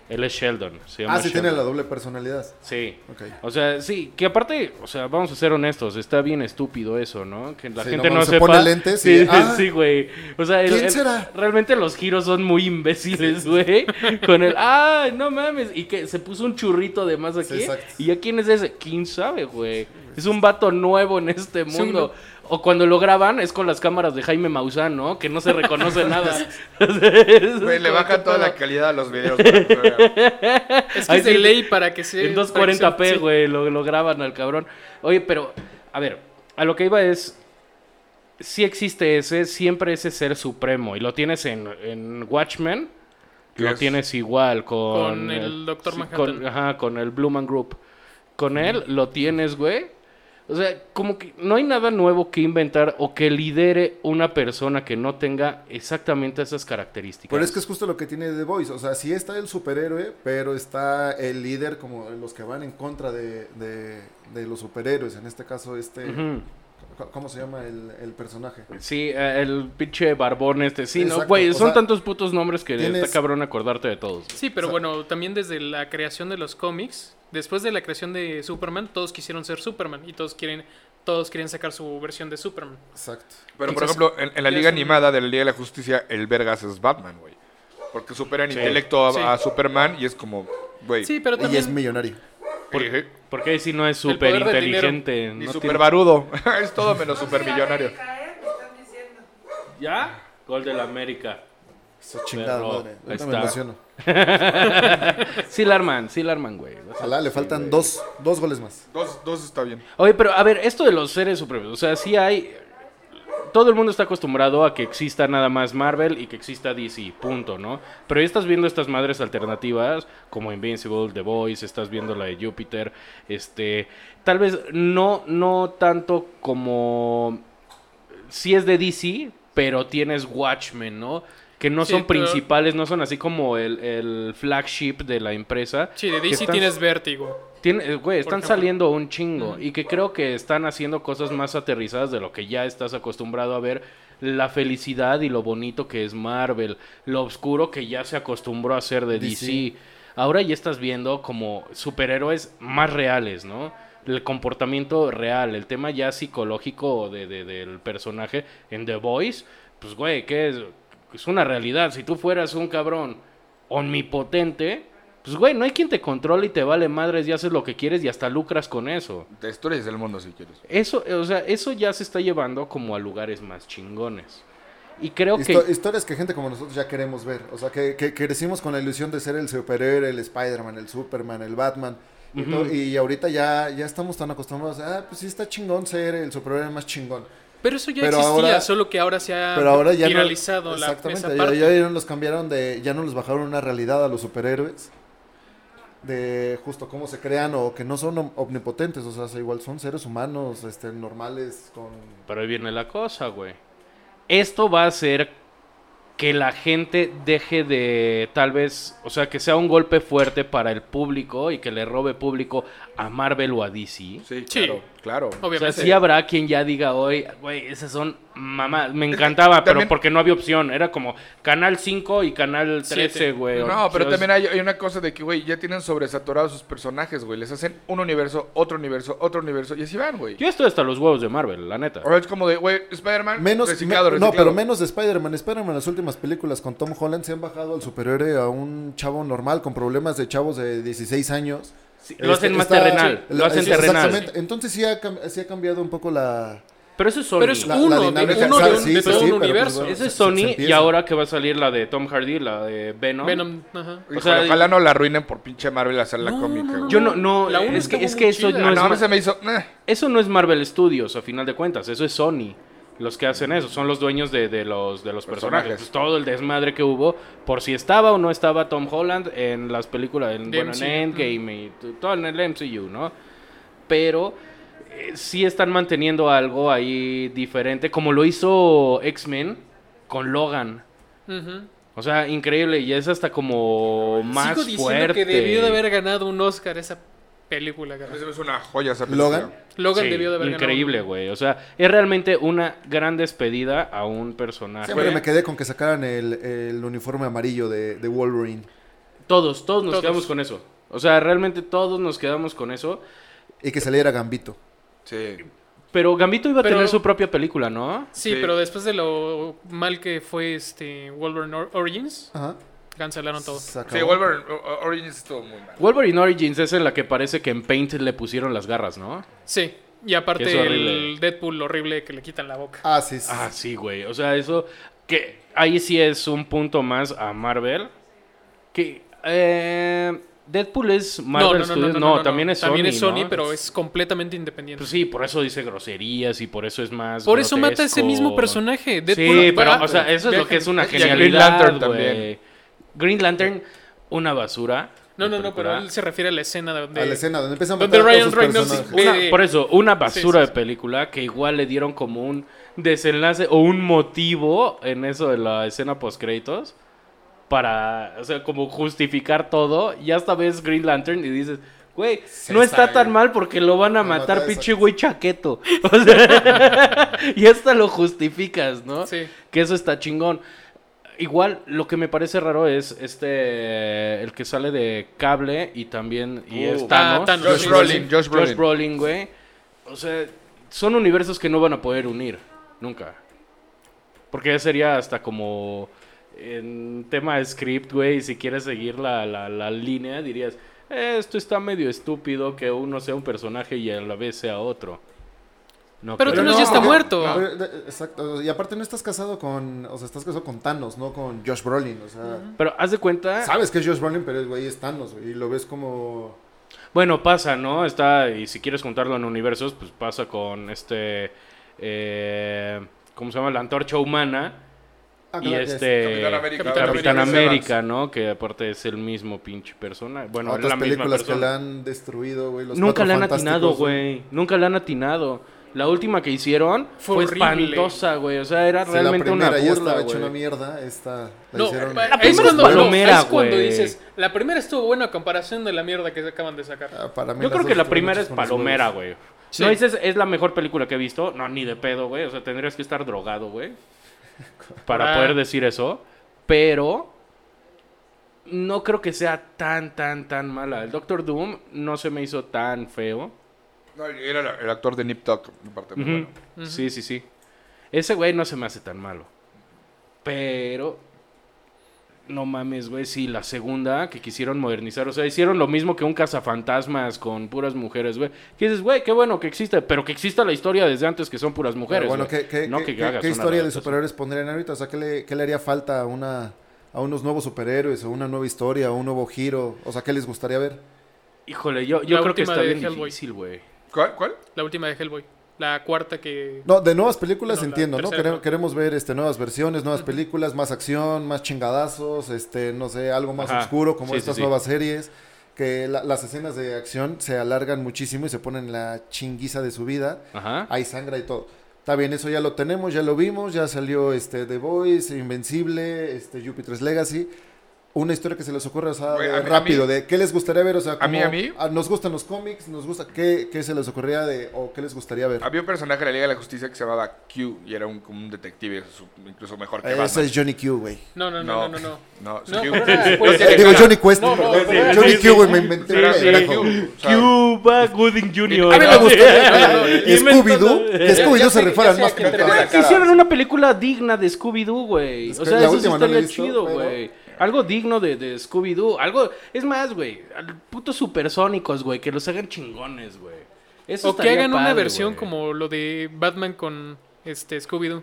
Speaker 1: Él es Sheldon. se llama
Speaker 4: Ah, sí tiene
Speaker 1: Sheldon.
Speaker 4: la doble personalidad.
Speaker 1: Sí.
Speaker 4: Ok.
Speaker 1: O sea, sí, que aparte, o sea, vamos a ser honestos, está bien estúpido eso, ¿no? Que la
Speaker 4: Sí,
Speaker 1: gente
Speaker 4: no
Speaker 1: no,
Speaker 4: mames, se
Speaker 1: sepa.
Speaker 4: pone lentes y-
Speaker 1: sí,
Speaker 4: ah.
Speaker 1: sí, güey. O sea, el-
Speaker 4: ¿Quién
Speaker 1: el-
Speaker 4: será?
Speaker 1: realmente los giros son muy imbéciles, güey. Con el, ah, no mames, y que se puso un churrito de más
Speaker 4: Sí,
Speaker 1: aquí.
Speaker 4: exacto.
Speaker 1: ¿Y ya quién es ese? ¿Quién sabe, güey? Es un vato nuevo en este
Speaker 3: Sí,
Speaker 1: mundo. O cuando lo graban es con las cámaras de Jaime Maussan, ¿no? Que no se reconoce nada.
Speaker 2: Güey, le bajan
Speaker 1: baja
Speaker 2: toda la calidad a los videos. para que lo vean.
Speaker 3: Es que
Speaker 1: Ahí
Speaker 3: es de
Speaker 1: sí.
Speaker 3: ley para que se...
Speaker 1: en
Speaker 3: para que
Speaker 1: 240p,
Speaker 3: se-
Speaker 1: güey, lo, lo graban al cabrón. Oye, pero, a ver, a lo que iba es, sí existe ese, siempre ese ser supremo, y lo tienes en, en Watchmen,
Speaker 2: Que
Speaker 1: lo
Speaker 2: es-
Speaker 1: tienes igual con...
Speaker 3: Con el Dr. Manhattan.
Speaker 1: Con, ajá, con el Blue Man Group. Con él lo tienes, güey. O sea, como que no hay nada nuevo que inventar o que lidere una persona que no tenga exactamente esas características.
Speaker 4: Pero es que es justo lo que tiene The Voice. O sea, sí está el superhéroe, pero está el líder como los que van en contra de, de- de los superhéroes. En este caso, este...
Speaker 1: Ujú.
Speaker 4: co- ¿Cómo se llama el, el personaje?
Speaker 1: Sí, eh, el pinche barbón este. Sí, no,
Speaker 4: Exacto,
Speaker 1: güey,
Speaker 4: o
Speaker 1: son
Speaker 4: sea,
Speaker 1: tantos putos nombres que está
Speaker 4: tienes-
Speaker 1: cabrón acordarte de todos.
Speaker 3: Sí, pero
Speaker 4: O sea-
Speaker 3: bueno, también desde la creación de los cómics, después de la creación de Superman, todos quisieron ser Superman y todos quieren todos querían sacar su versión de Superman.
Speaker 4: Exacto.
Speaker 2: Pero,
Speaker 3: Entonces,
Speaker 2: por ejemplo, en, en la
Speaker 3: ya
Speaker 2: Liga
Speaker 3: es un-
Speaker 2: Animada de la Liga de la Justicia, el Vergas es Batman, güey. Porque supera en intelecto a,
Speaker 3: Sí.
Speaker 2: a Superman y es como, güey.
Speaker 3: Sí, pero
Speaker 4: Y es
Speaker 3: también
Speaker 4: millonario.
Speaker 2: eh,
Speaker 1: Porque si no es
Speaker 3: El poder
Speaker 1: súper
Speaker 3: del
Speaker 1: inteligente.
Speaker 2: Ni
Speaker 1: no
Speaker 2: super
Speaker 1: tiene-
Speaker 2: barudo. es todo menos super millonario.
Speaker 1: ¿Ya? Gol del América.
Speaker 4: Esa chingada
Speaker 1: Perro.
Speaker 4: madre.
Speaker 1: Ahí
Speaker 4: Ahorita me
Speaker 1: está.
Speaker 4: emociono.
Speaker 1: Sí, la arman, sí, la arman, güey. O sea,
Speaker 4: Ojalá, le
Speaker 1: sí,
Speaker 4: faltan
Speaker 1: güey.
Speaker 4: dos, dos goles más.
Speaker 2: Dos, dos está bien.
Speaker 1: Oye, pero a ver, esto de los seres supremos, o sea, sí hay... Todo el mundo está acostumbrado a que exista nada más Marvel y que exista DC, punto, ¿no? Pero ya estás viendo estas madres alternativas, como Invincible, The Voice, estás viendo la de Júpiter, este... Tal vez no, no tanto como... Si es de DC, pero tienes Watchmen, ¿no? Que no
Speaker 3: Sí,
Speaker 1: son
Speaker 3: pero-
Speaker 1: principales, no son así como el, el flagship de la empresa.
Speaker 3: Sí, de
Speaker 1: que
Speaker 3: DC
Speaker 1: están-
Speaker 3: tienes vértigo.
Speaker 1: tiene- eh, güey, están
Speaker 3: ejemplo.
Speaker 1: saliendo un chingo y que creo que están haciendo cosas más aterrizadas de lo que ya estás acostumbrado a ver. La felicidad y lo bonito que es Marvel, lo oscuro que ya se acostumbró a hacer de DC.
Speaker 4: DC.
Speaker 1: Ahora ya estás viendo como superhéroes más reales, ¿no? El comportamiento real, el tema ya psicológico de- de- del personaje en The Voice, pues güey, que es, es una realidad. Si tú fueras un cabrón omnipotente, pues güey, no hay quien te controle y te vale madres y haces lo que quieres y hasta lucras con eso.
Speaker 2: Destruyes el mundo si quieres.
Speaker 1: Eso, o sea, eso ya se está llevando como a lugares más chingones. Y creo que...
Speaker 4: Histo- historias que gente como nosotros ya queremos ver. O sea, que, que- que crecimos con la ilusión de ser el superhéroe, el Spider-Man, el Superman, el Batman. Y,
Speaker 1: Ujú.
Speaker 4: todo- y ahorita ya, ya estamos tan acostumbrados. Ah, pues sí está chingón ser el superhéroe más chingón.
Speaker 3: Pero eso ya
Speaker 4: Pero
Speaker 3: existía,
Speaker 4: ahora-
Speaker 3: solo que ahora se ha
Speaker 4: Pero ahora ya no-
Speaker 3: viralizado la,
Speaker 4: Exactamente,
Speaker 3: esa
Speaker 4: ya,
Speaker 3: parte.
Speaker 4: ya no los cambiaron de... Ya no los bajaron una realidad a los superhéroes. De justo cómo se crean o que no son om- omnipotentes. O sea, igual son seres humanos, este, normales, con...
Speaker 1: Pero ahí viene la cosa, güey. Esto va a hacer que la gente deje de tal vez, o sea, que sea un golpe fuerte para el público y que le robe público a Marvel o a DC.
Speaker 2: Sí,
Speaker 3: Sí.
Speaker 2: claro. claro.
Speaker 1: O sea,
Speaker 3: Obviamente.
Speaker 1: sí habrá quien ya diga hoy, güey, esas son mamás. Me encantaba,
Speaker 2: también-
Speaker 1: pero porque no había opción. Era como Canal 5 y Canal 13,
Speaker 3: Siete.
Speaker 1: güey.
Speaker 2: No, pero
Speaker 1: O sea,
Speaker 2: también hay, hay una cosa de que, güey, ya tienen sobresaturados sus personajes, güey. Les hacen un universo, otro universo, otro universo, y así van, güey.
Speaker 1: Yo estoy hasta los huevos de Marvel, la neta.
Speaker 2: Ahora es como de, güey, Spider-Man,
Speaker 4: Menos,
Speaker 2: reciclado,
Speaker 4: me- no,
Speaker 2: reciclado.
Speaker 4: pero menos de Spider-Man. Spider-Man, las últimas películas con Tom Holland se han bajado al superhéroe a un chavo normal con problemas de chavos de 16 años. Este,
Speaker 1: lo hacen más terrenal, lo hacen terrenal.
Speaker 4: Exactamente. Entonces sí ha, cam- sí ha cambiado un poco la...
Speaker 1: Pero eso es Sony.
Speaker 3: Pero es
Speaker 4: La- la
Speaker 3: uno, de,
Speaker 4: dinámica,
Speaker 3: uno de
Speaker 4: claro,
Speaker 3: un-
Speaker 4: sí,
Speaker 3: de
Speaker 4: sí,
Speaker 3: todo
Speaker 4: sí,
Speaker 3: un
Speaker 4: pero pues
Speaker 3: universo.
Speaker 4: bueno.
Speaker 1: Ese es
Speaker 4: se- se
Speaker 1: Sony y
Speaker 4: empieza.
Speaker 1: ahora que va a salir la de Tom Hardy, la de Venom.
Speaker 3: Venom, ajá.
Speaker 2: Híjole,
Speaker 1: o sea,
Speaker 2: ojalá no la arruinen por pinche Marvel hacer la
Speaker 3: No,
Speaker 2: cómica,
Speaker 3: no,
Speaker 2: güey.
Speaker 1: Yo no, no, eh,
Speaker 3: La uno
Speaker 1: es que,
Speaker 3: estuvo
Speaker 1: es
Speaker 3: muy
Speaker 1: que eso
Speaker 3: chida.
Speaker 1: no
Speaker 2: Ah,
Speaker 1: es,
Speaker 2: no, a mí
Speaker 1: Ma-
Speaker 2: se me hizo. eh.
Speaker 1: eso no es Marvel Studios, a final de cuentas, eso es Sony. Los que hacen eso, son los dueños de, de los, de los personajes.
Speaker 2: Personajes.
Speaker 1: Pues todo el desmadre que hubo, por si estaba o no estaba Tom Holland en las películas, en,
Speaker 3: De
Speaker 1: bueno, en
Speaker 3: MCU,
Speaker 1: Endgame y t- todo en el MCU, ¿no? Pero eh, sí están manteniendo algo ahí diferente, como lo hizo X-Men con Logan.
Speaker 3: Ujú.
Speaker 1: O sea, increíble, y es hasta como más
Speaker 3: Sigo diciendo
Speaker 1: fuerte.
Speaker 3: que debió de haber ganado un Oscar esa película.
Speaker 2: A mí
Speaker 3: cabrón.
Speaker 2: se me hizo una joya esa película.
Speaker 4: Logan.
Speaker 3: Logan
Speaker 1: Sí,
Speaker 3: debió de haber
Speaker 1: increíble,
Speaker 3: ganado.
Speaker 1: güey. O sea, es realmente una gran despedida a un personaje.
Speaker 4: Siempre
Speaker 2: Güey.
Speaker 4: me quedé con que sacaran el, el uniforme amarillo de, de Wolverine.
Speaker 1: Todos, todos nos
Speaker 3: Todos.
Speaker 1: quedamos con eso. O sea, realmente todos nos quedamos con eso.
Speaker 4: Y que saliera Gambito.
Speaker 2: Sí.
Speaker 1: Pero Gambito iba a
Speaker 3: Pero-
Speaker 1: tener su propia película, ¿no?
Speaker 3: Sí,
Speaker 2: Sí.
Speaker 3: pero después de lo mal que fue este Wolverine Or- Origins,
Speaker 4: Ajá.
Speaker 3: cancelaron todo.
Speaker 4: Se acabó.
Speaker 2: Sí, Wolverine o- o- Origins estuvo muy mal.
Speaker 1: Wolverine Origins es en la que parece que en Paint le pusieron las garras, ¿no?
Speaker 3: Sí, y aparte
Speaker 1: Que es horrible.
Speaker 3: el Deadpool horrible que le quitan la boca.
Speaker 4: Ah, sí, sí.
Speaker 1: Ah, sí, güey. O sea, eso que ahí sí es un punto más a Marvel. Que eh, Deadpool es Marvel Studios. No, también es
Speaker 3: También
Speaker 1: Sony.
Speaker 3: es Sony,
Speaker 1: ¿no?
Speaker 3: pero es completamente independiente.
Speaker 1: Pues sí, por eso dice groserías y por eso es más.
Speaker 3: Por eso mata a ese
Speaker 1: grotesco.
Speaker 3: mismo personaje. Deadpool
Speaker 1: Sí,
Speaker 3: va-
Speaker 1: pero, o sea, eso es lo que es una
Speaker 2: Y a Green
Speaker 1: genialidad.
Speaker 2: Lantern
Speaker 1: güey.
Speaker 2: también.
Speaker 1: Green Lantern, una basura.
Speaker 3: No,
Speaker 1: de
Speaker 3: no, no, pero
Speaker 1: película.
Speaker 3: él se refiere a la escena donde...
Speaker 4: a la escena donde empiezan a
Speaker 3: donde
Speaker 4: matar a todos
Speaker 3: Ryan
Speaker 4: sus
Speaker 3: Reynolds-
Speaker 4: personajes.
Speaker 1: Una-
Speaker 3: Eh,
Speaker 1: por eso, una
Speaker 3: sí,
Speaker 1: basura
Speaker 3: sí,
Speaker 1: de película que igual le dieron como un desenlace o un motivo en eso de la escena post créditos para, o sea, como justificar todo. Y hasta ves Green Lantern y dices, güey, no está
Speaker 2: sabe.
Speaker 1: tan mal porque lo van a
Speaker 4: Lo
Speaker 1: matar,
Speaker 4: mata,
Speaker 1: pinche güey chaqueto. O sea, y hasta lo justificas, ¿no?
Speaker 3: Sí.
Speaker 1: Que eso está chingón. Igual, lo que me parece raro es este. El que sale de cable y también. Y
Speaker 2: Uh.
Speaker 1: es Thanos.
Speaker 3: Ah, Thanos.
Speaker 2: Josh Brolin, Josh Brolin.
Speaker 1: Josh Brolin, güey. O sea, son universos que no van a poder unir, nunca. Porque ya sería hasta como en tema de script, güey, si quieres seguir la, la- la línea, dirías, "Eh, esto está medio estúpido que uno sea un personaje y a la vez sea otro. No,
Speaker 3: Pero
Speaker 1: creo.
Speaker 3: Thanos ya está
Speaker 4: porque-
Speaker 3: muerto.
Speaker 4: pero, de- exacto. Y aparte no estás casado con. O sea, estás casado con Thanos, no con Josh Brolin. O sea,
Speaker 1: Pero haz de cuenta...
Speaker 4: sabes que es Josh Brolin, pero el güey es Thanos, güey. Y lo ves como.
Speaker 1: Bueno, pasa, ¿no? Está, y si quieres juntarlo en universos, pues pasa con este, eh, ¿cómo se llama? La antorcha humana
Speaker 4: Ah,
Speaker 1: y
Speaker 4: claro, ya
Speaker 1: este
Speaker 2: Capitán América.
Speaker 1: Capitán
Speaker 2: Capitán
Speaker 1: América, ¿no? Que aparte es el mismo pinche personaje. Bueno, es
Speaker 4: Otras
Speaker 1: la misma
Speaker 4: películas que le
Speaker 1: persona.
Speaker 4: han destruido, güey. los
Speaker 1: Nunca
Speaker 4: Cuatro
Speaker 1: le han
Speaker 4: Fantásticos,
Speaker 1: atinado, güey. Nunca le han atinado. La última que hicieron
Speaker 3: Fue
Speaker 1: fue,
Speaker 3: horrible.
Speaker 1: espantosa, güey. O sea, era
Speaker 4: Si
Speaker 1: realmente
Speaker 4: la
Speaker 1: una
Speaker 4: primera ya
Speaker 1: burla,
Speaker 4: estaba
Speaker 1: güey.
Speaker 4: hecha una mierda, esta la
Speaker 3: No, eh,
Speaker 4: hicieron.
Speaker 3: la
Speaker 1: es
Speaker 3: primera
Speaker 1: cuando-
Speaker 3: estuvo-
Speaker 1: palomera,
Speaker 3: es cuando
Speaker 1: güey.
Speaker 3: dices, la primera estuvo buena a comparación de la mierda que se acaban de sacar.
Speaker 4: Ah, para mí
Speaker 1: Yo creo
Speaker 4: las dos
Speaker 1: que la
Speaker 4: estuvieron
Speaker 1: primera
Speaker 4: hechas
Speaker 1: es
Speaker 4: con los
Speaker 1: Palomera,
Speaker 4: huevos.
Speaker 1: güey.
Speaker 3: Sí.
Speaker 1: No dices, es la mejor película que he visto. No, ni de pedo, güey. O sea, tendrías que estar drogado, güey. Para
Speaker 3: Ah.
Speaker 1: poder decir eso. Pero. No creo que sea tan, tan, tan mala. El Doctor Doom no se me hizo tan feo.
Speaker 2: No, era la- el actor de Nip Tuck, aparte, muy
Speaker 1: Ujú.
Speaker 2: bueno.
Speaker 1: Sí, sí, sí. Ese güey no se me hace tan malo. Pero. No mames, güey. Sí, la segunda que quisieron modernizar. O sea, hicieron lo mismo que un cazafantasmas con puras mujeres, güey. Que dices, güey, qué bueno que existe. Pero que exista la historia desde antes que son puras mujeres.
Speaker 4: Pero bueno,
Speaker 1: güey.
Speaker 4: ¿qué, qué-
Speaker 1: no
Speaker 4: qué-
Speaker 1: que
Speaker 4: qué-
Speaker 1: hagas
Speaker 4: qué
Speaker 1: una
Speaker 4: historia de
Speaker 1: adaptación.
Speaker 4: superhéroes pondrían ahorita? O sea, ¿qué le, qué le haría falta a una a unos nuevos superhéroes, a una nueva historia, a un nuevo giro? O sea, ¿qué les gustaría ver?
Speaker 1: Híjole, yo, yo
Speaker 3: La
Speaker 1: creo que
Speaker 3: última
Speaker 1: está
Speaker 3: de
Speaker 1: bien
Speaker 3: Hellboy.
Speaker 1: difícil, güey.
Speaker 2: ¿Cuál? ¿Cuál?
Speaker 3: La última de Hellboy. La cuarta que...
Speaker 4: No, de nuevas películas
Speaker 3: Bueno, la
Speaker 4: entiendo, ¿no?
Speaker 3: tercera,
Speaker 4: Quere-
Speaker 3: ¿no?
Speaker 4: queremos ver este nuevas versiones, nuevas películas, más acción, más chingadazos, este, no sé, algo más
Speaker 1: Ajá.
Speaker 4: oscuro como
Speaker 1: Sí, sí,
Speaker 4: estas
Speaker 1: sí.
Speaker 4: nuevas series, que la- las escenas de acción se alargan muchísimo y se ponen la chinguiza de su vida.
Speaker 1: Ajá.
Speaker 4: hay sangre y todo. Está bien, eso ya lo tenemos, ya lo vimos, ya salió este The Voice, Invencible, este Jupiter's Legacy. Una historia que se les ocurre, o sea,
Speaker 2: Güey,
Speaker 4: de-
Speaker 2: a mí-
Speaker 4: rápido,
Speaker 2: a mí-
Speaker 4: de qué les gustaría ver, o sea,
Speaker 2: A mí,
Speaker 4: como-
Speaker 2: a mí.
Speaker 4: nos gustan los cómics, nos gusta, qué, qué se les ocurría de, o qué les gustaría ver.
Speaker 2: Había un personaje de la Liga de la Justicia que se llamaba Q y era un, como un detective, su- incluso mejor que
Speaker 4: Ese
Speaker 2: Batman.
Speaker 4: es Johnny Q, güey.
Speaker 3: No, no, no, no, no. no.
Speaker 2: No, Q.
Speaker 3: No, pero era-
Speaker 2: No tiene
Speaker 4: Eh, Digo,
Speaker 2: cara.
Speaker 4: Johnny Quest,
Speaker 3: No, no,
Speaker 4: perdón.
Speaker 3: sí, sí,
Speaker 4: Johnny
Speaker 1: sí,
Speaker 4: Q, güey,
Speaker 1: sí.
Speaker 4: me inventé.
Speaker 2: Era-
Speaker 4: güey,
Speaker 2: era
Speaker 4: hijo.
Speaker 2: Q. o sea,
Speaker 1: Cuba Gooding Jr.
Speaker 3: A mí me gustaría-
Speaker 1: Ah,
Speaker 3: no, no,
Speaker 1: sí.
Speaker 4: eh, Scooby-Doo,
Speaker 1: Ya-
Speaker 4: que Scooby-Doo
Speaker 3: ya
Speaker 4: se
Speaker 3: sé-
Speaker 4: refiera
Speaker 3: ya
Speaker 4: al
Speaker 3: sé
Speaker 4: más
Speaker 3: a quién te
Speaker 4: pintado.
Speaker 1: Güey, que hicieran una película digna de Scooby-Doo, güey.
Speaker 4: Es
Speaker 1: O
Speaker 4: que
Speaker 1: sea,
Speaker 4: la
Speaker 1: eso sí
Speaker 4: última no la he
Speaker 1: estaría
Speaker 4: visto,
Speaker 1: chido,
Speaker 4: pero-
Speaker 1: güey. Algo digno de, de Scooby-Doo. Algo, es más, güey, al- putos supersónicos, güey, que los hagan chingones, güey. Eso
Speaker 3: O que
Speaker 1: estaría
Speaker 3: hagan una
Speaker 1: padre,
Speaker 3: versión
Speaker 1: güey.
Speaker 3: como lo de Batman con este Scooby-Doo.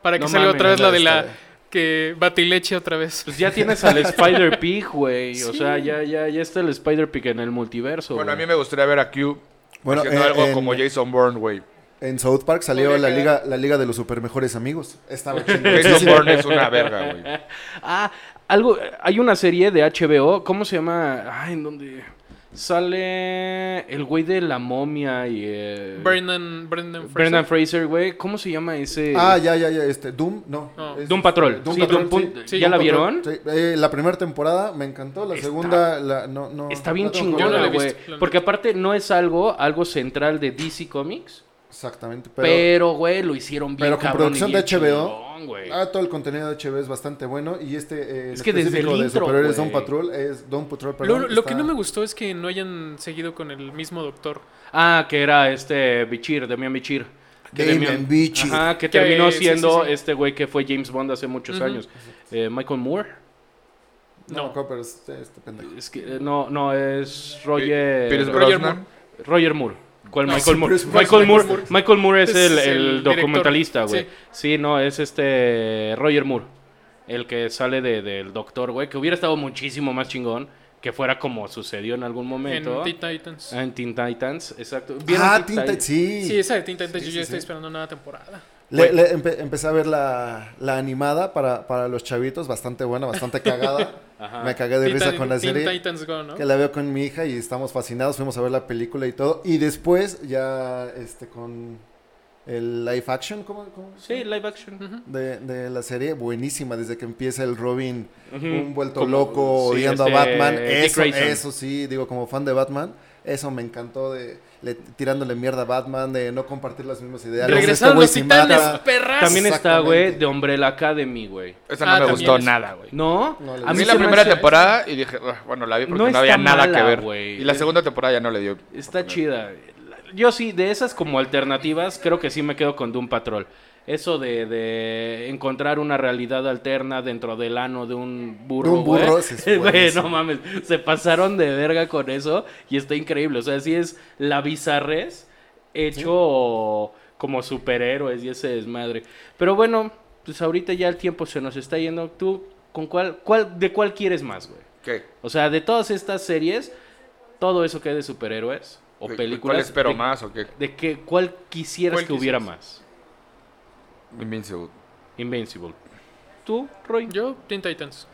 Speaker 3: Para que
Speaker 1: No
Speaker 3: salga otra
Speaker 1: mames,
Speaker 3: vez la de
Speaker 4: esta-
Speaker 3: la que batileche otra vez.
Speaker 1: Pues ya tienes al Spider-Pig, güey. O
Speaker 3: Sí.
Speaker 1: sea, ya, ya, ya está el Spider-Pig en el multiverso,
Speaker 2: Bueno, a
Speaker 1: güey.
Speaker 2: mí me gustaría ver a Q
Speaker 4: Bueno,
Speaker 2: haciendo
Speaker 4: eh,
Speaker 2: algo
Speaker 4: en-
Speaker 2: como Jason Bourne, güey.
Speaker 4: En South Park salió
Speaker 3: Podría
Speaker 4: la
Speaker 3: quedar.
Speaker 4: liga, la liga de los super mejores amigos. Estaba
Speaker 2: Jason
Speaker 4: chingón.
Speaker 2: Bourne es una verga, güey.
Speaker 1: Ah, algo, hay una serie de HBO, ¿cómo se llama? Ah, en donde sale el güey de la momia y... eh,
Speaker 3: Brendan, Brendan Fraser.
Speaker 1: Brendan Fraser, güey. ¿Cómo se llama ese?
Speaker 4: Ah, ya, ya, ya, este, Doom, no.
Speaker 3: No.
Speaker 4: es-
Speaker 1: Doom Patrol.
Speaker 4: Doom
Speaker 1: Sí,
Speaker 4: Patrol,
Speaker 1: Doom
Speaker 4: sí.
Speaker 1: Pun-
Speaker 3: Sí,
Speaker 1: ¿Ya la
Speaker 4: Doom
Speaker 1: vieron?
Speaker 4: Patrol, sí. Eh, la primera temporada me encantó, la
Speaker 1: Está-
Speaker 4: segunda, la, no, no.
Speaker 1: Está bien
Speaker 4: la tengo que
Speaker 3: Yo no
Speaker 1: chingona,
Speaker 3: la he
Speaker 4: ver.
Speaker 1: güey.
Speaker 3: visto, la
Speaker 1: Porque aparte no es algo, algo central de DC Comics.
Speaker 4: Exactamente, pero,
Speaker 1: Pero, güey, lo hicieron bien
Speaker 4: pero con
Speaker 1: cabrón y
Speaker 4: producción de
Speaker 1: bien
Speaker 4: HBO.
Speaker 1: chingón, güey.
Speaker 4: ah, todo el contenido de HBO es bastante bueno y este eh,
Speaker 1: Es
Speaker 4: en
Speaker 1: que desde
Speaker 4: específico
Speaker 1: el
Speaker 4: de
Speaker 1: intro,
Speaker 4: superhéroes
Speaker 1: güey.
Speaker 4: Doom Patrol es Doom Patrol,
Speaker 3: Lo,
Speaker 4: perdón,
Speaker 3: lo que
Speaker 4: está-
Speaker 3: no me gustó es que no hayan seguido con el mismo doctor.
Speaker 1: Ah, que era este Bichir, Demian Bichir. Que
Speaker 4: Damien Ah, Bichir.
Speaker 1: Ajá, que
Speaker 3: Que,
Speaker 1: terminó
Speaker 3: sí, sí,
Speaker 1: siendo
Speaker 3: sí.
Speaker 1: este güey que fue James Bond hace muchos
Speaker 3: Ujú.
Speaker 1: años. Eh, Michael Moore.
Speaker 4: No,
Speaker 3: No.
Speaker 4: me acuerdo, pero es este, este pendejo.
Speaker 1: Es que, eh, no, no, es Roger...
Speaker 2: Pierce
Speaker 3: Roger
Speaker 2: Brosnan.
Speaker 1: Roger Moore. ¿Cuál
Speaker 3: No,
Speaker 1: Michael
Speaker 4: sí,
Speaker 1: Moore?
Speaker 4: Bruce
Speaker 1: Michael
Speaker 4: Willis,
Speaker 1: Moore,
Speaker 4: Michael Moore.
Speaker 1: Michael Moore es,
Speaker 3: Es
Speaker 1: el,
Speaker 3: el
Speaker 1: el
Speaker 3: director.
Speaker 1: documentalista, güey.
Speaker 3: Sí.
Speaker 1: Sí. no, es este Roger Moore, el que sale de- del doctor, güey, que hubiera estado muchísimo más chingón que fuera como sucedió en algún momento.
Speaker 3: En Teen Titans.
Speaker 1: Ah, En Teen Titans, exacto. ¿Vieron
Speaker 4: Ah,
Speaker 1: Teen
Speaker 4: Teen
Speaker 1: Titans?
Speaker 4: Titans, sí.
Speaker 3: Sí, esa de Teen Titans
Speaker 4: Sí,
Speaker 3: yo
Speaker 4: sí,
Speaker 3: ya
Speaker 4: sí.
Speaker 3: estoy esperando una nueva temporada.
Speaker 4: Le, le empe- empecé a ver la, la animada para, para los chavitos, bastante buena, bastante cagada.
Speaker 1: Ajá.
Speaker 4: Me cagué de
Speaker 3: Teen
Speaker 4: risa
Speaker 3: Titan-
Speaker 4: con la
Speaker 3: Teen
Speaker 4: serie.
Speaker 3: Titans Go, ¿no?
Speaker 4: Que la veo con mi hija y estamos fascinados, fuimos a ver la película y todo. Y después ya este con el live action, ¿cómo? cómo?
Speaker 1: Sí, live action.
Speaker 4: De, de la serie, buenísima, desde que empieza el Robin,
Speaker 1: Ujú.
Speaker 4: un vuelto
Speaker 1: Como-
Speaker 4: loco,
Speaker 1: sí,
Speaker 4: odiando
Speaker 1: este,
Speaker 4: a Batman.
Speaker 1: Dick
Speaker 4: Eso,
Speaker 1: Grayson.
Speaker 4: eso sí, digo, como fan de Batman, eso me encantó de le- tirándole mierda a Batman, de no compartir las mismas ideas.
Speaker 1: este
Speaker 4: Este
Speaker 3: Regresaron los titanes, perras.
Speaker 1: También está, güey,
Speaker 4: Exactamente.
Speaker 1: de Umbrella Academy, güey.
Speaker 2: Esa no
Speaker 3: Ah,
Speaker 2: me
Speaker 3: también
Speaker 2: gustó
Speaker 3: es-
Speaker 2: nada, güey.
Speaker 1: ¿No,
Speaker 4: No, la
Speaker 2: A mí
Speaker 4: vi.
Speaker 1: se
Speaker 2: la
Speaker 1: me
Speaker 2: primera
Speaker 1: hace-
Speaker 2: temporada y dije, "Ah, bueno, la vi porque
Speaker 1: No
Speaker 2: no, había
Speaker 1: está
Speaker 2: nada
Speaker 1: mala,
Speaker 2: que ver.
Speaker 1: güey.
Speaker 2: Y la segunda temporada ya no le dio.
Speaker 1: Está
Speaker 2: oportunidad.
Speaker 1: chida. yo sí, de esas como alternativas, creo que sí me quedo con Doom Patrol. Eso de, de encontrar una realidad alterna dentro del ano de un burro.
Speaker 4: De un burro,
Speaker 1: güey.
Speaker 4: sí, es
Speaker 1: Güey,
Speaker 4: buenísimo.
Speaker 1: no mames, se pasaron de verga con eso y está increíble. O sea, sí es la bizarrez hecho como superhéroes y ese desmadre. Pero bueno, pues ahorita ya el tiempo se nos está yendo. ¿Tú con cuál, cuál, de cuál quieres más, güey?
Speaker 2: ¿Qué?
Speaker 1: O sea, de todas estas series, todo eso que hay de superhéroes o
Speaker 2: ¿Cuál
Speaker 1: películas.
Speaker 2: espero
Speaker 1: de,
Speaker 2: más o qué?
Speaker 1: De que, ¿Cuál quisieras
Speaker 2: ¿Cuál
Speaker 1: que hubiera
Speaker 2: quisieras?
Speaker 1: más?
Speaker 2: Invincible.
Speaker 1: Invincible. ¿Tú, Roy?
Speaker 3: Yo, Teen Titans.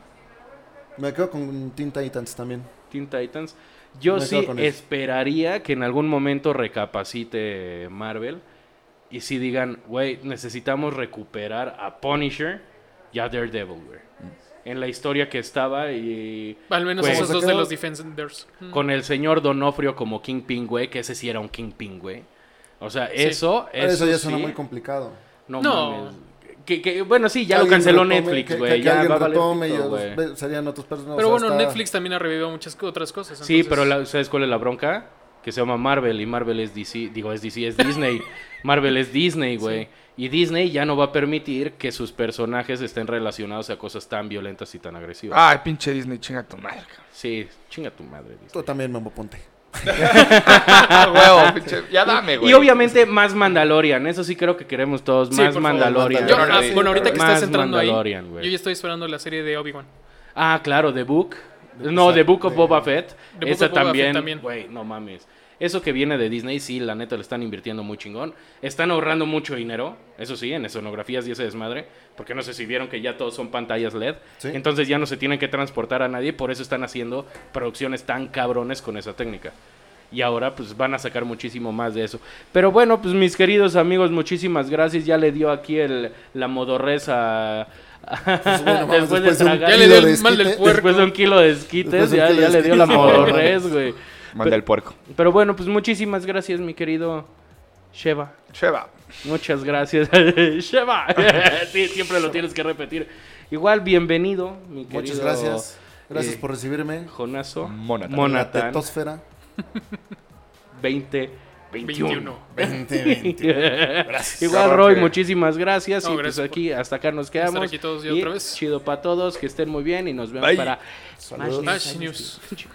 Speaker 4: Me quedo con Teen Titans también.
Speaker 1: Teen Titans. Yo
Speaker 4: Me quedo
Speaker 1: sí
Speaker 4: con eso.
Speaker 1: esperaría que en algún momento recapacite Marvel y si digan, güey, necesitamos recuperar a Punisher y a Daredevil, güey.
Speaker 4: Mm.
Speaker 1: En la historia que estaba y
Speaker 3: Al menos
Speaker 1: Güey.
Speaker 3: esos
Speaker 4: Se
Speaker 3: dos de
Speaker 4: quedó-
Speaker 3: los Defenders. Mm.
Speaker 1: Pues, con el señor Donofrio como Kingpin, güey, que ese sí era un Kingpin, güey. O sea, eso,
Speaker 4: Ah, Eso,
Speaker 1: eso,
Speaker 4: ya suena
Speaker 1: sí.
Speaker 4: muy complicado.
Speaker 1: No,
Speaker 3: No.
Speaker 1: mames. Que, que- bueno, sí, ya lo
Speaker 4: alguien
Speaker 1: canceló
Speaker 4: retome,
Speaker 1: Netflix,
Speaker 4: que-
Speaker 1: güey.
Speaker 4: Que, que
Speaker 1: ya va
Speaker 4: alguien
Speaker 1: a valer
Speaker 4: retome y
Speaker 1: pito,
Speaker 4: los-
Speaker 1: güey.
Speaker 4: ve- serían otros personajes.
Speaker 3: Pero
Speaker 4: o
Speaker 3: bueno,
Speaker 4: sea, está-
Speaker 3: Netflix también ha revivido muchas co- otras cosas.
Speaker 1: Sí,
Speaker 3: entonces-
Speaker 1: pero la, ¿sabes cuál es la bronca? Que se llama Marvel y Marvel es DC. Digo, es DC, es Disney. Marvel es Disney, güey. Y Disney ya no va a permitir que sus personajes estén relacionados a cosas tan violentas y tan agresivas.
Speaker 2: Ay, pinche Disney, chinga tu madre.
Speaker 4: Ah.
Speaker 2: cabrón.
Speaker 1: Sí, chinga tu madre. Disney.
Speaker 4: Tú también, Mambo Ponte.
Speaker 2: Ah, huevo, pinche. Ya dame, güey.
Speaker 1: Y obviamente más Mandalorian. Eso sí creo que queremos todos.
Speaker 3: Sí,
Speaker 1: Más
Speaker 3: por favor,
Speaker 1: Mandalorian.
Speaker 3: Yo-
Speaker 2: Yo no la
Speaker 3: ah,
Speaker 2: vi,
Speaker 3: bueno, ahorita que
Speaker 1: Más
Speaker 3: estás entrando ahí,
Speaker 1: Mandalorian, güey.
Speaker 3: yo ya estoy esperando la serie de Obi-Wan.
Speaker 1: Ah, claro, The Book. No,
Speaker 4: Exacto,
Speaker 1: The Book of
Speaker 4: de-
Speaker 1: Boba Fett.
Speaker 3: Book
Speaker 1: Esa
Speaker 3: of Boba Fett
Speaker 1: también,
Speaker 3: también.
Speaker 1: güey, no mames. Eso que viene de Disney, sí, la neta le están invirtiendo muy chingón. Están ahorrando mucho dinero, eso sí, en escenografías y ese desmadre. Porque no sé si vieron que ya todos son pantallas LED.
Speaker 4: Sí.
Speaker 1: Entonces ya no se tienen que transportar a nadie. Por eso están haciendo producciones tan cabrones con esa técnica. Y ahora pues van a sacar muchísimo más de eso. Pero bueno, pues mis queridos amigos, muchísimas gracias. Ya le dio aquí el, la modorrez a...
Speaker 4: Pues, bueno, mames,
Speaker 1: después, de
Speaker 4: después de un
Speaker 1: tragar.
Speaker 3: Ya le dio
Speaker 4: Kilo de
Speaker 3: el mal del
Speaker 4: esquite.
Speaker 3: puerco.
Speaker 1: Después de un kilo de esquites,
Speaker 4: Después de un
Speaker 1: ya,
Speaker 4: kilo
Speaker 1: ya
Speaker 4: de
Speaker 1: le dio la
Speaker 4: esquites, no,
Speaker 1: modorrez, güey.
Speaker 2: Manda el puerco.
Speaker 1: Pero bueno, pues muchísimas gracias, mi querido Sheva.
Speaker 2: Cheva.
Speaker 1: Muchas gracias, Sheva. sí, siempre lo tienes que repetir. Igual, bienvenido, mi querido.
Speaker 4: eh, Muchas gracias. Gracias
Speaker 1: eh,
Speaker 4: por recibirme.
Speaker 1: Jonazo.
Speaker 3: Mm.
Speaker 2: Monatán.
Speaker 4: La
Speaker 1: Monatán.
Speaker 4: tetosfera.
Speaker 1: 20.
Speaker 3: 21.
Speaker 4: 2020.
Speaker 1: Igual,
Speaker 2: Cabrón,
Speaker 1: Roy,
Speaker 2: que-
Speaker 1: muchísimas gracias.
Speaker 3: No,
Speaker 1: y
Speaker 3: gracias
Speaker 1: pues
Speaker 3: por
Speaker 1: aquí, hasta acá nos quedamos.
Speaker 3: aquí todos y otra vez.
Speaker 1: Chido para todos, que estén muy bien y nos vemos
Speaker 2: Bye.
Speaker 1: para
Speaker 4: Saludos.
Speaker 3: Ash News.